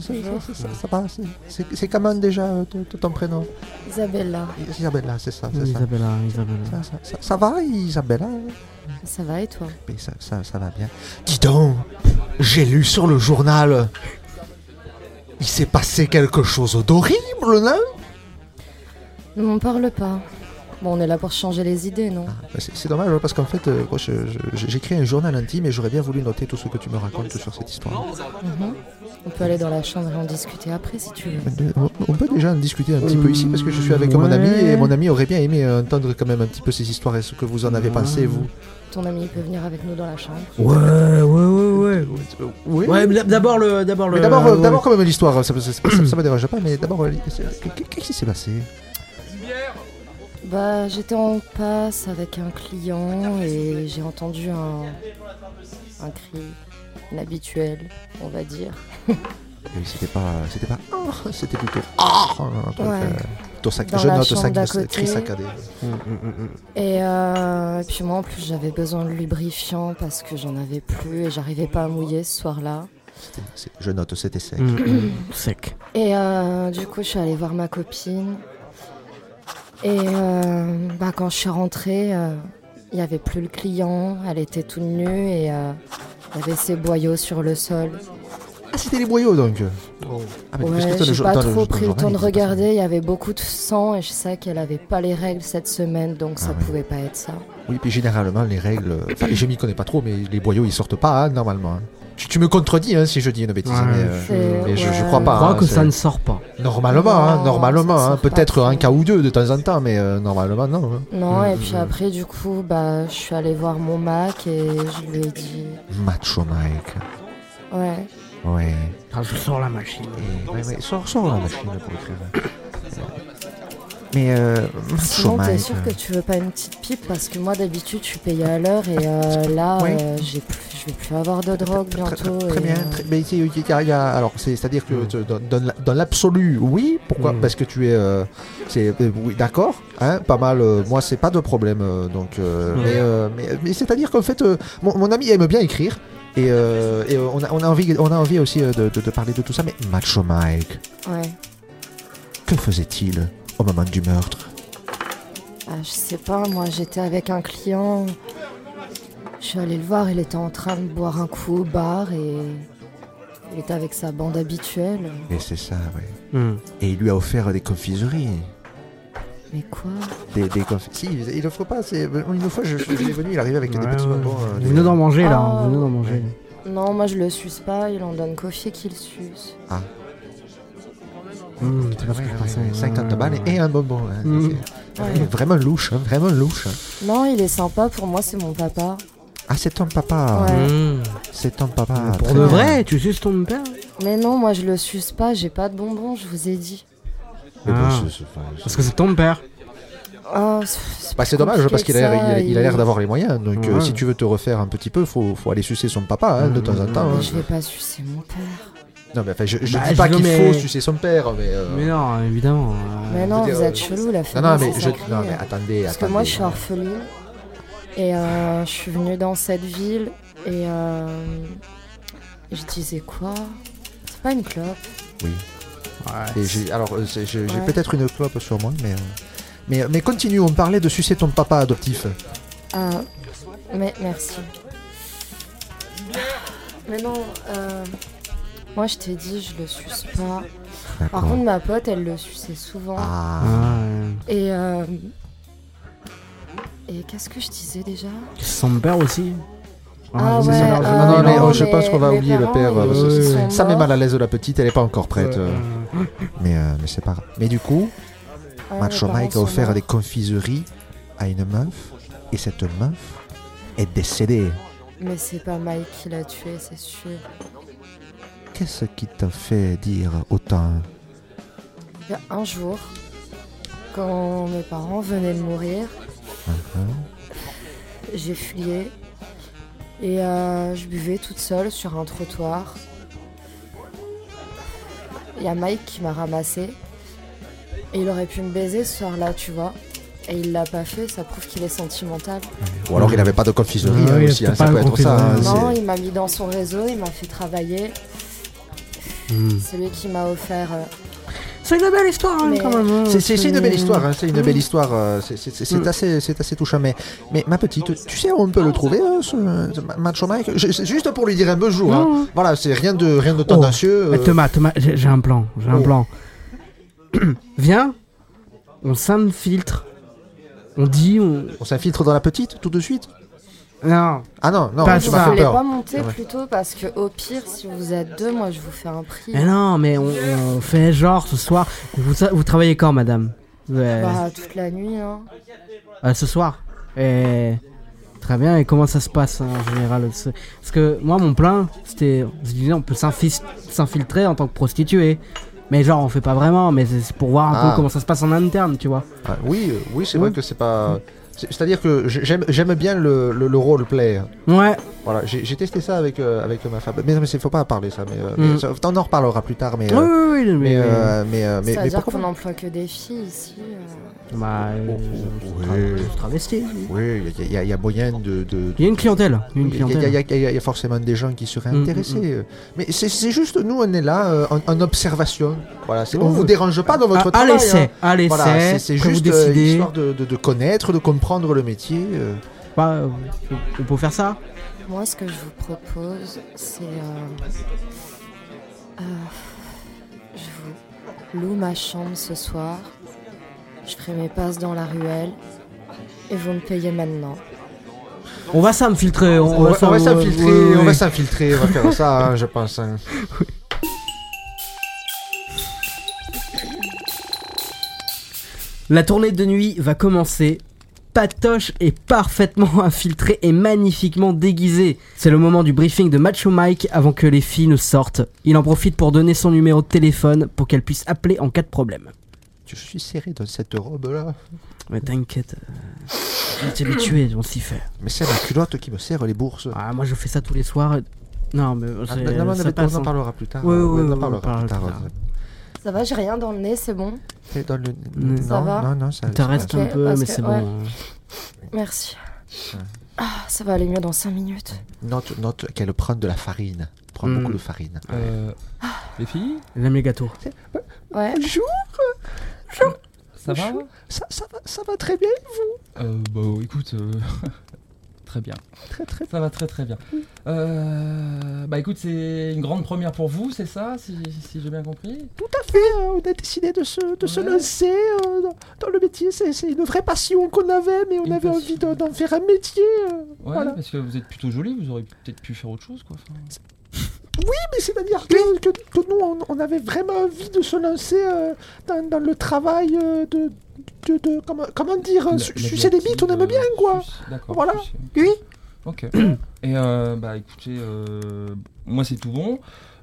[SPEAKER 8] ça, ça, ça- Ah, ça va c'est- c'est- C'est comment déjà euh, ton, ton prénom
[SPEAKER 5] Isabella,
[SPEAKER 8] Isabella, c'est ça, c'est ça.
[SPEAKER 1] Isabella, Isabella.
[SPEAKER 8] Ça, ça- ça- ça va, Isabella
[SPEAKER 5] ça va et toi
[SPEAKER 8] Mais ça, ça- ça va bien. Dis donc, j'ai lu sur le journal. Il s'est passé quelque chose d'horrible, non
[SPEAKER 5] Ne m'en parle pas. Bon, on est là pour changer les idées, non
[SPEAKER 8] C'est c'est dommage hein, parce qu'en fait, euh, moi, je- je- j'ai créé un journal intime et j'aurais bien voulu noter tout ce que tu me racontes sur cette histoire.
[SPEAKER 5] Mhm. On peut aller dans la chambre et en discuter après si tu veux.
[SPEAKER 8] Euh, on- On peut déjà en discuter un petit peu ici parce que je suis avec mon
[SPEAKER 1] Ouais.
[SPEAKER 8] ami et mon ami aurait bien aimé euh, entendre quand même un petit peu ces histoires et ce que vous en avez pensé, vous.
[SPEAKER 5] Ton ami peut venir avec nous dans la chambre.
[SPEAKER 1] Ah. Ouais, ouais, ouais, ouais.
[SPEAKER 8] Oui.
[SPEAKER 1] Ouais, mais d'abord le. D'abord
[SPEAKER 8] Mais
[SPEAKER 1] le.
[SPEAKER 8] d'abord, euh,
[SPEAKER 1] ouais.
[SPEAKER 8] d'abord quand même l'histoire, ça, ça, ça- ça me dérange pas, mais d'abord, euh, qu'est-ce qui s'est passé
[SPEAKER 5] Bah, j'étais en passe avec un client et j'ai entendu un, un cri inhabituel, on va dire.
[SPEAKER 8] Oui, C'était pas, c'était pas, Ah c'était plutôt ah, un truc,
[SPEAKER 5] Ouais.
[SPEAKER 8] euh, plutôt sac-
[SPEAKER 5] Dans
[SPEAKER 8] je
[SPEAKER 5] la
[SPEAKER 8] note
[SPEAKER 5] chambre
[SPEAKER 8] sac-
[SPEAKER 5] d'à
[SPEAKER 8] sac-
[SPEAKER 5] côté.
[SPEAKER 8] cri saccadé. Mm,
[SPEAKER 5] Et, euh, et puis moi, en plus, j'avais besoin de lubrifiant parce que j'en avais plus et j'arrivais pas à mouiller ce soir-là.
[SPEAKER 8] C'est- Je note, c'était sec.
[SPEAKER 1] Mm, mm, Sec.
[SPEAKER 5] Et euh, du coup, je suis allée voir ma copine. Et euh, bah, quand je suis rentrée, euh, il n'y avait plus le client. Elle était toute nue et euh, il y avait ses boyaux sur le sol.
[SPEAKER 8] Ah, c'était les boyaux donc. Ah, mais parce que
[SPEAKER 5] ouais,
[SPEAKER 8] dans le
[SPEAKER 5] j'ai
[SPEAKER 8] jo-
[SPEAKER 5] pas
[SPEAKER 8] dans le-
[SPEAKER 5] trop
[SPEAKER 8] dans
[SPEAKER 5] pris le
[SPEAKER 8] journal,
[SPEAKER 5] temps de
[SPEAKER 8] il disait pas ça.
[SPEAKER 5] regarder. Il y avait beaucoup de sang et je sais qu'elle avait pas les règles cette semaine, donc ça
[SPEAKER 8] Ah ouais.
[SPEAKER 5] pouvait pas être ça.
[SPEAKER 8] Oui, puis généralement, les règles. euh, Enfin, je m'y connais pas trop, mais les boyaux, ils sortent pas, hein, normalement. hein. Tu, tu me contredis hein, si je dis une bêtise,
[SPEAKER 1] Ouais,
[SPEAKER 8] mais, euh,
[SPEAKER 5] c'est-
[SPEAKER 8] mais je, je
[SPEAKER 5] ouais.
[SPEAKER 8] crois pas.
[SPEAKER 1] Je crois
[SPEAKER 8] hein,
[SPEAKER 1] que
[SPEAKER 8] c'est-
[SPEAKER 1] ça ne sort pas.
[SPEAKER 8] Normalement, hein,
[SPEAKER 5] Non,
[SPEAKER 8] normalement,
[SPEAKER 5] ça
[SPEAKER 8] hein,
[SPEAKER 5] sort pas
[SPEAKER 8] peut-être
[SPEAKER 5] trop.
[SPEAKER 8] un cas ou deux de temps en temps, mais euh, normalement, non. hein.
[SPEAKER 5] Non, et puis après, du coup, bah, je suis allée voir mon Mac et je lui ai dit.
[SPEAKER 8] Macho Mike.
[SPEAKER 5] Ouais.
[SPEAKER 8] Ouais.
[SPEAKER 1] Ah, je sors la machine.
[SPEAKER 8] ouais, ouais. Sors, sors la machine là, pour écrire. Mais euh,
[SPEAKER 5] Sinon,
[SPEAKER 8] Macho
[SPEAKER 5] t'es
[SPEAKER 8] Mike,
[SPEAKER 5] sûr
[SPEAKER 8] euh,
[SPEAKER 5] que tu veux pas une petite pipe parce que moi d'habitude je suis payée à l'heure et euh, là
[SPEAKER 8] Oui.
[SPEAKER 5] euh, j'ai plus- je vais plus avoir de drogue bientôt.
[SPEAKER 8] Très
[SPEAKER 5] et,
[SPEAKER 8] bien.
[SPEAKER 5] euh,
[SPEAKER 8] très- mais il y a- il y a- il y a- alors, c'est- c'est-à-dire que te- dans, dans la- dans l'absolu, oui. Pourquoi
[SPEAKER 1] Mm.
[SPEAKER 8] Parce que tu es, euh, c'est, euh, oui, d'accord. hein, pas mal. euh, moi, c'est pas de problème. euh, donc, euh,
[SPEAKER 15] Mm.
[SPEAKER 8] mais, euh, mais, mais c'est-à-dire qu'en fait, euh, mon, mon ami aime bien écrire. Et, euh, et, euh, on, a, on a envie, on a envie aussi euh, de, de- de parler de tout ça. Mais Macho Mike,
[SPEAKER 5] Ouais.
[SPEAKER 8] que faisait-il au moment du meurtre
[SPEAKER 5] Ah, je sais pas, moi j'étais avec un client. Je suis allée le voir, il était en train de boire un coup au bar et il était avec sa bande habituelle.
[SPEAKER 8] Et c'est ça, ouais.
[SPEAKER 1] Hmm.
[SPEAKER 8] Et il lui a offert des confiseries.
[SPEAKER 5] Mais quoi
[SPEAKER 8] Des, des confi- Si, il il offre pas. C'est... Une fois, je, je- il est venu, il arrive avec des petits bonbons. euh,
[SPEAKER 1] Vous venez d'en manger là, hein,
[SPEAKER 5] Ah,
[SPEAKER 1] vous venez d'en manger.
[SPEAKER 5] Non, moi je le suce pas, il en donne qu'au fier qu'il suce.
[SPEAKER 8] Ah.
[SPEAKER 1] Mmh, c'est pas ce que je pensais.
[SPEAKER 8] 50 balles et un bonbon. hein,
[SPEAKER 1] Mm.
[SPEAKER 8] c'est- Ouais, Vraiment louche, hein, vraiment louche.
[SPEAKER 5] Non, il est sympa, pour moi c'est mon papa.
[SPEAKER 8] Ah, c'est ton papa.
[SPEAKER 5] Ouais.
[SPEAKER 8] C'est ton papa.
[SPEAKER 1] Pour
[SPEAKER 8] très
[SPEAKER 1] de
[SPEAKER 8] bien.
[SPEAKER 1] vrai, tu suces ton père
[SPEAKER 5] Mais non, moi je le suce pas, j'ai pas de bonbons, je vous ai dit.
[SPEAKER 8] Mais bon,
[SPEAKER 1] Ah.
[SPEAKER 8] c'est- c'est- enfin,
[SPEAKER 1] Parce que c'est ton père.
[SPEAKER 5] Ah, c'est
[SPEAKER 8] Bah, c'est
[SPEAKER 5] plus
[SPEAKER 8] dommage
[SPEAKER 5] compliqué
[SPEAKER 8] parce qu'il
[SPEAKER 5] que
[SPEAKER 8] a l'air,
[SPEAKER 5] ça,
[SPEAKER 8] il, a- il a l'air d'avoir les moyens. Donc euh,
[SPEAKER 1] Ouais. Mmh.
[SPEAKER 8] si tu veux te refaire un petit peu, faut, faut aller sucer son papa hein, de temps en temps. hein.
[SPEAKER 5] Mais je vais pas sucer mon père.
[SPEAKER 8] Non mais enfin, je, je
[SPEAKER 1] Bah,
[SPEAKER 8] dis pas
[SPEAKER 1] je-
[SPEAKER 8] qu'il
[SPEAKER 1] mais-
[SPEAKER 8] faut sucer son père, mais. euh,
[SPEAKER 1] Mais non, évidemment.
[SPEAKER 5] Mais
[SPEAKER 8] je veux
[SPEAKER 5] non, vous
[SPEAKER 8] dire, euh,
[SPEAKER 5] êtes chelou la
[SPEAKER 8] Non,
[SPEAKER 5] famille.
[SPEAKER 8] non, mais,
[SPEAKER 5] c'est
[SPEAKER 8] je...
[SPEAKER 5] sacré.
[SPEAKER 8] non, mais attendez,
[SPEAKER 5] Parce que
[SPEAKER 8] attendez.
[SPEAKER 5] moi je suis orpheline et euh, je suis venue dans cette ville et euh, je disais quoi C'est pas une clope.
[SPEAKER 8] Oui. Et j'ai- alors, euh, c'est- j'ai j'ai
[SPEAKER 5] Ouais.
[SPEAKER 8] peut-être une clope sur moi, mais, euh, mais, mais continue, on parlait de sucer ton papa adoptif.
[SPEAKER 5] Ah, mais merci. Mais non, euh, moi je t'ai dit, je le suce pas. Par contre, ma pote, elle le suçait souvent.
[SPEAKER 8] Ah.
[SPEAKER 5] Et, euh, et qu'est-ce que je disais déjà
[SPEAKER 1] Son père aussi
[SPEAKER 5] Ah
[SPEAKER 8] C'est
[SPEAKER 5] ouais,
[SPEAKER 8] ça, non,
[SPEAKER 5] euh,
[SPEAKER 8] non, non, mais,
[SPEAKER 5] non,
[SPEAKER 8] euh, je
[SPEAKER 5] mes-
[SPEAKER 8] pense qu'on va
[SPEAKER 5] mes
[SPEAKER 8] oublier le
[SPEAKER 5] parents,
[SPEAKER 8] père.
[SPEAKER 5] ils-
[SPEAKER 8] euh, parce que
[SPEAKER 5] ils sont
[SPEAKER 8] ça met
[SPEAKER 5] morts.
[SPEAKER 8] mal à l'aise la petite, elle est pas encore prête.
[SPEAKER 1] Ouais.
[SPEAKER 8] euh. Mais, euh, mais c'est pas grave. Mais du coup,
[SPEAKER 5] Ouais,
[SPEAKER 8] Macho
[SPEAKER 5] Ah, mes parents
[SPEAKER 8] Mike a
[SPEAKER 5] sont
[SPEAKER 8] offert
[SPEAKER 5] morts.
[SPEAKER 8] des confiseries à une meuf, et cette meuf est décédée.
[SPEAKER 5] Mais c'est pas Mike qui l'a tué, c'est sûr.
[SPEAKER 8] Qu'est-ce qui t'a fait dire autant
[SPEAKER 5] Il y a un jour, quand mes parents venaient de mourir, j'ai fuyé et euh, je buvais toute seule sur un trottoir. Il y a Mike qui m'a ramassée et il aurait pu me baiser ce soir-là, tu vois. Et il l'a pas fait, ça prouve qu'il est sentimental.
[SPEAKER 8] Ou alors il n'avait pas de confiserie
[SPEAKER 1] Ah
[SPEAKER 8] hein,
[SPEAKER 1] oui,
[SPEAKER 8] aussi, hein,
[SPEAKER 1] c'était
[SPEAKER 8] ça
[SPEAKER 1] pas
[SPEAKER 8] peut
[SPEAKER 1] un
[SPEAKER 8] être ça.
[SPEAKER 4] Ah,
[SPEAKER 8] hein,
[SPEAKER 1] confiserie.
[SPEAKER 5] Non,
[SPEAKER 8] c'est-
[SPEAKER 5] il m'a mis dans son réseau, il m'a fait travailler.
[SPEAKER 1] Hmm.
[SPEAKER 5] C'est lui qui m'a offert. euh,
[SPEAKER 1] C'est une belle histoire, hein,
[SPEAKER 5] Mais-
[SPEAKER 1] quand même. hein.
[SPEAKER 8] C'est- C'est c'est une belle histoire, hein, c'est une
[SPEAKER 1] Mm.
[SPEAKER 8] belle histoire, euh, c'est- c'est- c'est c'est
[SPEAKER 1] Mm.
[SPEAKER 8] assez, c'est assez touchant. Mais, mais ma petite, tu sais où on peut le trouver, hein, ce, ce Ma- Macho Mike Je- c'est Juste pour lui dire un beau jour. hein.
[SPEAKER 1] Non.
[SPEAKER 8] Voilà, c'est rien de, rien de
[SPEAKER 1] Oh.
[SPEAKER 8] tendancieux. euh,
[SPEAKER 1] Eh, Thomas, Thomas, j'ai j'ai un plan, j'ai un
[SPEAKER 8] Oh.
[SPEAKER 1] plan. Viens, on s'infiltre. On dit, on...
[SPEAKER 8] On s'infiltre dans la petite tout de suite
[SPEAKER 1] Non.
[SPEAKER 8] Ah non, non,
[SPEAKER 1] Pas ça.
[SPEAKER 8] tu m'as
[SPEAKER 5] Vous
[SPEAKER 8] fait
[SPEAKER 5] voulez
[SPEAKER 8] peur.
[SPEAKER 5] pas monter
[SPEAKER 8] C'est vrai.
[SPEAKER 5] plutôt parce que au pire, si vous êtes deux, moi je vous fais un prix.
[SPEAKER 1] Mais non, mais on, on fait genre ce soir. Vous, vous travaillez quand, madame Ouais.
[SPEAKER 5] Bah, toute la nuit, hein.
[SPEAKER 1] Euh, ce soir. Et... Très bien, et comment ça se passe hein, en général ce- Parce que moi, mon plan, c'était. Je disais, on peut s'infis- s'infiltrer en tant que prostituée. Mais genre, on fait pas vraiment, mais c'est c'est pour voir un
[SPEAKER 8] Ah.
[SPEAKER 1] peu comment ça se passe en interne, tu vois.
[SPEAKER 8] Ah, oui, euh, oui, c'est
[SPEAKER 1] Oui.
[SPEAKER 8] vrai que c'est pas. c'est- C'est-à-dire que j'ai- j'aime j'aime bien le, le, le roleplay.
[SPEAKER 1] Ouais.
[SPEAKER 8] Voilà, j'ai j'ai testé ça avec, euh, avec ma femme. Mais non, mais c'est- faut pas en parler ça. Mais, euh,
[SPEAKER 1] Mm.
[SPEAKER 8] mais ça- on en reparlera plus tard. Mais,
[SPEAKER 1] Oui,
[SPEAKER 8] euh,
[SPEAKER 1] oui, oui, mais.
[SPEAKER 8] mais, euh, mais, euh, mais,
[SPEAKER 5] Ça veut
[SPEAKER 8] mais
[SPEAKER 5] dire
[SPEAKER 8] pourquoi
[SPEAKER 5] qu'on
[SPEAKER 8] pas
[SPEAKER 5] n'emploie que des filles ici. euh.
[SPEAKER 1] Bah, euh,
[SPEAKER 8] Ouais.
[SPEAKER 1] se travestir.
[SPEAKER 8] Oui, il y, a- il y a moyen de. de-
[SPEAKER 1] Il y a une clientèle. il y a une
[SPEAKER 8] il y a- il y, a-
[SPEAKER 1] clientèle.
[SPEAKER 8] il y a- il y a forcément des gens qui seraient
[SPEAKER 1] Mm, mm,
[SPEAKER 8] intéressés. Mais c'est c'est juste, nous, on est là euh, en, en observation. Voilà, c'est- on
[SPEAKER 1] Oh.
[SPEAKER 8] vous dérange pas dans votre
[SPEAKER 1] À- à
[SPEAKER 8] travail.
[SPEAKER 1] l'essai,
[SPEAKER 8] hein.
[SPEAKER 1] à l'essai,
[SPEAKER 8] Voilà, c'est- c'est
[SPEAKER 1] quand vous
[SPEAKER 8] juste euh,
[SPEAKER 1] décidez.
[SPEAKER 8] histoire de, de- de connaître, de comprendre le métier. euh.
[SPEAKER 1] Bah, euh, on peut faire ça
[SPEAKER 5] Moi, ce que je vous propose, c'est. euh, euh, je vous loue ma chambre ce soir. Je ferai mes passes dans la ruelle. Et vous me payez maintenant.
[SPEAKER 1] On va s'infiltrer. On,
[SPEAKER 8] On, va, on va
[SPEAKER 1] s'en-
[SPEAKER 8] s'infiltrer,
[SPEAKER 1] ouais,
[SPEAKER 8] on
[SPEAKER 1] ouais.
[SPEAKER 8] va s'infiltrer, on va faire ça, hein, je pense. hein.
[SPEAKER 1] La tournée de nuit va commencer. patoche est parfaitement infiltrée et magnifiquement déguisée. C'est le moment du briefing de Macho Mike avant que les filles ne sortent. Il en profite pour donner son numéro de téléphone pour qu'elle puisse appeler en cas de problème.
[SPEAKER 8] Je suis serré dans cette robe-là.
[SPEAKER 1] Mais t'inquiète,
[SPEAKER 8] euh,
[SPEAKER 1] on est habitué, on s'y fait.
[SPEAKER 8] Mais c'est ma culotte qui me serre les bourses.
[SPEAKER 1] Ah, moi je fais ça tous les soirs. Non, mais
[SPEAKER 8] Ah,
[SPEAKER 1] c'est-
[SPEAKER 8] bah, non, mais
[SPEAKER 1] ça
[SPEAKER 8] on en
[SPEAKER 1] passe, hein.
[SPEAKER 8] parlera plus tard.
[SPEAKER 1] Ouais,
[SPEAKER 8] Euh,
[SPEAKER 1] ouais,
[SPEAKER 8] ouais, on
[SPEAKER 1] ouais,
[SPEAKER 8] en
[SPEAKER 1] on
[SPEAKER 8] parlera
[SPEAKER 1] parlera
[SPEAKER 8] plus
[SPEAKER 1] plus
[SPEAKER 8] tard. euh,
[SPEAKER 1] tard.
[SPEAKER 5] Ça va, j'ai rien dans le nez, c'est bon.
[SPEAKER 8] C'est dans le-
[SPEAKER 1] Mm.
[SPEAKER 5] Ça
[SPEAKER 8] non,
[SPEAKER 5] va
[SPEAKER 8] non, non, ça-
[SPEAKER 1] T'en restes
[SPEAKER 5] Ok,
[SPEAKER 1] un peu,
[SPEAKER 5] parce
[SPEAKER 1] mais
[SPEAKER 5] que-
[SPEAKER 1] c'est
[SPEAKER 5] ouais.
[SPEAKER 1] bon.
[SPEAKER 5] Merci. Ah, ça va aller mieux dans 5 minutes.
[SPEAKER 8] Note, note qu'elle prend de la farine. Prend
[SPEAKER 1] Mm.
[SPEAKER 8] beaucoup de farine.
[SPEAKER 9] Euh, les filles,
[SPEAKER 1] Elle aime les gâteaux.
[SPEAKER 5] Ouais.
[SPEAKER 8] Bonjour
[SPEAKER 9] ça va
[SPEAKER 8] ça, ça va, ça va très bien, vous
[SPEAKER 9] Euh, bah écoute, euh, très bien.
[SPEAKER 8] Très très
[SPEAKER 9] Ça va très très bien. Euh, bah écoute, c'est une grande première pour vous, c'est ça, si, si j'ai bien compris
[SPEAKER 8] Tout à fait, hein, on a décidé de se, de se
[SPEAKER 9] Ouais.
[SPEAKER 8] lancer euh, dans, dans le métier. C'est c'est une vraie passion qu'on avait, mais on
[SPEAKER 9] Une
[SPEAKER 8] avait
[SPEAKER 9] passion.
[SPEAKER 8] envie de- d'en faire un métier. euh,
[SPEAKER 9] Ouais,
[SPEAKER 8] voilà.
[SPEAKER 9] parce que vous êtes plutôt jolie, vous auriez peut-être pu faire autre chose, quoi. Enfin,
[SPEAKER 8] Oui, mais c'est-à-dire que, que, que nous, on, on avait vraiment envie de se lancer euh, dans, dans le travail euh, de. de, de- comment, comment dire
[SPEAKER 9] la-
[SPEAKER 8] su-
[SPEAKER 9] la
[SPEAKER 8] Sucer des bites, on aime
[SPEAKER 9] gâtine,
[SPEAKER 8] bien,
[SPEAKER 9] euh,
[SPEAKER 8] quoi
[SPEAKER 9] suce- D'accord.
[SPEAKER 8] Voilà.
[SPEAKER 9] suce, euh,
[SPEAKER 8] Oui
[SPEAKER 9] Ok. Et euh, bah écoutez, euh, moi c'est tout bon.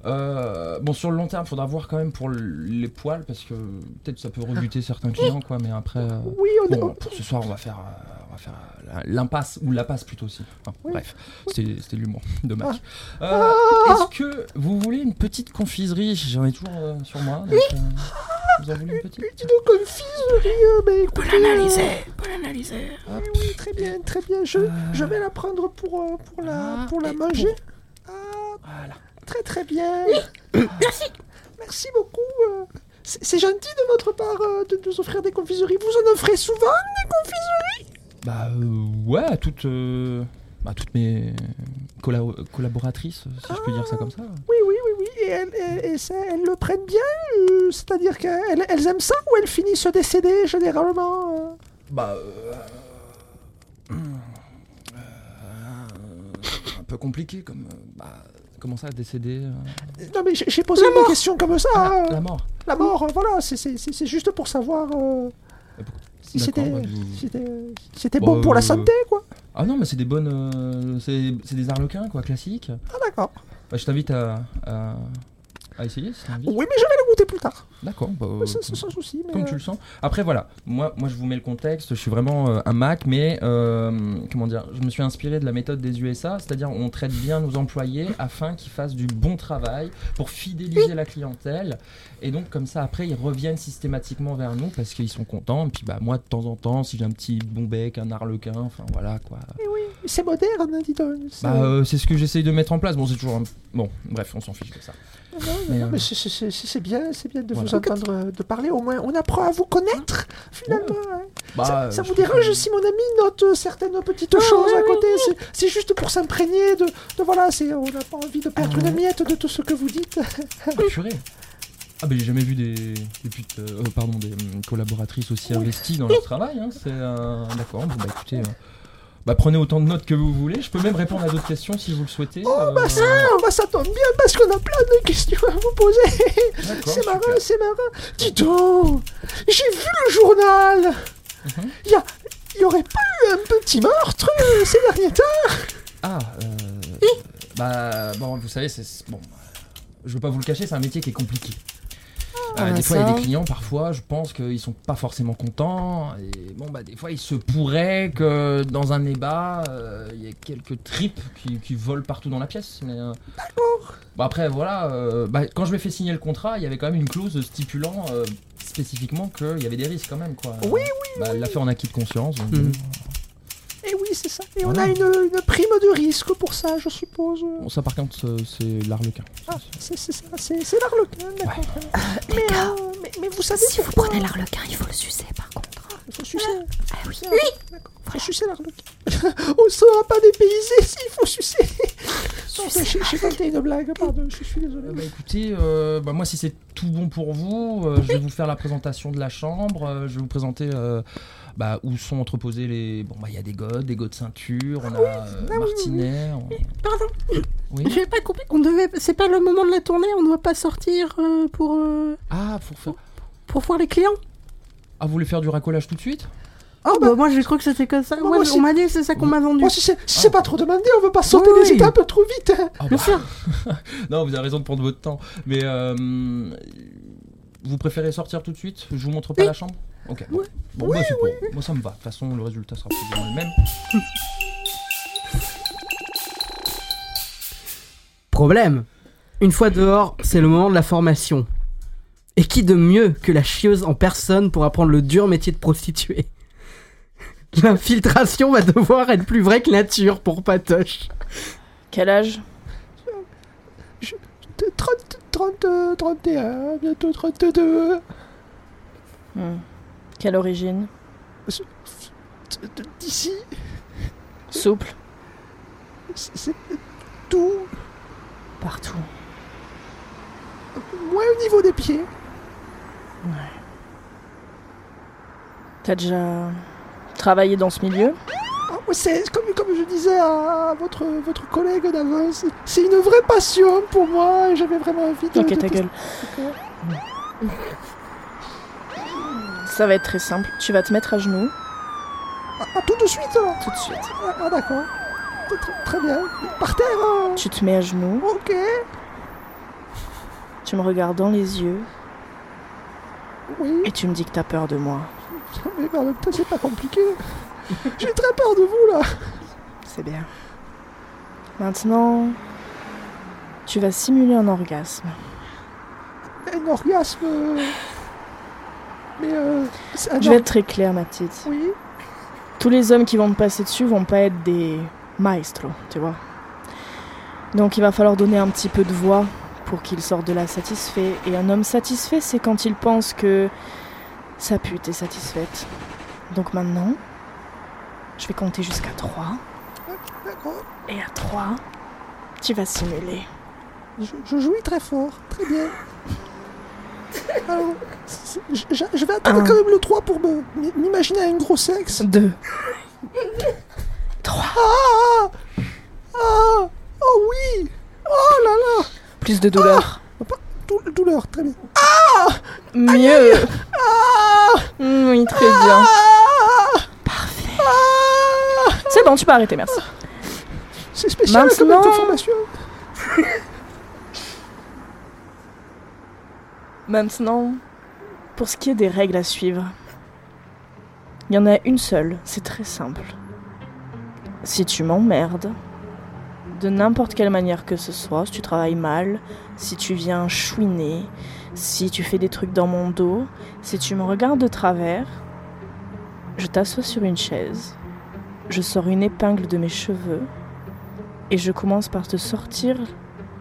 [SPEAKER 9] Euh, bon sur le long terme, faudra voir quand même pour l- les poils parce que peut-être ça peut rebuter certains clients quoi, mais après euh,
[SPEAKER 8] Ah. Oui, on est-
[SPEAKER 9] bon,
[SPEAKER 8] on-
[SPEAKER 9] pour ce soir on va faire, euh, on va faire euh, la- l'impasse ou la passe plutôt aussi. Enfin, Bref, c'était c'était de l'humour, dommage.
[SPEAKER 8] Ah.
[SPEAKER 9] Euh, Est-ce que vous voulez une petite confiserie J'en ai toujours euh, sur moi. donc, euh, vous en voulez une petite
[SPEAKER 8] Dis donc, euh, confiserie, euh, mais écoutez, euh, Ah
[SPEAKER 12] Pour l'analyser.
[SPEAKER 8] oui, oui, très bien, très bien. Je, je vais la prendre pour, euh, pour, la, pour la manger. Ah, Très très bien.
[SPEAKER 12] Merci.
[SPEAKER 8] Merci beaucoup. euh, C'est c'est gentil de votre part euh, de nous offrir des confiseries. Vous en offrez souvent des confiseries
[SPEAKER 9] Bah euh, ouais, à toutes, euh, bah, toutes mes colla- collaboratrices, si je peux dire ça comme ça.
[SPEAKER 8] Ah, Oui, oui, oui, oui. Et elles, et- et ça, elles le prennent bien euh, C'est-à-dire qu'elles elles aiment ça ou elles finissent décédées généralement euh
[SPEAKER 9] Bah. euh, un peu compliqué comme. euh, bah, comment ça, décédé euh,
[SPEAKER 8] Non, mais j'ai j'ai posé
[SPEAKER 9] La
[SPEAKER 8] une
[SPEAKER 9] mort.
[SPEAKER 8] question comme ça.
[SPEAKER 9] Ah,
[SPEAKER 8] euh,
[SPEAKER 9] la mort.
[SPEAKER 8] La mort, euh, voilà. c'est- C'est c'est- c'est juste pour savoir euh, si
[SPEAKER 9] D'accord,
[SPEAKER 8] c'était
[SPEAKER 9] bah, vous-
[SPEAKER 8] c'était, euh, c'était bon pour la
[SPEAKER 9] euh,
[SPEAKER 8] santé, quoi.
[SPEAKER 9] Ah non, mais c'est des bonnes. euh, c'est c'est des arlequins, quoi, classiques.
[SPEAKER 8] Ah, d'accord.
[SPEAKER 9] Bah, je t'invite à, à, à essayer si t'as envie.
[SPEAKER 8] Oui, mais je vais le goûter plus tard.
[SPEAKER 9] D'accord, bah,
[SPEAKER 8] Mais ça,
[SPEAKER 9] euh,
[SPEAKER 8] c'est sans souci. Mais
[SPEAKER 9] comme
[SPEAKER 8] euh,
[SPEAKER 9] tu le sens. Après, voilà, moi, moi je vous mets le contexte. Je suis vraiment euh, un Mac, mais euh, comment dire Je me suis inspiré de la méthode des USA, c'est-à-dire on traite bien nos employés afin qu'ils fassent du bon travail pour fidéliser la clientèle. Et donc, comme ça, après, ils reviennent systématiquement vers nous parce qu'ils sont contents. Et puis, bah, moi, de temps en temps, si j'ai un petit bon bec, un arlequin, enfin voilà quoi.
[SPEAKER 8] Eh C'est moderne, hein, dis donc. c'est-
[SPEAKER 9] Bah, euh, c'est ce que j'essaye de mettre en place. Bon, c'est toujours un... Bon, bref, on s'en fiche de ça.
[SPEAKER 8] Non, non,
[SPEAKER 9] mais,
[SPEAKER 8] non,
[SPEAKER 9] euh,
[SPEAKER 8] mais c'est- c'est- c'est c'est bien, c'est bien de vous
[SPEAKER 9] voilà.
[SPEAKER 8] entendre euh, de parler. Au moins, on apprend à vous connaître, finalement. hein.
[SPEAKER 9] Bah,
[SPEAKER 8] ça
[SPEAKER 9] euh,
[SPEAKER 8] ça
[SPEAKER 9] je
[SPEAKER 8] vous
[SPEAKER 9] trouve
[SPEAKER 8] dérange
[SPEAKER 9] que-
[SPEAKER 8] si mon ami note euh, certaines petites choses à côté c'est- C'est juste pour s'imprégner de, de- voilà, c'est- on n'a pas envie de perdre une miette de tout ce que vous dites.
[SPEAKER 9] Ah, purée Ah, ben j'ai jamais vu des, des putes, euh, euh, pardon, des hum, collaboratrices aussi investies dans leur travail. hein, C'est un- D'accord, bon, bah écoutez, euh, bah, prenez autant de notes que vous voulez. Je peux même répondre à d'autres questions si vous le souhaitez.
[SPEAKER 8] Oh, bah
[SPEAKER 9] euh,
[SPEAKER 8] ça, bah, ça tombe bien parce qu'on a plein de questions à vous poser.
[SPEAKER 9] D'accord,
[SPEAKER 8] C'est marrant,
[SPEAKER 9] super.
[SPEAKER 8] c'est marrant. Dis donc, j'ai vu le journal. Il y, a- y aurait pas eu un petit meurtre euh, ces derniers temps
[SPEAKER 9] Ah, euh, bah bon, vous savez, c'est c'est- bon. Je veux pas vous le cacher, c'est un métier qui est compliqué. Euh,
[SPEAKER 8] Ah,
[SPEAKER 5] bah
[SPEAKER 9] des fois, il y a
[SPEAKER 5] ça.
[SPEAKER 8] hein.
[SPEAKER 9] des clients, parfois, je pense qu'ils sont pas forcément contents. Et bon, bah, des fois, il se pourrait que dans un débat, euh, il y ait quelques tripes qui, qui volent partout dans la pièce. Mais euh, Bon, après, voilà, euh, bah, quand je m'ai fait signer le contrat, il y avait quand même une clause stipulant euh, spécifiquement qu'il y avait des risques quand même, quoi.
[SPEAKER 8] Oui, oui,
[SPEAKER 9] Bah, elle l'a fait en acquis de conscience. donc,
[SPEAKER 1] Mhm.
[SPEAKER 8] Eh oui, c'est ça. Et on
[SPEAKER 9] Voilà.
[SPEAKER 8] a une, une prime de risque pour ça, je suppose.
[SPEAKER 9] bon, ça, par contre, c'est- c'est l'arlequin.
[SPEAKER 8] Ah, c'est c'est ça, c'est c'est l'arlequin, d'accord. Mais, euh, mais, mais vous savez
[SPEAKER 12] Si vous
[SPEAKER 8] pourquoi
[SPEAKER 12] prenez l'arlequin, il faut le sucer par contre.
[SPEAKER 8] Il faut sucer.
[SPEAKER 12] Ah oui.
[SPEAKER 8] Oui. Faut sucer l'arlequin.
[SPEAKER 15] Oh,
[SPEAKER 8] on sera pas dépaysé s'il faut sucer. Non,
[SPEAKER 12] Sucer
[SPEAKER 8] j'ai- J'ai tenté une blague, pardon, je suis désolé.
[SPEAKER 9] Euh, Bah écoutez, euh, bah, moi si c'est tout bon pour vous, euh, je vais vous faire la présentation de la chambre, euh, je vais vous présenter euh, bah, où sont entreposés les... Bon bah il y a des godes, des godes ceinture,
[SPEAKER 15] Ah
[SPEAKER 9] on a euh, Martinet, on-
[SPEAKER 15] Eh, Pardon,
[SPEAKER 9] oui.
[SPEAKER 15] j'ai pas compris. On devait, c'est pas le moment de la tournée. On doit pas sortir euh, pour euh,
[SPEAKER 9] Ah, pour faire...
[SPEAKER 15] pour voir les clients.
[SPEAKER 9] ah, vous voulez faire du racolage tout de suite
[SPEAKER 1] Oh, bah, moi, j'ai cru que c'était comme ça.
[SPEAKER 15] Moi,
[SPEAKER 1] Ouais,
[SPEAKER 15] moi,
[SPEAKER 1] on
[SPEAKER 15] si-
[SPEAKER 1] m'a dit, c'est ça qu'on m'a vendu.
[SPEAKER 15] Moi, Oh, si c'est- si c'est pas trop demandé, on veut pas
[SPEAKER 1] sauter
[SPEAKER 15] les
[SPEAKER 1] étapes
[SPEAKER 15] étapes trop vite. hein.
[SPEAKER 9] Ah, bah,
[SPEAKER 1] Bien sûr.
[SPEAKER 9] non, vous avez raison de prendre votre temps. Mais euh, vous préférez sortir tout de suite Je vous montre pas la chambre Ok. Bon, Bon, bah, c'est bon. Moi, ça me va. De toute façon, le résultat sera plus ou moins le même.
[SPEAKER 1] Problème. Une fois dehors, c'est le moment de la formation. Et qui de mieux que la chieuse en personne pour apprendre le dur métier de prostituée L'infiltration va devoir être plus vraie que nature pour Patoche.
[SPEAKER 7] Quel âge
[SPEAKER 15] 30, 30, euh, 31, bientôt 32.
[SPEAKER 7] Hmm. Quelle origine
[SPEAKER 15] D'ici,
[SPEAKER 7] Souple
[SPEAKER 15] c'est c'est tout.
[SPEAKER 7] Partout.
[SPEAKER 15] Moins au niveau des pieds.
[SPEAKER 7] T'as déjà travaillé dans ce milieu
[SPEAKER 15] Ah, ouais, C'est comme, comme je disais à votre, votre collègue d'avant, c'est- c'est une vraie passion pour moi et j'avais vraiment envie de.
[SPEAKER 7] Ok,
[SPEAKER 15] de
[SPEAKER 7] ta
[SPEAKER 15] tester-
[SPEAKER 7] gueule.
[SPEAKER 15] Ok.
[SPEAKER 7] Ça va être très simple. Tu vas te mettre à genoux.
[SPEAKER 15] Ah, ah, tout de suite alors
[SPEAKER 7] Tout de suite.
[SPEAKER 15] Ah, ah, d'accord. Tr- tr- Très bien. Par terre hein.
[SPEAKER 7] Tu te mets à genoux.
[SPEAKER 15] Ok.
[SPEAKER 7] Tu me regardes dans les yeux.
[SPEAKER 15] Oui.
[SPEAKER 7] Et tu me dis que t'as peur de moi.
[SPEAKER 15] Mais en même temps, c'est pas compliqué. J'ai très peur de vous là.
[SPEAKER 7] C'est bien. Maintenant, tu vas simuler un orgasme.
[SPEAKER 15] Un orgasme. euh, Mais euh, c'est un
[SPEAKER 7] Je vais
[SPEAKER 15] or-
[SPEAKER 7] être très claire, ma petite.
[SPEAKER 15] Oui.
[SPEAKER 7] Tous les hommes qui vont te passer dessus vont pas être des maestros, tu vois. Donc il va falloir donner un petit peu de voix pour qu'ils sortent de là satisfaits. Et un homme satisfait, c'est quand il pense que sa pute est satisfaite. Donc maintenant, je vais compter jusqu'à 3.
[SPEAKER 15] D'accord.
[SPEAKER 7] Et à 3, tu vas simuler.
[SPEAKER 15] Je, je jouis très fort. Très bien. Alors, c'est- je, je- je vais attendre
[SPEAKER 7] Un.
[SPEAKER 15] quand même le 3 pour me- m- m'imaginer un gros sexe.
[SPEAKER 7] 2.
[SPEAKER 15] 3. Ah, ah, ah, Oh oui Oh là là Ah,
[SPEAKER 7] Plus de douleur. Ah
[SPEAKER 15] Dou- Douleur, très bien.
[SPEAKER 7] Mieux.
[SPEAKER 15] Ah
[SPEAKER 7] Mm, Oui, très bien. Parfait. C'est bon, tu peux arrêter, merci.
[SPEAKER 15] C'est spécial comme
[SPEAKER 7] Maintenant-
[SPEAKER 15] information.
[SPEAKER 7] Maintenant, pour ce qui est des règles à suivre, il y en a une seule, c'est très simple. Si tu m'emmerdes, de n'importe quelle manière que ce soit, si tu travailles mal, si tu viens chouiner, si tu fais des trucs dans mon dos, si tu me regardes de travers, je t'assois sur une chaise, je sors une épingle de mes cheveux et je commence par te sortir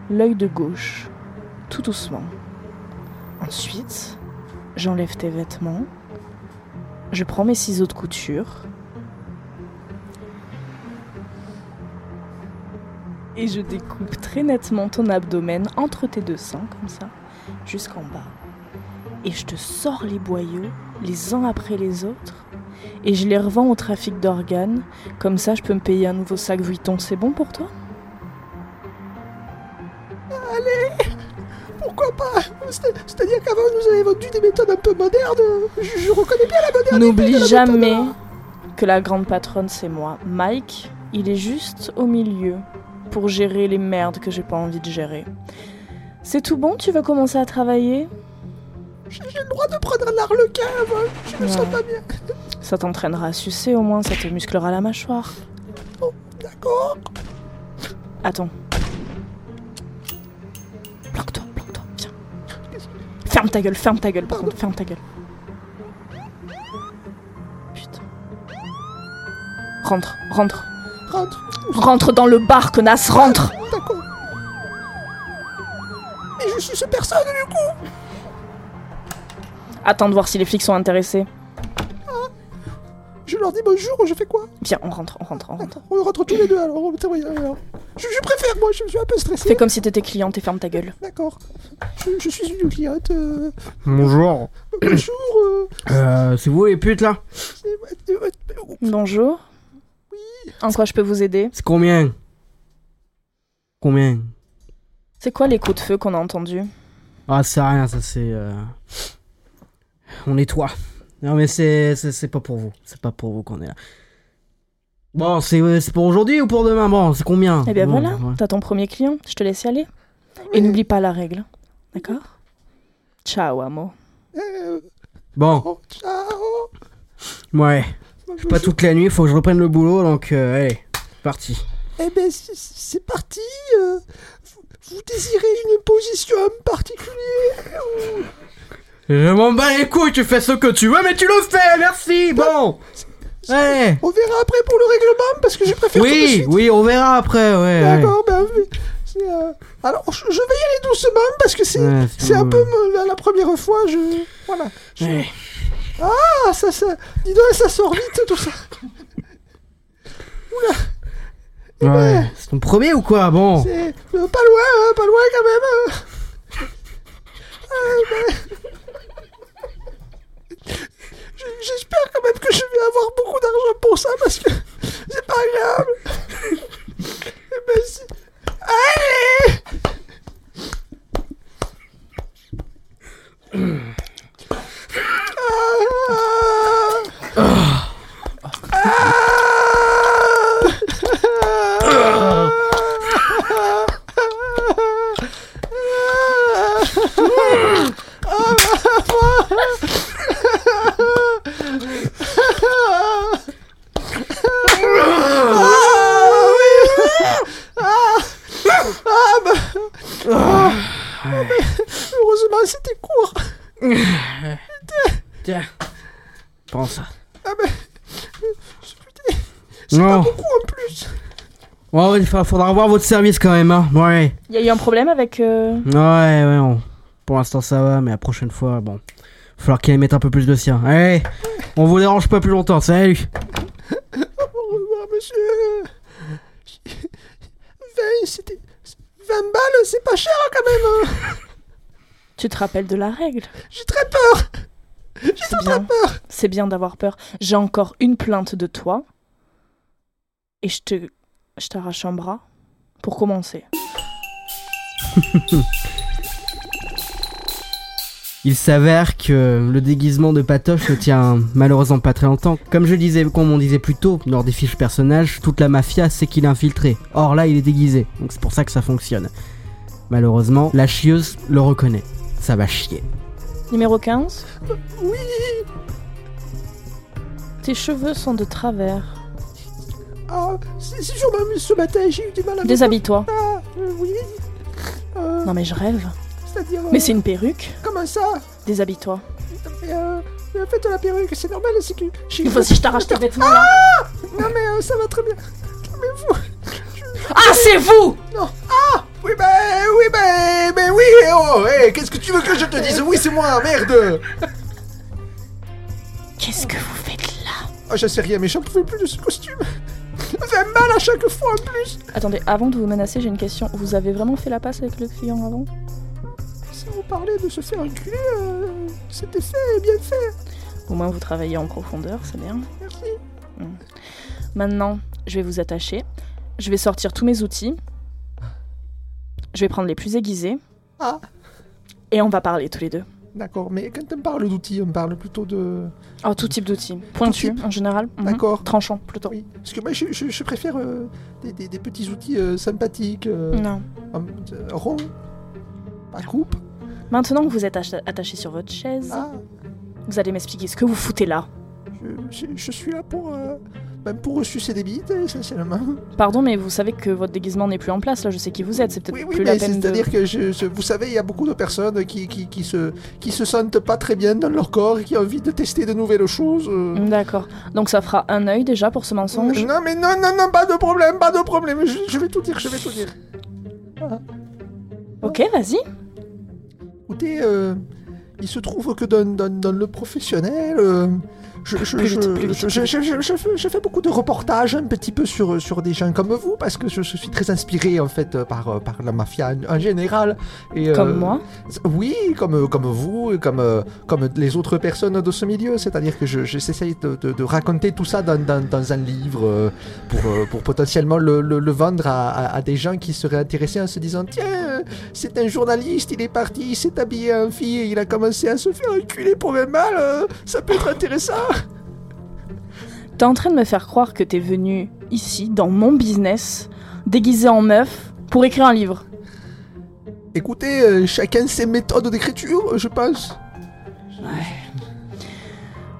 [SPEAKER 7] l'œil de gauche, tout doucement. Ensuite, j'enlève tes vêtements, je prends mes ciseaux de couture et je découpe très nettement ton abdomen entre tes deux seins, comme ça, jusqu'en bas. Et je te sors les boyaux, les uns après les autres, et je les revends au trafic d'organes, comme ça je peux me payer un nouveau sac Vuitton, c'est bon pour toi
[SPEAKER 15] Allez Pourquoi pas C'est- C'est-à-dire qu'avant, vous avez vendu des méthodes un peu modernes. Je, je reconnais bien la modernité. de
[SPEAKER 7] N'oublie
[SPEAKER 15] la
[SPEAKER 7] jamais que la grande patronne, c'est moi. Mike, il est juste au milieu pour gérer les merdes que j'ai pas envie de gérer. C'est tout bon, tu veux commencer à travailler
[SPEAKER 15] J'ai j'ai le droit de prendre un arlequin avant. Je me sens
[SPEAKER 7] Ouais.
[SPEAKER 15] pas bien.
[SPEAKER 7] Ça t'entraînera à sucer au moins, ça te musclera la mâchoire.
[SPEAKER 15] Oh, D'accord.
[SPEAKER 7] Attends. Planque-toi, planque-toi, viens. Ferme ta gueule, ferme ta gueule, par contre, ferme ta gueule. Putain. Rentre, rentre.
[SPEAKER 15] Rentre.
[SPEAKER 7] Rentre dans le bar, connasse, rentre
[SPEAKER 15] D'accord. Ah, Mais je suis ce personne, du coup.
[SPEAKER 7] Attends de voir si les flics sont intéressés.
[SPEAKER 15] Ah, Je leur dis bonjour, je fais quoi
[SPEAKER 7] Viens, on rentre, on rentre, on rentre.
[SPEAKER 15] On rentre tous les deux, alors. on- c'est vrai, alors. Je, je préfère, moi, je, suis un peu stressé.
[SPEAKER 7] Fais comme si t'étais cliente et ferme ta gueule.
[SPEAKER 15] D'accord. Je, je suis une cliente. euh,
[SPEAKER 1] Bonjour.
[SPEAKER 15] Bonjour. euh,
[SPEAKER 1] Euh, c'est vous les putes là
[SPEAKER 7] Bonjour. En quoi je peux vous aider
[SPEAKER 1] C'est combien Combien
[SPEAKER 7] C'est quoi les coups de feu qu'on a entendus
[SPEAKER 1] Ah, c'est rien, ça c'est. euh, On nettoie. Non, mais c'est c'est- c'est pas pour vous. C'est pas pour vous qu'on est là. Bon, c'est euh, c'est pour aujourd'hui ou pour demain Bon, c'est combien
[SPEAKER 7] Eh bien
[SPEAKER 1] Bon,
[SPEAKER 7] voilà,
[SPEAKER 1] ouais.
[SPEAKER 7] t'as ton premier client, je te laisse y aller. Et n'oublie pas la règle, d'accord Ciao, amo.
[SPEAKER 8] Oh,
[SPEAKER 1] Bon, ouais. Je suis pas toute la nuit, faut que je reprenne le boulot, donc euh, allez, c'est parti.
[SPEAKER 8] Eh ben, c'est- c'est parti. euh, vous, vous désirez une position en particulier ou-
[SPEAKER 1] Je m'en bats les couilles, tu fais ce que tu veux, mais tu le fais, merci Bon Allez
[SPEAKER 8] Bah, On verra après pour le règlement parce que je préfère. tout de
[SPEAKER 1] Oui,
[SPEAKER 8] suite.
[SPEAKER 1] oui, on verra après, ouais. allez.
[SPEAKER 8] D'accord. Ben, mais c'est, euh, alors, je, je vais y aller doucement parce que c'est
[SPEAKER 1] Ouais,
[SPEAKER 8] c'est un
[SPEAKER 1] ouais.
[SPEAKER 8] peu me- la, la première fois. Je voilà. je- Ah, ça, ça, dis donc, ça sort vite tout ça.
[SPEAKER 1] Ouais. C'est ton premier ou quoi Bon.
[SPEAKER 8] Eh ben, C'est euh, pas loin, hein, pas loin quand même. hein. Euh, ben, j- J'espère quand même que je vais avoir beaucoup d'argent pour ça parce que c'est pas agréable. Eh ben, c'est- Allez Ah, ah, bah, ah, mais heureusement c'était court.
[SPEAKER 1] Tiens. Prends ça.
[SPEAKER 8] Ah bah, c'est Ah, pas
[SPEAKER 1] Non.
[SPEAKER 8] beaucoup en plus.
[SPEAKER 1] Bon, il fa- faudra revoir votre service quand même, hein. Bon, allez.
[SPEAKER 7] Il y a eu un problème avec... euh,
[SPEAKER 1] Ouais, ouais, on- pour l'instant ça va, mais la prochaine fois, bon. Falloir qu'il mette un peu plus de sien. Allez, on vous dérange pas plus longtemps, salut
[SPEAKER 8] Au revoir, monsieur. 20, c'était. 20 balles, c'est pas cher hein, quand même. hein.
[SPEAKER 7] Tu te rappelles de la règle
[SPEAKER 8] J'ai très peur.
[SPEAKER 7] C'est bien. C'est bien d'avoir peur. J'ai encore une plainte de toi. Et je te... Je t'arrache un bras. Pour commencer.
[SPEAKER 1] Il s'avère que le déguisement de Patoche ne tient malheureusement pas très longtemps. Comme je disais, comme on disait plus tôt, lors des fiches personnages, toute la mafia sait qu'il est infiltré. Or là, il est déguisé, donc c'est pour ça que ça fonctionne. Malheureusement, la chieuse le reconnaît. Ça va chier.
[SPEAKER 7] Numéro 15.
[SPEAKER 8] Oui,
[SPEAKER 7] Tes cheveux sont de travers.
[SPEAKER 8] ah, c'est c'est sur ma muse ce matin, j'ai eu du mal à. me-
[SPEAKER 7] Déshabille-toi.
[SPEAKER 8] Ah, euh, oui. Euh,
[SPEAKER 7] Non mais je rêve.
[SPEAKER 8] c'est-à-dire.
[SPEAKER 7] Mais
[SPEAKER 8] euh,
[SPEAKER 7] c'est une perruque.
[SPEAKER 8] Comment ça
[SPEAKER 7] Déshabille-toi.
[SPEAKER 8] Mais, euh, mais en fait, la perruque, c'est normal, c'est que. j'ai-
[SPEAKER 7] Il faut si je t'arrache tes vêtements là.
[SPEAKER 8] Ah Non, mais euh, ça va très bien. Mais vous.
[SPEAKER 7] Ah, c'est vous
[SPEAKER 8] Non. Ah Oui, ben, oui, ben, mais oui, eh oh, eh, qu'est-ce que tu veux que je te dise Oui, c'est moi, merde
[SPEAKER 7] Qu'est-ce que vous faites là
[SPEAKER 8] Ah, je sais rien, mais j'en pouvais plus de ce costume. Ça fait mal à chaque fois en plus.
[SPEAKER 7] Attendez, avant de vous menacer, j'ai une question. Vous avez vraiment fait la passe avec le client avant
[SPEAKER 8] Si on parlait de se faire enculer, euh, c'était fait, bien fait.
[SPEAKER 7] Au moins vous travaillez en profondeur, c'est bien.
[SPEAKER 8] Merci.
[SPEAKER 7] Maintenant, je vais vous attacher. Je vais sortir tous mes outils. Je vais prendre les plus aiguisés.
[SPEAKER 8] Ah.
[SPEAKER 7] Et on va parler tous les deux.
[SPEAKER 8] D'accord, mais quand on parle d'outils, on parle plutôt de...
[SPEAKER 7] Oh, tout type d'outils. Pointus, en général. Mhm.
[SPEAKER 8] D'accord.
[SPEAKER 7] Tranchant, plutôt.
[SPEAKER 8] Oui, parce que moi, je, je- je préfère euh, des, des- des petits outils euh, sympathiques. euh,
[SPEAKER 7] Non.
[SPEAKER 8] en- euh, ronds, à coupe.
[SPEAKER 7] Maintenant que vous êtes atta- attaché sur votre chaise,
[SPEAKER 8] Ah,
[SPEAKER 7] vous allez m'expliquer ce que vous foutez là.
[SPEAKER 8] je, je- je suis là pour... euh, ben, pour sucer des bites, essentiellement.
[SPEAKER 7] Pardon, mais vous savez que votre déguisement n'est plus en place, là, je sais qui vous êtes, c'est peut-être
[SPEAKER 8] Oui, oui,
[SPEAKER 7] plus la
[SPEAKER 8] mais
[SPEAKER 7] peine de...
[SPEAKER 8] c'est-à-dire que je, je- vous savez, il y a beaucoup de personnes qui, qui, qui, se, qui se sentent pas très bien dans leur corps et qui ont envie de tester de nouvelles choses. euh.
[SPEAKER 7] D'accord. Donc ça fera un œil déjà pour ce mensonge.
[SPEAKER 8] Non, mais non, non, non, pas de problème, pas de problème. Je, je vais tout dire, je vais tout dire.
[SPEAKER 7] Ok, vas-y.
[SPEAKER 8] Écoutez, euh, il se trouve que dans, dans- dans le professionnel, euh, je, je-
[SPEAKER 7] Plus vite,
[SPEAKER 8] je-
[SPEAKER 7] plus vite,
[SPEAKER 8] je- je- je- je fais- je fais beaucoup de reportages un petit peu sur, sur des gens comme vous parce que je, je suis très inspiré en fait euh, par, euh, par la mafia en, en général. Et, euh,
[SPEAKER 7] Comme moi
[SPEAKER 8] Oui, comme, comme vous, et comme, euh, comme les autres personnes de ce milieu. C'est-à-dire que je- j'essaye de, de- de raconter tout ça dans, dans- dans un livre euh, pour, euh, pour potentiellement le, le- le vendre à, à- à des gens qui seraient intéressés en se disant Tiens, euh, C'est un journaliste, il est parti, il s'est habillé en fille et il a commencé à se faire enculer pour le mal. euh, ça peut être intéressant.
[SPEAKER 6] T'es en train de me faire croire que t'es venu ici, dans mon business, déguisé en meuf, pour écrire un livre.
[SPEAKER 8] Écoutez, euh, chacun ses méthodes d'écriture, je pense.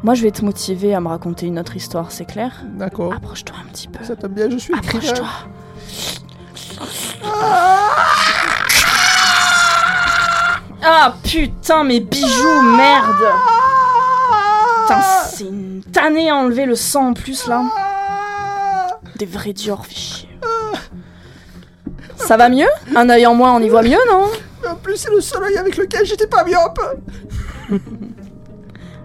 [SPEAKER 6] Moi, je vais te motiver à me raconter une autre histoire, c'est clair
[SPEAKER 8] D'accord.
[SPEAKER 6] Approche-toi un petit peu.
[SPEAKER 8] Ça tombe bien, je suis écrivain.
[SPEAKER 6] Approche-toi. Ah putain, mes bijoux, merde Putain, c'est une tannée à enlever le sang en plus là. Des vrais Dior, fais chier. Ça va mieux Un œil en moins, on y voit mieux, non
[SPEAKER 8] Mais En plus, c'est le seul œil avec lequel j'étais pas myope.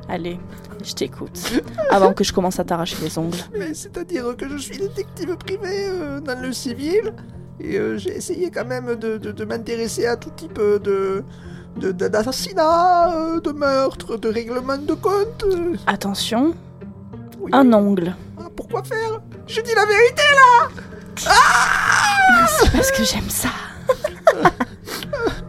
[SPEAKER 6] Allez, je t'écoute. Avant que je commence à t'arracher les ongles.
[SPEAKER 8] Mais c'est-à-dire que je suis détective privé euh, dans le civil et euh, j'ai essayé quand même de, de- de m'intéresser à tout type euh, de de- de- d'assassinat, euh, de meurtre, de règlement de compte. euh.
[SPEAKER 6] Attention, un ongle.
[SPEAKER 8] Pourquoi faire Je dis la vérité là ah
[SPEAKER 6] C'est parce que j'aime ça.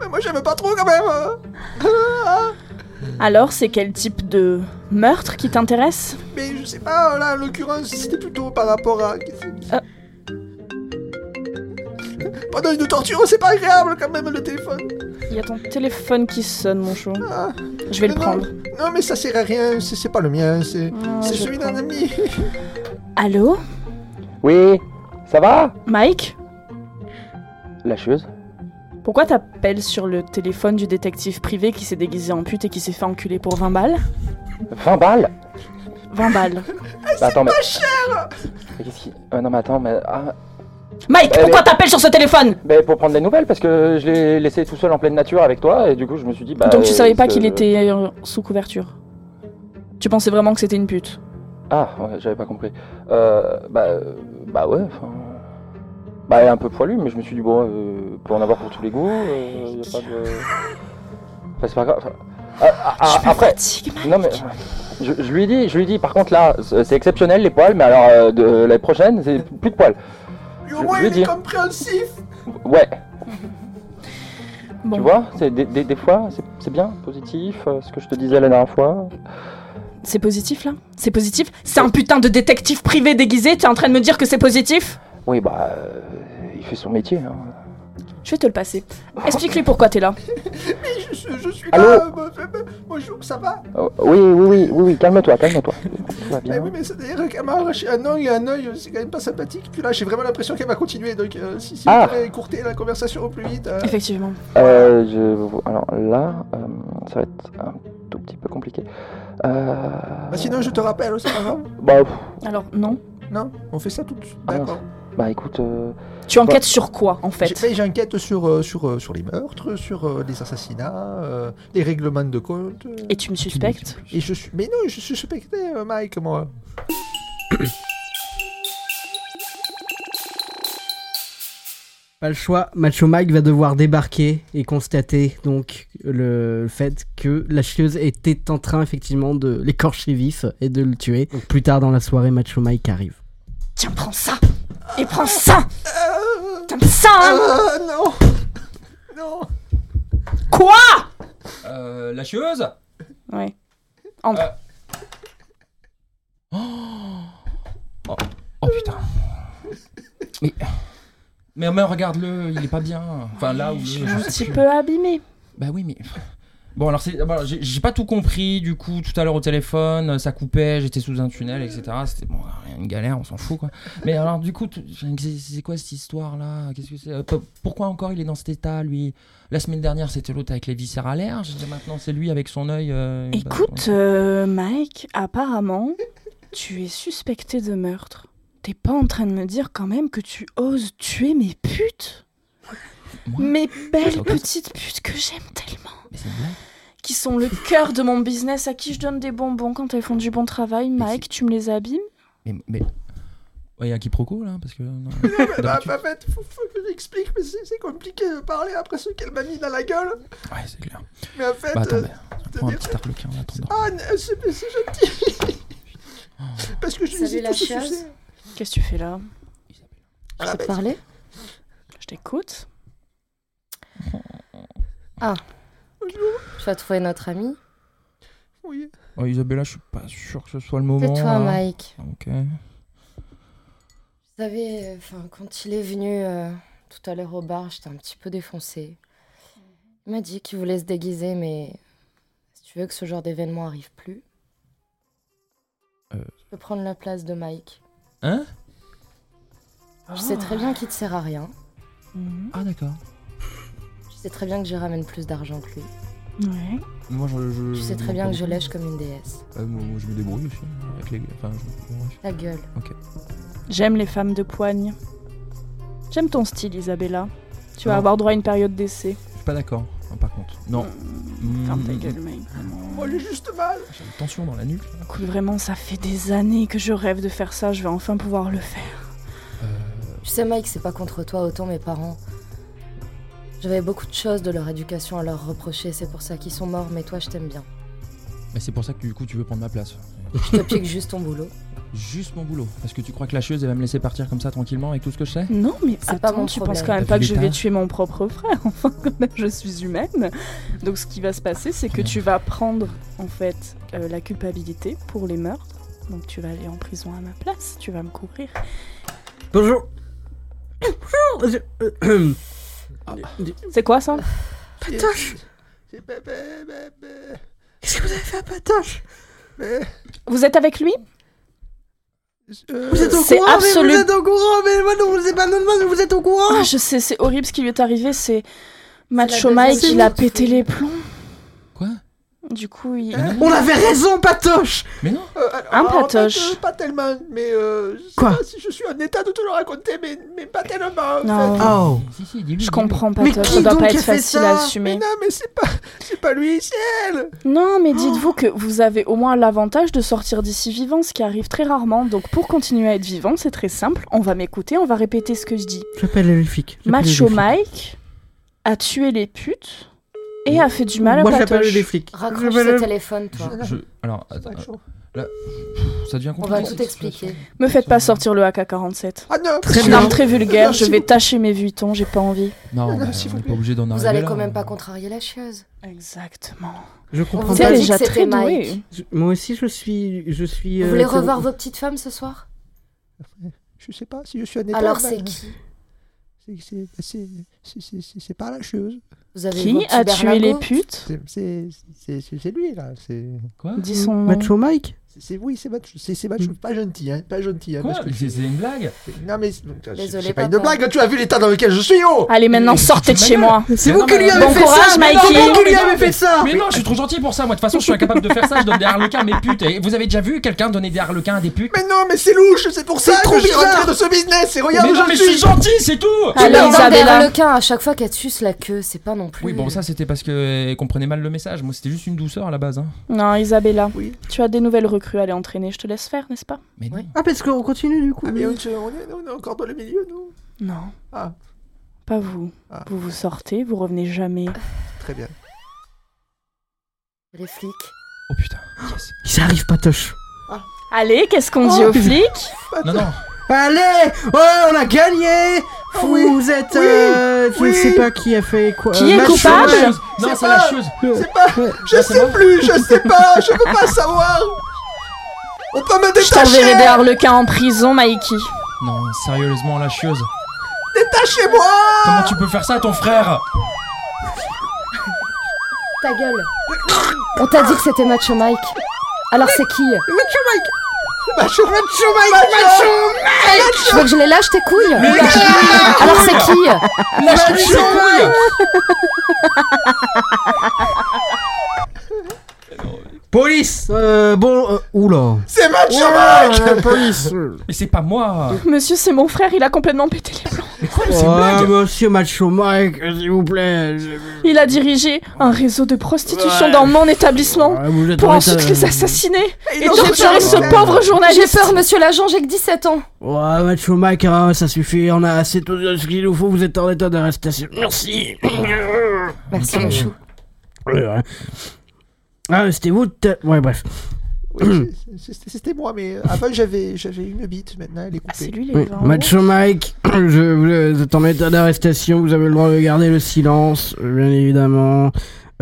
[SPEAKER 8] Mais moi j'aime pas trop quand même. hein. Ah
[SPEAKER 6] Alors, c'est quel type de meurtre qui t'intéresse
[SPEAKER 8] Mais je sais pas, là en l'occurrence c'était plutôt par rapport à. Pendant une torture, c'est pas agréable quand même le téléphone.
[SPEAKER 6] Il y a ton téléphone qui sonne, mon chou. Je vais le
[SPEAKER 8] Ah. Non,
[SPEAKER 6] prendre.
[SPEAKER 8] Non, mais ça sert à rien, c'est c'est pas le mien, c'est c'est
[SPEAKER 6] je
[SPEAKER 8] celui d'un ami.
[SPEAKER 6] Allô
[SPEAKER 7] Oui, ça va
[SPEAKER 6] Mike
[SPEAKER 7] Lâcheuse
[SPEAKER 6] Pourquoi t'appelles sur le téléphone du détective privé qui s'est déguisé en pute et qui s'est fait enculer pour 20 balles
[SPEAKER 7] 20 balles
[SPEAKER 6] 20 balles.
[SPEAKER 7] Bah, attends, mais...
[SPEAKER 8] cher
[SPEAKER 7] mais qu'est-ce qui... euh, non, mais attends, mais... ah.
[SPEAKER 6] Mike,
[SPEAKER 7] Eh,
[SPEAKER 6] pourquoi
[SPEAKER 7] mais-
[SPEAKER 6] t'appelles sur ce téléphone
[SPEAKER 7] mais Ben, Pour prendre des nouvelles, parce que je l'ai laissé tout seul en pleine nature avec toi, et du coup, je me suis dit... Bah,
[SPEAKER 6] Donc tu
[SPEAKER 7] euh,
[SPEAKER 6] savais pas
[SPEAKER 7] ce-
[SPEAKER 6] qu'il était euh, sous couverture Tu pensais vraiment que c'était une pute
[SPEAKER 7] Ah, ouais, j'avais pas compris. Euh, bah, euh, bah ouais, enfin... Bah, elle est un peu poilue, mais je me suis dit, bon, euh, pour en avoir pour tous les goûts, euh, y a pas de... Enfin, c'est pas grave. enfin, ah, ah, après, non mais je, je lui dis, je lui dis. Par contre là, c'est c'est exceptionnel les poils, mais alors euh, de la prochaine, c'est plus de poils. Je,
[SPEAKER 8] Au moins,
[SPEAKER 7] je lui
[SPEAKER 8] il est
[SPEAKER 7] dis,
[SPEAKER 8] compréhensif
[SPEAKER 7] ouais.
[SPEAKER 6] Bon.
[SPEAKER 7] Tu vois, c'est des, des- des fois, c'est- c'est bien, positif, euh, ce que je te disais la dernière fois.
[SPEAKER 6] C'est positif là C'est positif C'est un putain de détective privé déguisé, t'es en train de me dire que c'est positif
[SPEAKER 7] Oui, bah, euh, il fait son métier. hein.
[SPEAKER 6] Je vais te le passer. Explique-lui pourquoi t'es là.
[SPEAKER 8] Mais je, suis- je suis
[SPEAKER 7] Allô
[SPEAKER 8] là, euh, euh, euh, bonjour, ça va
[SPEAKER 7] Oh, oui, oui, oui, oui, oui, calme-toi, calme-toi. Tout va
[SPEAKER 8] Mais
[SPEAKER 7] bien.
[SPEAKER 8] oui, mais c'est-à-dire qu'elle m'a arraché un œil et un œil, euh, c'est quand même pas sympathique. Puis là, j'ai vraiment l'impression qu'elle va continuer, donc euh, si, si
[SPEAKER 7] Ah.
[SPEAKER 8] vous pouvez écourter la conversation au plus vite. euh.
[SPEAKER 6] Effectivement.
[SPEAKER 7] Euh, je... Alors là, euh, ça va être un tout petit peu compliqué. Euh...
[SPEAKER 8] Bah, sinon, je te rappelle, c'est pas grave
[SPEAKER 7] Bah, pff,
[SPEAKER 6] Alors non
[SPEAKER 8] Non, on fait ça tout de suite.
[SPEAKER 7] ah,
[SPEAKER 8] D'accord.
[SPEAKER 7] bah écoute. euh,
[SPEAKER 6] Tu enquêtes
[SPEAKER 7] bah,
[SPEAKER 6] sur quoi en fait
[SPEAKER 8] J'ai- J'enquête sur, euh, sur, euh, sur les meurtres, sur euh, les assassinats, euh, les règlements de compte. euh.
[SPEAKER 6] Et tu
[SPEAKER 1] Ah,
[SPEAKER 6] me suspectes
[SPEAKER 8] Et je suis... Mais non, je suis suspecté, euh, Mike, moi.
[SPEAKER 1] Pas le choix, Macho Mike va devoir débarquer et constater donc le fait que la chieuse était en train effectivement de l'écorcher vif et de le tuer. Donc, plus tard dans la soirée, Macho Mike arrive.
[SPEAKER 6] Tiens, prends ça Et prends ça T'aimes ça, hein
[SPEAKER 8] non
[SPEAKER 6] Quoi
[SPEAKER 9] Euh, la chieuse
[SPEAKER 6] Ouais. Entre.
[SPEAKER 9] Oh, oh, putain. Mais... mais, mais regarde-le, il est pas bien. Enfin là où
[SPEAKER 6] Je
[SPEAKER 9] le-
[SPEAKER 6] suis un
[SPEAKER 9] sais
[SPEAKER 6] petit
[SPEAKER 9] plus.
[SPEAKER 6] peu abîmé.
[SPEAKER 9] Bah oui, mais. Bon, alors c'est. voilà, j'ai j'ai pas tout compris, du coup, tout à l'heure au téléphone, euh, ça coupait, j'étais sous un tunnel, etc. C'était bon, rien, une galère, on s'en fout, quoi. Mais alors, du coup, tout- enfin, c'est c'est quoi cette histoire-là Qu'est-ce que c'est Euh, po- Pourquoi encore il est dans cet état, lui La semaine dernière, c'était l'autre avec les viscéralaires, maintenant c'est lui avec son œil. euh, bah,
[SPEAKER 6] Écoute, euh, Mike, apparemment, tu es suspecté de meurtre. T'es pas en train de me dire quand même que tu oses tuer mes putes Mes belles petites putes que j'aime tellement. Qui sont le cœur de mon business, à qui je donne des bonbons quand elles font du bon travail. Mike, tu me les abîmes
[SPEAKER 9] Mais. mais... Ouais, y a un quiproquo, là Parce que. non.
[SPEAKER 8] Bah, bah, en fait, faut, faut que j'explique, mais c'est c'est compliqué de parler après ce qu'elle m'a mis dans la gueule.
[SPEAKER 9] Ouais, c'est clair.
[SPEAKER 8] Mais en fait,
[SPEAKER 9] Bah, attends,
[SPEAKER 8] euh,
[SPEAKER 9] bah,
[SPEAKER 8] je
[SPEAKER 9] prends
[SPEAKER 8] veux
[SPEAKER 9] un
[SPEAKER 8] dire-
[SPEAKER 9] petit arlequin, en attendant.
[SPEAKER 8] ah, n- c'est mais c'est gentil.
[SPEAKER 9] Ah.
[SPEAKER 8] Parce que je
[SPEAKER 5] Salut,
[SPEAKER 8] les ai
[SPEAKER 5] la
[SPEAKER 8] tous
[SPEAKER 5] chasse.
[SPEAKER 8] sucés.
[SPEAKER 6] Qu'est-ce que tu fais là
[SPEAKER 8] Ah, bah,
[SPEAKER 5] Parler
[SPEAKER 6] Je t'écoute.
[SPEAKER 5] Ah. Tu vas trouver notre ami
[SPEAKER 9] Oh, Isabella, je suis pas sûr que ce soit le moment.
[SPEAKER 5] Tais-toi,
[SPEAKER 9] là.
[SPEAKER 5] Mike.
[SPEAKER 9] Ok.
[SPEAKER 5] Vous savez, euh, enfin, quand il est venu euh, tout à l'heure au bar, j'étais un petit peu défoncée.
[SPEAKER 7] Mhm.
[SPEAKER 5] Il m'a dit qu'il voulait se déguiser, mais si tu veux que ce genre d'événement arrive plus,
[SPEAKER 9] Euh.
[SPEAKER 5] je peux prendre la place de Mike.
[SPEAKER 9] Hein
[SPEAKER 7] Ah.
[SPEAKER 5] Je sais très bien qu'il te sert à rien.
[SPEAKER 9] Ah, d'accord.
[SPEAKER 5] Je sais très bien que je ramène plus d'argent que lui.
[SPEAKER 7] Ouais.
[SPEAKER 9] Moi, je. je-
[SPEAKER 5] Tu sais
[SPEAKER 9] je
[SPEAKER 5] très
[SPEAKER 9] m'en
[SPEAKER 5] bien que je
[SPEAKER 9] connais.
[SPEAKER 5] lèche comme une déesse.
[SPEAKER 9] Euh, moi, moi, je me débrouille aussi. hein, Avec les. Enfin, je... bon, bref.
[SPEAKER 5] Ta gueule.
[SPEAKER 9] Ok.
[SPEAKER 7] J'aime les femmes de poigne. J'aime ton style, Isabella. Tu vas
[SPEAKER 9] Non.
[SPEAKER 7] avoir droit à une période d'essai.
[SPEAKER 9] Je suis pas d'accord, hein, par contre. Non.
[SPEAKER 7] Ferme ta
[SPEAKER 9] Mm,
[SPEAKER 7] gueule,
[SPEAKER 9] mm,
[SPEAKER 7] mec.
[SPEAKER 9] Oh, il est juste mal J'ai une tension dans la nuque. là.
[SPEAKER 7] Écoute, vraiment, ça fait des années que je rêve de faire ça. Je vais enfin pouvoir le faire.
[SPEAKER 5] Tu sais, Mike, c'est pas contre toi autant mes parents. J'avais beaucoup de choses de leur éducation à leur reprocher, c'est pour ça qu'ils sont morts, mais toi, je t'aime bien.
[SPEAKER 9] Mais c'est pour ça que du coup, tu veux prendre ma place.
[SPEAKER 5] Je te pique juste ton boulot.
[SPEAKER 9] Juste mon boulot. Parce que tu crois que la chieuse, elle va me laisser partir comme ça tranquillement avec tout ce que je sais
[SPEAKER 7] Non, mais
[SPEAKER 5] C'est pas
[SPEAKER 7] attends,
[SPEAKER 5] mon
[SPEAKER 7] tu
[SPEAKER 5] problème.
[SPEAKER 7] penses quand même
[SPEAKER 9] T'as
[SPEAKER 7] pas
[SPEAKER 9] vu
[SPEAKER 7] que je
[SPEAKER 9] l'état
[SPEAKER 7] vais tuer mon propre frère. Enfin, quand même, je suis humaine. Donc, ce qui va se passer, c'est que tu vas prendre, en fait, euh, la culpabilité pour les meurtres. Donc, tu vas aller en prison à ma place. Tu vas me courir.
[SPEAKER 1] Bonjour.
[SPEAKER 7] C'est quoi ça
[SPEAKER 4] Patoche
[SPEAKER 7] Qu'est-ce que vous avez fait à Patoche Vous êtes avec lui
[SPEAKER 4] Vous êtes au
[SPEAKER 7] C'est
[SPEAKER 4] courant,
[SPEAKER 7] absolu-
[SPEAKER 4] mais vous êtes au courant, mais moi, non, vous êtes pas normal, mais vous êtes au courant.
[SPEAKER 7] Ah, je sais, c'est horrible ce qui lui est arrivé. C'est Macho
[SPEAKER 4] deuxième
[SPEAKER 7] Mike, il a
[SPEAKER 4] saison.
[SPEAKER 7] pété les plombs.
[SPEAKER 9] Quoi
[SPEAKER 7] Du coup, il.
[SPEAKER 4] On avait raison, Patoche
[SPEAKER 9] Mais non
[SPEAKER 4] Euh, alors,
[SPEAKER 7] Un
[SPEAKER 4] en fait,
[SPEAKER 7] patoche.
[SPEAKER 4] euh, pas tellement, mais euh, je sais
[SPEAKER 7] Quoi
[SPEAKER 4] pas si je suis en état de te le raconter, mais, mais pas tellement. en
[SPEAKER 7] Non.
[SPEAKER 4] fait.
[SPEAKER 1] Oh.
[SPEAKER 7] Je comprends pas,
[SPEAKER 4] Mais
[SPEAKER 7] toi,
[SPEAKER 4] qui
[SPEAKER 7] ça doit
[SPEAKER 4] donc
[SPEAKER 7] pas
[SPEAKER 4] a
[SPEAKER 7] être
[SPEAKER 4] fait
[SPEAKER 7] facile
[SPEAKER 4] ça
[SPEAKER 7] à assumer.
[SPEAKER 4] Mais non, mais c'est pas, c'est pas lui, c'est elle.
[SPEAKER 7] Non, mais dites-vous que vous avez au moins l'avantage de sortir d'ici vivant, ce qui arrive très rarement. Donc pour continuer à être vivant, c'est très simple. On va m'écouter, on va répéter ce que je dis.
[SPEAKER 1] J'appelle les flics. J'appelle
[SPEAKER 7] Macho
[SPEAKER 1] les flics.
[SPEAKER 7] Mike a tué les putes et a fait du mal à
[SPEAKER 1] Moi,
[SPEAKER 7] Patoche.
[SPEAKER 1] j'appelle les flics.
[SPEAKER 5] Raccroche le téléphone, toi.
[SPEAKER 9] Je. Alors, attends. euh, Là, ça devient
[SPEAKER 5] On
[SPEAKER 9] compliqué.
[SPEAKER 5] va
[SPEAKER 9] cette
[SPEAKER 5] tout expliquer.
[SPEAKER 7] Me faites pas sortir le AK-47.
[SPEAKER 4] Ah non,
[SPEAKER 7] C'est une
[SPEAKER 9] bien.
[SPEAKER 7] arme très vulgaire,
[SPEAKER 9] Non,
[SPEAKER 7] je
[SPEAKER 9] s'il
[SPEAKER 7] vais
[SPEAKER 9] vous-
[SPEAKER 7] tâcher mes vuitons, j'ai pas envie.
[SPEAKER 5] Non,
[SPEAKER 9] Non, mais
[SPEAKER 5] s'il
[SPEAKER 9] on
[SPEAKER 5] vous
[SPEAKER 9] n'est
[SPEAKER 5] plaît.
[SPEAKER 9] pas obligé d'en
[SPEAKER 5] Vous
[SPEAKER 9] arriver
[SPEAKER 5] allez
[SPEAKER 9] là. hein.
[SPEAKER 5] quand même pas contrarier la chieuse.
[SPEAKER 7] Exactement.
[SPEAKER 1] Je
[SPEAKER 5] On
[SPEAKER 1] comprends
[SPEAKER 5] vous
[SPEAKER 1] pas.
[SPEAKER 5] a dit que c'était Mike.
[SPEAKER 1] Je- Moi aussi, je suis. Je suis
[SPEAKER 5] Vous
[SPEAKER 1] euh,
[SPEAKER 5] voulez
[SPEAKER 1] terror-
[SPEAKER 5] revoir vos petites femmes ce soir
[SPEAKER 4] Je sais pas si je suis en état.
[SPEAKER 5] Alors,
[SPEAKER 4] mais-
[SPEAKER 5] c'est qui
[SPEAKER 4] C'est- c'est- c'est- c'est- c'est- C'est c'est pas la chose.
[SPEAKER 5] Vous avez
[SPEAKER 7] Qui
[SPEAKER 5] vos petits
[SPEAKER 7] a tué les
[SPEAKER 5] berlingots
[SPEAKER 7] putes
[SPEAKER 4] C'est- C'est c'est- c'est- c'est lui là. C'est
[SPEAKER 9] Quoi
[SPEAKER 7] Dis son nom.
[SPEAKER 1] Macho Mike
[SPEAKER 4] C'est- c'est- oui, c'est macho, c'est c'est macho, pas gentil, hein, pas gentil. Hein,
[SPEAKER 9] Quoi
[SPEAKER 4] parce que
[SPEAKER 9] C'est
[SPEAKER 7] Ah,
[SPEAKER 9] c'est une blague
[SPEAKER 4] non mais c'est- c'est-
[SPEAKER 5] Désolé,
[SPEAKER 4] c'est pas une
[SPEAKER 5] papa.
[SPEAKER 4] blague. Tu as vu l'état dans lequel je suis, oh.
[SPEAKER 7] Allez maintenant sortez de chez moi.
[SPEAKER 1] C'est
[SPEAKER 9] Mais
[SPEAKER 1] vous
[SPEAKER 9] non,
[SPEAKER 1] qui lui
[SPEAKER 9] mais-
[SPEAKER 1] avez
[SPEAKER 7] Bon
[SPEAKER 1] fait
[SPEAKER 7] courage,
[SPEAKER 1] ça mais non, C'est
[SPEAKER 7] Mikey.
[SPEAKER 1] vous qui lui
[SPEAKER 9] non,
[SPEAKER 1] avez
[SPEAKER 9] mais-
[SPEAKER 1] fait ça
[SPEAKER 9] Mais non, je suis trop gentil pour ça, moi. De toute façon, je suis incapable de faire ça. Je donne des harlequins à mes putes. Et vous avez déjà vu quelqu'un donner des harlequins à des putes
[SPEAKER 4] Mais non, mais c'est louche. C'est pour ça
[SPEAKER 1] C'est trop
[SPEAKER 4] que je suis
[SPEAKER 1] bizarre.
[SPEAKER 4] rentré de ce business. Et regarde
[SPEAKER 9] mais non,
[SPEAKER 4] où
[SPEAKER 9] mais
[SPEAKER 4] je
[SPEAKER 9] je suis
[SPEAKER 4] suis.
[SPEAKER 9] gentil, c'est tout
[SPEAKER 5] Tu
[SPEAKER 7] Alors,
[SPEAKER 5] leur donnes des
[SPEAKER 7] Isabella.
[SPEAKER 5] reloquins à chaque fois qu'elle te suce la queue, c'est pas non plus.
[SPEAKER 9] Oui, bon, ça c'était parce qu'elle comprenait mal le message. Moi, c'était juste une douceur à la base. Hein.
[SPEAKER 7] Non, Isabella,
[SPEAKER 4] Oui.
[SPEAKER 7] tu as des nouvelles recrues, allez entraîner, je te laisse faire, n'est-ce pas
[SPEAKER 9] Mais non.
[SPEAKER 5] Oui.
[SPEAKER 1] Ah, parce qu'on continue du coup.
[SPEAKER 4] Ah mais on, on est, on est encore dans le milieu, nous.
[SPEAKER 7] Non.
[SPEAKER 4] Ah.
[SPEAKER 7] Pas vous.
[SPEAKER 4] Ah.
[SPEAKER 7] Vous vous sortez, vous revenez jamais.
[SPEAKER 4] Très bien.
[SPEAKER 5] Les flics.
[SPEAKER 9] Oh putain, yes.
[SPEAKER 1] Ça arrive, Patoche.
[SPEAKER 7] Allez, qu'est-ce qu'on
[SPEAKER 4] Oh.
[SPEAKER 7] dit aux flics
[SPEAKER 9] Non, non,
[SPEAKER 1] Allez Oh, on a gagné
[SPEAKER 4] Ah oui.
[SPEAKER 1] Vous êtes.
[SPEAKER 4] Oui.
[SPEAKER 1] euh, je
[SPEAKER 4] Oui.
[SPEAKER 1] sais pas qui a fait quoi. euh,
[SPEAKER 7] Qui est
[SPEAKER 1] Macho
[SPEAKER 7] coupable
[SPEAKER 1] Mike.
[SPEAKER 9] chose. Non,
[SPEAKER 4] C'est
[SPEAKER 9] c'est la
[SPEAKER 4] pas-
[SPEAKER 9] chose.
[SPEAKER 4] C'est pas. Je
[SPEAKER 1] Ah,
[SPEAKER 4] sais plus. Je sais pas. Je veux pas savoir. On peut me
[SPEAKER 7] Je t'enverrai des
[SPEAKER 4] détacher.
[SPEAKER 7] harlequins en prison, Mikey.
[SPEAKER 9] Non, sérieusement, la chose.
[SPEAKER 4] Détachez-moi.
[SPEAKER 9] Comment tu peux faire ça à ton frère
[SPEAKER 5] Ta gueule On t'a dit que c'était Macho Mike. Alors, c'est qui
[SPEAKER 4] Macho, macho, Mike, macho,
[SPEAKER 5] Tu veux que je les lâche tes couilles Alors, c'est qui
[SPEAKER 9] Lâche-moi ses couilles
[SPEAKER 1] Police euh, Bon. euh, oula.
[SPEAKER 4] c'est macho.
[SPEAKER 1] Euh, police
[SPEAKER 9] Mais c'est pas moi
[SPEAKER 7] Monsieur, c'est mon frère, il a complètement pété les plombs.
[SPEAKER 9] Mais quoi, mais c'est une
[SPEAKER 1] Oh,
[SPEAKER 9] blague
[SPEAKER 1] monsieur Macho Mike, s'il vous plaît.
[SPEAKER 7] Il a dirigé un réseau de prostitution
[SPEAKER 1] Ouais.
[SPEAKER 7] dans mon établissement
[SPEAKER 1] Ouais, Ah, euh, vous êtes
[SPEAKER 7] pour
[SPEAKER 1] dans
[SPEAKER 7] ensuite
[SPEAKER 1] l'état-
[SPEAKER 7] les assassiner et
[SPEAKER 4] non,
[SPEAKER 7] torturer
[SPEAKER 4] non,
[SPEAKER 7] ce
[SPEAKER 4] non.
[SPEAKER 7] pauvre
[SPEAKER 5] J'ai
[SPEAKER 7] journaliste.
[SPEAKER 5] peur, monsieur l'agent, j'ai que 17 ans.
[SPEAKER 1] Ouais, Macho Mike, hein, ça suffit, on a assez tout de ce qu'il nous faut, vous êtes en état d'arrestation. Merci.
[SPEAKER 5] Merci, mon chou.
[SPEAKER 1] hein. Ah, c'était vous tout à- Ouais, bref.
[SPEAKER 4] Oui, c'est- c'est- C'était moi, mais euh, avant j'avais j'avais une bite, maintenant elle est
[SPEAKER 7] Ah, c'est
[SPEAKER 4] coupée.
[SPEAKER 7] lui les
[SPEAKER 1] Oui,
[SPEAKER 7] gars.
[SPEAKER 1] Macho Mike. je, vous êtes en état d'arrestation, vous avez le droit de garder le silence, bien évidemment.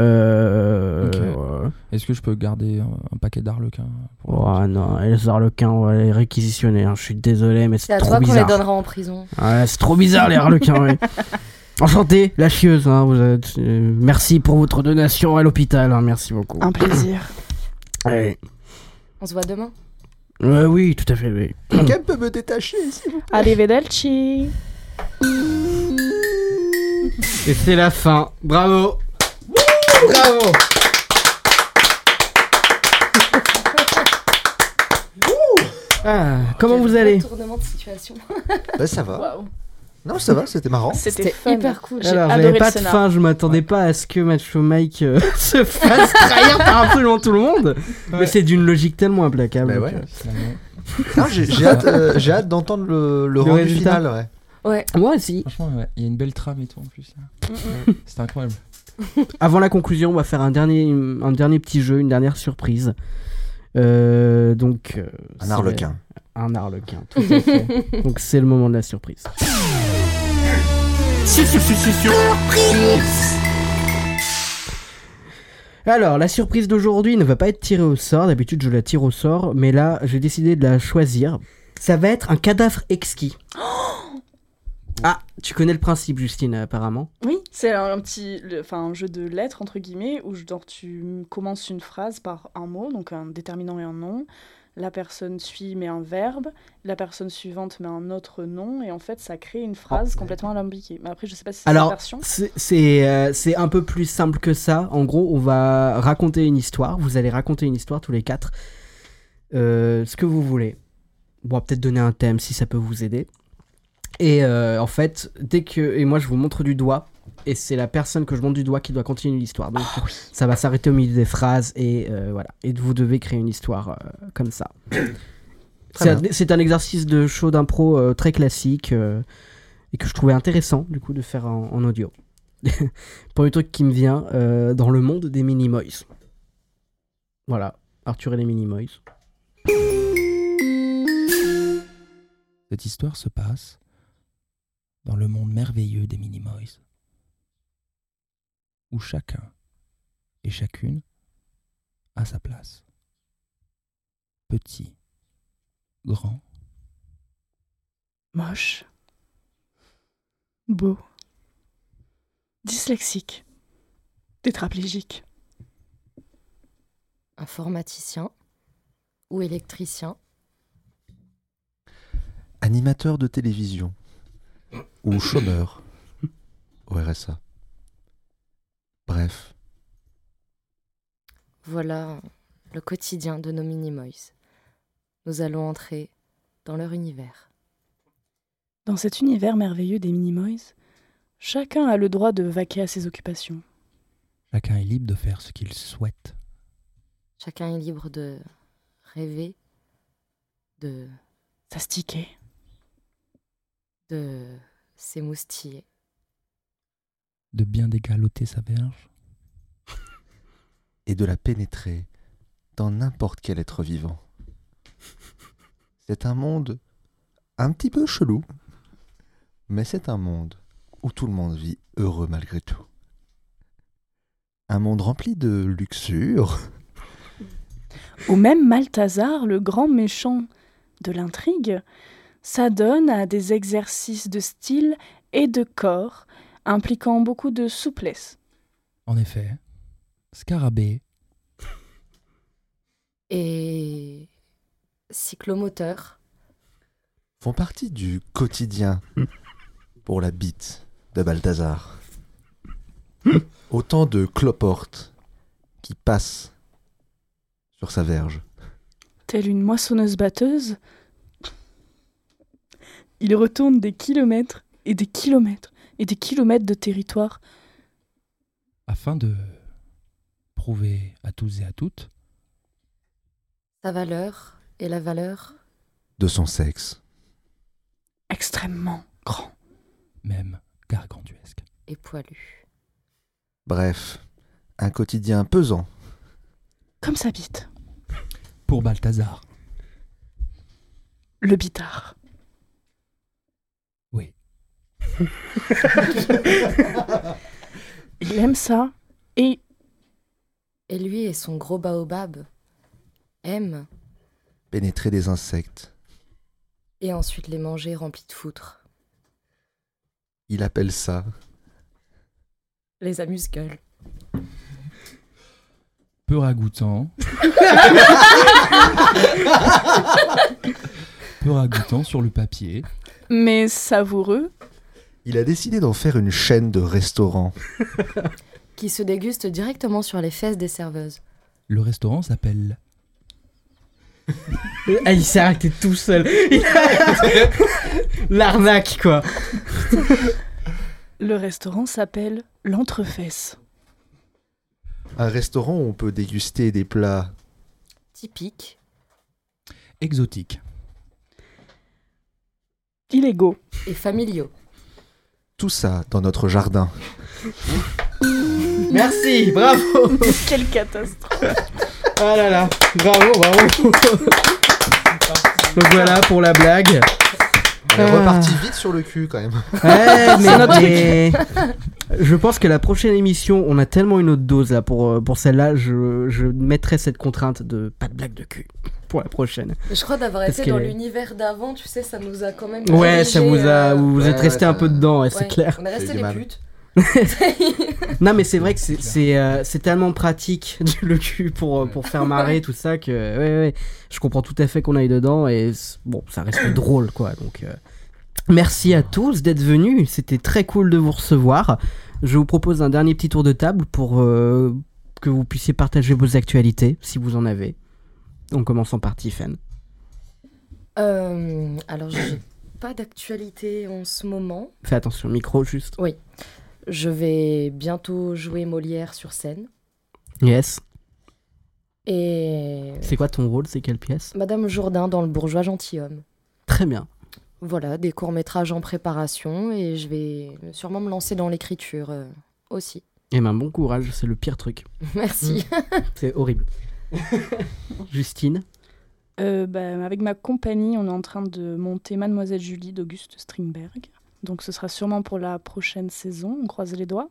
[SPEAKER 1] Euh,
[SPEAKER 9] Ok.
[SPEAKER 1] voilà.
[SPEAKER 9] Est-ce que je peux garder un, un paquet d'arlequins
[SPEAKER 1] Oh non, et les harlequins, on va les réquisitionner. hein. Je suis désolé, mais
[SPEAKER 5] C'est
[SPEAKER 1] c'est
[SPEAKER 5] à
[SPEAKER 1] trop
[SPEAKER 5] toi qu'on les
[SPEAKER 1] bizarre.
[SPEAKER 5] donnera en prison.
[SPEAKER 1] Ouais, c'est trop bizarre, les harlequins, oui. Enchanté, la chieuse, hein, vous êtes- euh, merci pour votre donation à l'hôpital, hein, merci beaucoup.
[SPEAKER 5] Un plaisir.
[SPEAKER 1] Ouais.
[SPEAKER 5] On se voit demain.
[SPEAKER 1] Ouais, oui, tout à fait, oui.
[SPEAKER 15] Quelqu'un peut me détacher, s'il vous plaît Arrivederci
[SPEAKER 1] Et c'est la fin, bravo Bravo Ah, comment vous allez
[SPEAKER 5] Tournement de situation.
[SPEAKER 8] Bah, ça va. Non, ça va, c'était marrant.
[SPEAKER 5] C'était
[SPEAKER 10] fun.
[SPEAKER 5] hyper cool. J'ai
[SPEAKER 1] Alors,
[SPEAKER 5] adoré
[SPEAKER 1] j'avais
[SPEAKER 5] le
[SPEAKER 1] pas de
[SPEAKER 5] scénar.
[SPEAKER 1] fin, je m'attendais pas à ce que Macho Mike euh, se fasse trahir par absolument tout le monde. Mais c'est d'une logique tellement implacable.
[SPEAKER 8] Bah ouais,
[SPEAKER 1] que-
[SPEAKER 8] finalement. Non, j'ai j'ai hâte, euh, j'ai hâte d'entendre le, le, rendu
[SPEAKER 1] résultat.
[SPEAKER 8] final. Ouais.
[SPEAKER 5] Ouais.
[SPEAKER 1] Moi aussi.
[SPEAKER 9] Franchement, ouais, il y a une belle trame et tout en plus. là.
[SPEAKER 5] Mm,
[SPEAKER 9] C'était incroyable.
[SPEAKER 1] Avant la conclusion, on va faire un dernier, un dernier petit jeu, une dernière surprise. Euh, donc, euh,
[SPEAKER 8] Un
[SPEAKER 1] c'est-
[SPEAKER 8] arlequin.
[SPEAKER 1] Un arlequin, tout à fait. donc c'est le moment de la surprise.
[SPEAKER 12] Surprise
[SPEAKER 1] Alors, la surprise d'aujourd'hui ne va pas être tirée au sort. D'habitude, je la tire au sort, mais là, j'ai décidé de la choisir. Ça va être un cadavre exquis. ah, tu connais le principe, Justine, apparemment.
[SPEAKER 7] Oui, c'est un, un petit, le- enfin un jeu de lettres entre guillemets où je- donc, tu m- commences une phrase par un mot, donc un déterminant et un nom. La personne suit met un verbe, la personne suivante met un autre nom, et en fait ça crée une phrase complètement alambiquée. Mais après je sais pas si c'est la
[SPEAKER 1] Alors,
[SPEAKER 7] version.
[SPEAKER 1] c'est- c'est euh, c'est un peu plus simple que ça. En gros, on va raconter une histoire. Vous allez raconter une histoire tous les quatre. Euh, ce que vous voulez. Bon, on va peut-être donner un thème si ça peut vous aider. Et euh, en fait, dès que. Et moi, je vous montre du doigt. Et c'est la personne que je montre du doigt qui doit continuer l'histoire. Donc, ça va s'arrêter au milieu des phrases. Et euh, voilà. Et vous devez créer une histoire euh, comme ça. C'est un,
[SPEAKER 8] bien.
[SPEAKER 1] c'est un exercice de show d'impro euh, très classique. euh, et que je trouvais intéressant, du coup, de faire en, en audio. Premier truc qui me vient euh, dans le monde des Minimoys. Voilà. Arthur et les Minimoys.
[SPEAKER 9] Cette histoire se passe dans le monde merveilleux des Minimoys, où chacun et chacune a sa place. Petit, grand,
[SPEAKER 7] Moche. Beau. Dyslexique. Tétraplégique.
[SPEAKER 5] Informaticien ou électricien.
[SPEAKER 8] Animateur de télévision ou chômeur au RSA. Bref,
[SPEAKER 5] Voilà le quotidien de nos Minimoys. Nous allons entrer dans leur univers.
[SPEAKER 7] Dans cet univers merveilleux des Minimoys, chacun a le droit de vaquer à ses occupations.
[SPEAKER 9] chacun est libre de faire ce qu'il souhaite.
[SPEAKER 5] Chacun est libre de rêver, de
[SPEAKER 7] s'astiquer,
[SPEAKER 5] de s'émoustiller.
[SPEAKER 9] De bien dégaloter sa verge,
[SPEAKER 8] et de la pénétrer dans n'importe quel être vivant. C'est un monde un petit peu chelou, mais c'est un monde où tout le monde vit heureux malgré tout. Un monde rempli de luxure.
[SPEAKER 7] Ou même Malthazar, le grand méchant de l'intrigue, s'adonne à des exercices de style et de corps, impliquant beaucoup de souplesse.
[SPEAKER 9] en effet. Scarabée,
[SPEAKER 5] Et cyclomoteur,
[SPEAKER 8] font partie du quotidien pour la bite de Balthazar. Autant de cloportes qui passent sur sa verge.
[SPEAKER 7] Telle une moissonneuse batteuse, il retourne des kilomètres et des kilomètres et des kilomètres de territoire
[SPEAKER 9] afin de prouver à tous et à toutes
[SPEAKER 5] sa valeur et la valeur
[SPEAKER 8] De son sexe.
[SPEAKER 7] extrêmement grand.
[SPEAKER 9] même gargantuesque.
[SPEAKER 5] et poilu.
[SPEAKER 8] Bref, un quotidien pesant.
[SPEAKER 7] Comme sa bite,
[SPEAKER 9] Pour Balthazar,
[SPEAKER 7] le bitard.
[SPEAKER 9] oui,
[SPEAKER 1] Ah,
[SPEAKER 7] Il aime ça. Et...
[SPEAKER 5] Et lui et son gros baobab aiment
[SPEAKER 8] Pénétrer des insectes.
[SPEAKER 5] et ensuite les manger remplis de foutre.
[SPEAKER 8] Il appelle ça.
[SPEAKER 5] Les amuse-gueules.
[SPEAKER 9] Peu ragoûtant. Peu ragoûtant sur le papier.
[SPEAKER 7] Mais savoureux,
[SPEAKER 8] Il a décidé d'en faire une chaîne de restaurants.
[SPEAKER 5] Qui se dégustent directement sur les fesses des serveuses.
[SPEAKER 9] Le restaurant s'appelle.
[SPEAKER 1] Ah, il s'est arrêté tout seul. Il a- L'arnaque, quoi.
[SPEAKER 7] le restaurant s'appelle l'entrefesse.
[SPEAKER 8] Un restaurant où on peut déguster des plats
[SPEAKER 5] Typique.
[SPEAKER 9] Exotique.
[SPEAKER 7] Illégaux.
[SPEAKER 5] Et familiaux.
[SPEAKER 8] Tout ça dans notre jardin.
[SPEAKER 1] Merci, bravo.
[SPEAKER 7] Quelle catastrophe.
[SPEAKER 1] Ah là là, bravo, bravo. Donc voilà pour la blague.
[SPEAKER 8] On est
[SPEAKER 1] Ah.
[SPEAKER 8] reparti vite sur le cul quand même.
[SPEAKER 1] Ouais, mais, mais- je pense que la prochaine émission, on a tellement une autre dose là pour, euh, pour celle-là, je, je mettrai cette contrainte de pas de blague de cul pour la prochaine.
[SPEAKER 5] Je crois d'avoir
[SPEAKER 1] Parce
[SPEAKER 5] été dans
[SPEAKER 1] qu'elle est-
[SPEAKER 5] l'univers d'avant, tu sais, ça nous a quand même.
[SPEAKER 1] Ouais, ça vous a, vous
[SPEAKER 8] Ouais,
[SPEAKER 1] êtes
[SPEAKER 8] ouais,
[SPEAKER 1] resté
[SPEAKER 8] ça-
[SPEAKER 1] un peu dedans, ouais,
[SPEAKER 5] euh, Ouais,
[SPEAKER 1] c'est clair.
[SPEAKER 5] On est resté les putes.
[SPEAKER 1] non mais c'est vrai que c'est c'est, euh, c'est tellement pratique du- le cul pour euh, pour faire marrer tout ça que ouais, ouais, ouais, je comprends tout à fait qu'on aille dedans et c'est- bon ça reste drôle quoi donc euh, merci à tous d'être venus c'était très cool de vous recevoir je vous propose un dernier petit tour de table pour euh, que vous puissiez partager vos actualités si vous en avez en commençant par Tiffen
[SPEAKER 5] Euh, alors, j'ai pas d'actualité en ce moment.
[SPEAKER 1] fais attention au micro juste
[SPEAKER 5] Oui. Je vais bientôt jouer Molière sur scène.
[SPEAKER 1] yes
[SPEAKER 5] Et.
[SPEAKER 1] c'est quoi ton rôle c'est quelle pièce
[SPEAKER 5] Madame Jourdain dans Le Bourgeois Gentilhomme.
[SPEAKER 1] très bien
[SPEAKER 5] Voilà, des courts-métrages en préparation et je vais sûrement me lancer dans l'écriture euh, aussi.
[SPEAKER 1] et ben bon courage c'est le pire truc
[SPEAKER 5] Merci.
[SPEAKER 1] c'est horrible Justine
[SPEAKER 7] Euh, bah, avec ma compagnie, on est en train de monter Mademoiselle Julie d'Auguste Strindberg. Donc ce sera sûrement pour la prochaine saison, on croise les doigts.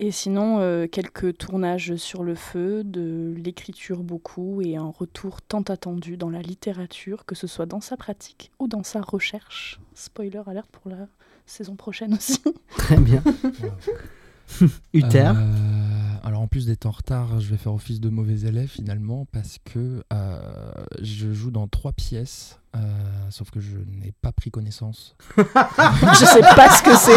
[SPEAKER 7] Et sinon, euh, quelques tournages sur le feu, de l'écriture beaucoup et un retour tant attendu dans la littérature, que ce soit dans sa pratique ou dans sa recherche. Spoiler alerte pour la saison prochaine aussi.
[SPEAKER 1] Très bien. Uther
[SPEAKER 9] Euh, alors en plus d'être en retard, je vais faire office de mauvais élève finalement parce que euh, je joue dans trois pièces, euh, sauf que je n'ai pas pris connaissance.
[SPEAKER 7] Je sais pas ce que c'est.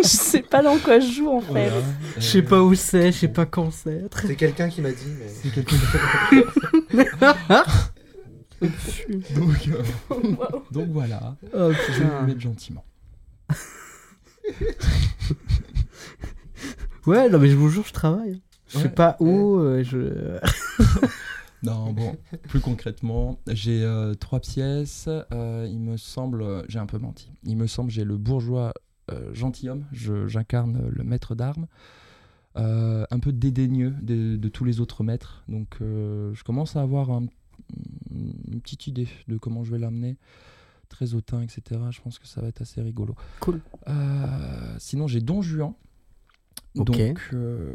[SPEAKER 7] je sais pas dans quoi je joue en fait.
[SPEAKER 9] Voilà.
[SPEAKER 1] Je sais pas où c'est, je sais pas quand c'est.
[SPEAKER 8] C'est quelqu'un qui m'a dit, mais. C'est
[SPEAKER 9] Euh, quelqu'un donc, euh, donc voilà,
[SPEAKER 1] Oh,
[SPEAKER 9] je vais
[SPEAKER 1] putain.
[SPEAKER 9] me mettre gentiment.
[SPEAKER 1] Ouais, non mais je vous jure, je travaille. Je sais
[SPEAKER 9] Ouais.
[SPEAKER 1] pas où, euh, je...
[SPEAKER 9] Non, bon, plus concrètement, j'ai euh, trois pièces. euh, il me semble, euh, j'ai un peu menti. Il me semble, j'ai le bourgeois euh, gentilhomme. je- J'incarne le maître d'armes, euh, un peu dédaigneux de, de tous les autres maîtres. Donc, euh, je commence à avoir un- une petite idée de comment je vais l'amener. Très hautain, etc. Je pense que ça va être assez rigolo. Euh,
[SPEAKER 1] Cool.
[SPEAKER 9] sinon, j'ai Don Juan.
[SPEAKER 1] Ok.
[SPEAKER 9] Donc, euh,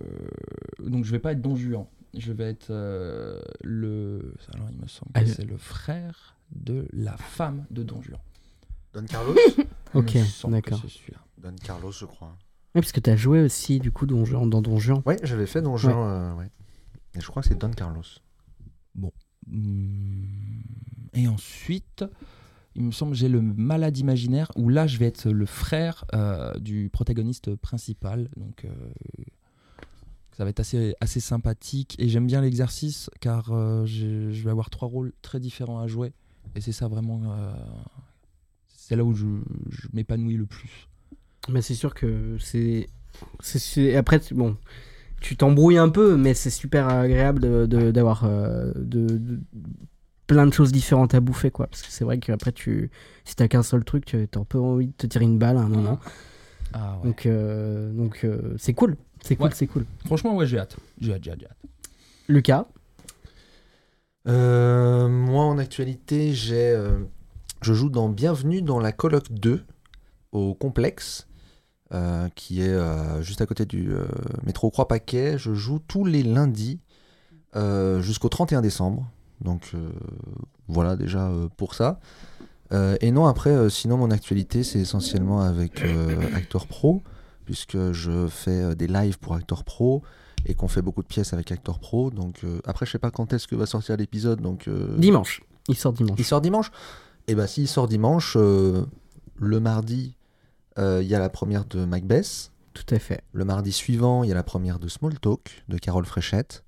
[SPEAKER 9] donc je vais pas être Don Juan. Je vais être euh, le. Alors il me semble que
[SPEAKER 1] Ah,
[SPEAKER 9] c'est le frère de la femme de Don Juan.
[SPEAKER 8] Don Carlos
[SPEAKER 9] Il me
[SPEAKER 1] Ok,
[SPEAKER 9] semble que
[SPEAKER 1] d'accord.
[SPEAKER 9] c'est celui-là.
[SPEAKER 8] Don Carlos, je crois.
[SPEAKER 1] Ouais, parce que t'as joué aussi, du coup, donjon, dans Donjon.
[SPEAKER 8] Ouais, j'avais fait Don Juan, euh, ouais. Et je crois que c'est Don Carlos.
[SPEAKER 9] Hmm. Et ensuite, il me semble que j'ai le malade imaginaire où là je vais être le frère euh, du protagoniste principal. Donc euh, ça va être assez, assez sympathique et j'aime bien l'exercice car euh, je, je vais avoir trois rôles très différents à jouer et c'est ça vraiment. euh, c'est là où je, je m'épanouis le plus.
[SPEAKER 1] Mais c'est sûr que c'est... c'est- c'est- Après, tu- bon, tu t'embrouilles un peu, mais c'est super agréable de- de- d'avoir euh, de, de- plein de choses différentes à bouffer, quoi. Parce que c'est vrai qu'après, tu... si t'as qu'un seul truc, tu- t'as un peu envie de te tirer une balle hein, à un moment.
[SPEAKER 9] Ah ouais.
[SPEAKER 1] Donc, euh, donc euh, c'est cool, c'est cool,
[SPEAKER 9] Ouais.
[SPEAKER 1] c'est cool.
[SPEAKER 9] Franchement, ouais, j'ai hâte. J'ai hâte, j'ai hâte, j'ai hâte.
[SPEAKER 1] Lucas
[SPEAKER 8] Euh, moi, en actualité, j'ai euh, Je joue dans Bienvenue dans la colloque 2 au complexe, euh, qui est euh, juste à côté du euh, métro Croix-Paquet. Je joue tous les lundis euh, jusqu'au 31 décembre. Donc euh, voilà déjà euh, pour ça. Euh, et non, après, euh, sinon, mon actualité, c'est essentiellement avec euh, Acteur Pro, puisque je fais euh, des lives pour Acteur Pro et qu'on fait beaucoup de pièces avec Acteur Pro. Donc euh, après, je sais pas quand est-ce que va sortir l'épisode. Donc euh,
[SPEAKER 1] Dimanche. Il sort dimanche.
[SPEAKER 8] Il sort dimanche. Et ben s'il sort dimanche, euh, le mardi, euh, il y a la première de Macbeth.
[SPEAKER 1] Tout à fait.
[SPEAKER 8] Le mardi suivant, il y a la première de Small Talk de Carole Fréchette.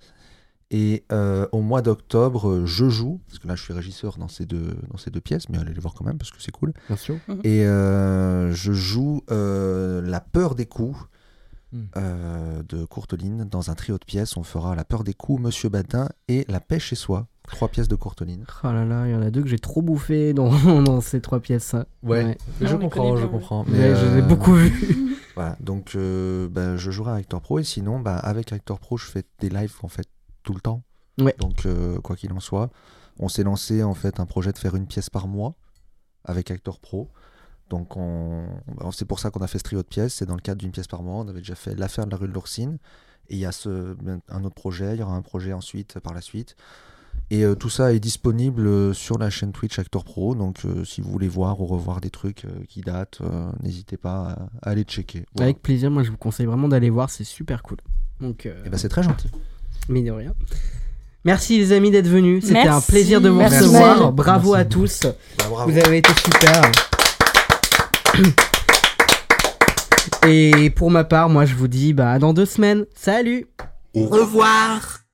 [SPEAKER 8] Et euh, au mois d'octobre, euh, je joue, parce que là je suis régisseur dans ces deux, dans ces deux pièces, mais allez les voir quand même parce que c'est cool.
[SPEAKER 1] Bien sûr. Mhm.
[SPEAKER 8] Et euh, je joue euh, La peur des coups
[SPEAKER 1] Hmm.
[SPEAKER 8] euh, de Courteline dans un trio de pièces. On fera La peur des coups, Monsieur Badin et La paix chez soi. Trois pièces de Courteline.
[SPEAKER 1] Oh là là, il y en a deux que j'ai trop bouffé dans, dans ces trois pièces. hein.
[SPEAKER 8] Ouais, je comprends, je comprends.
[SPEAKER 1] Ouais, je les ai
[SPEAKER 8] euh,
[SPEAKER 1] beaucoup vus.
[SPEAKER 8] Voilà, donc euh, ben, je jouerai à Actor Pro et sinon, ben, avec Actor Pro, je fais des lives en fait tout le temps. Donc, euh, quoi qu'il en soit, on s'est lancé en fait un projet de faire une pièce par mois avec Actor Pro. Donc, on, ben, c'est pour ça qu'on a fait ce trio de pièces. C'est dans le cadre d'une pièce par mois. On avait déjà fait l'affaire de la rue de l'Oursine. Et il y a ce, ben, un autre projet. Il y aura un projet ensuite par la suite. Et euh, tout ça est disponible euh, sur la chaîne Twitch Actor Pro. Donc, euh, si vous voulez voir ou revoir des trucs euh, qui datent, euh, n'hésitez pas à, à aller checker. Voilà.
[SPEAKER 1] Avec plaisir, moi je vous conseille vraiment d'aller voir, c'est super cool. Donc, euh,
[SPEAKER 8] Eh ben, c'est très gentil.
[SPEAKER 1] Mais de rien. Merci les amis d'être venus, c'était un
[SPEAKER 8] Merci.
[SPEAKER 1] plaisir de vous
[SPEAKER 8] Merci,
[SPEAKER 1] recevoir.
[SPEAKER 8] Mel.
[SPEAKER 1] Bravo
[SPEAKER 8] Merci.
[SPEAKER 1] à tous,
[SPEAKER 8] Bah, bravo.
[SPEAKER 1] vous avez été super. Et pour ma part, moi je vous dis bah, à dans deux semaines. Salut
[SPEAKER 12] Au revoir.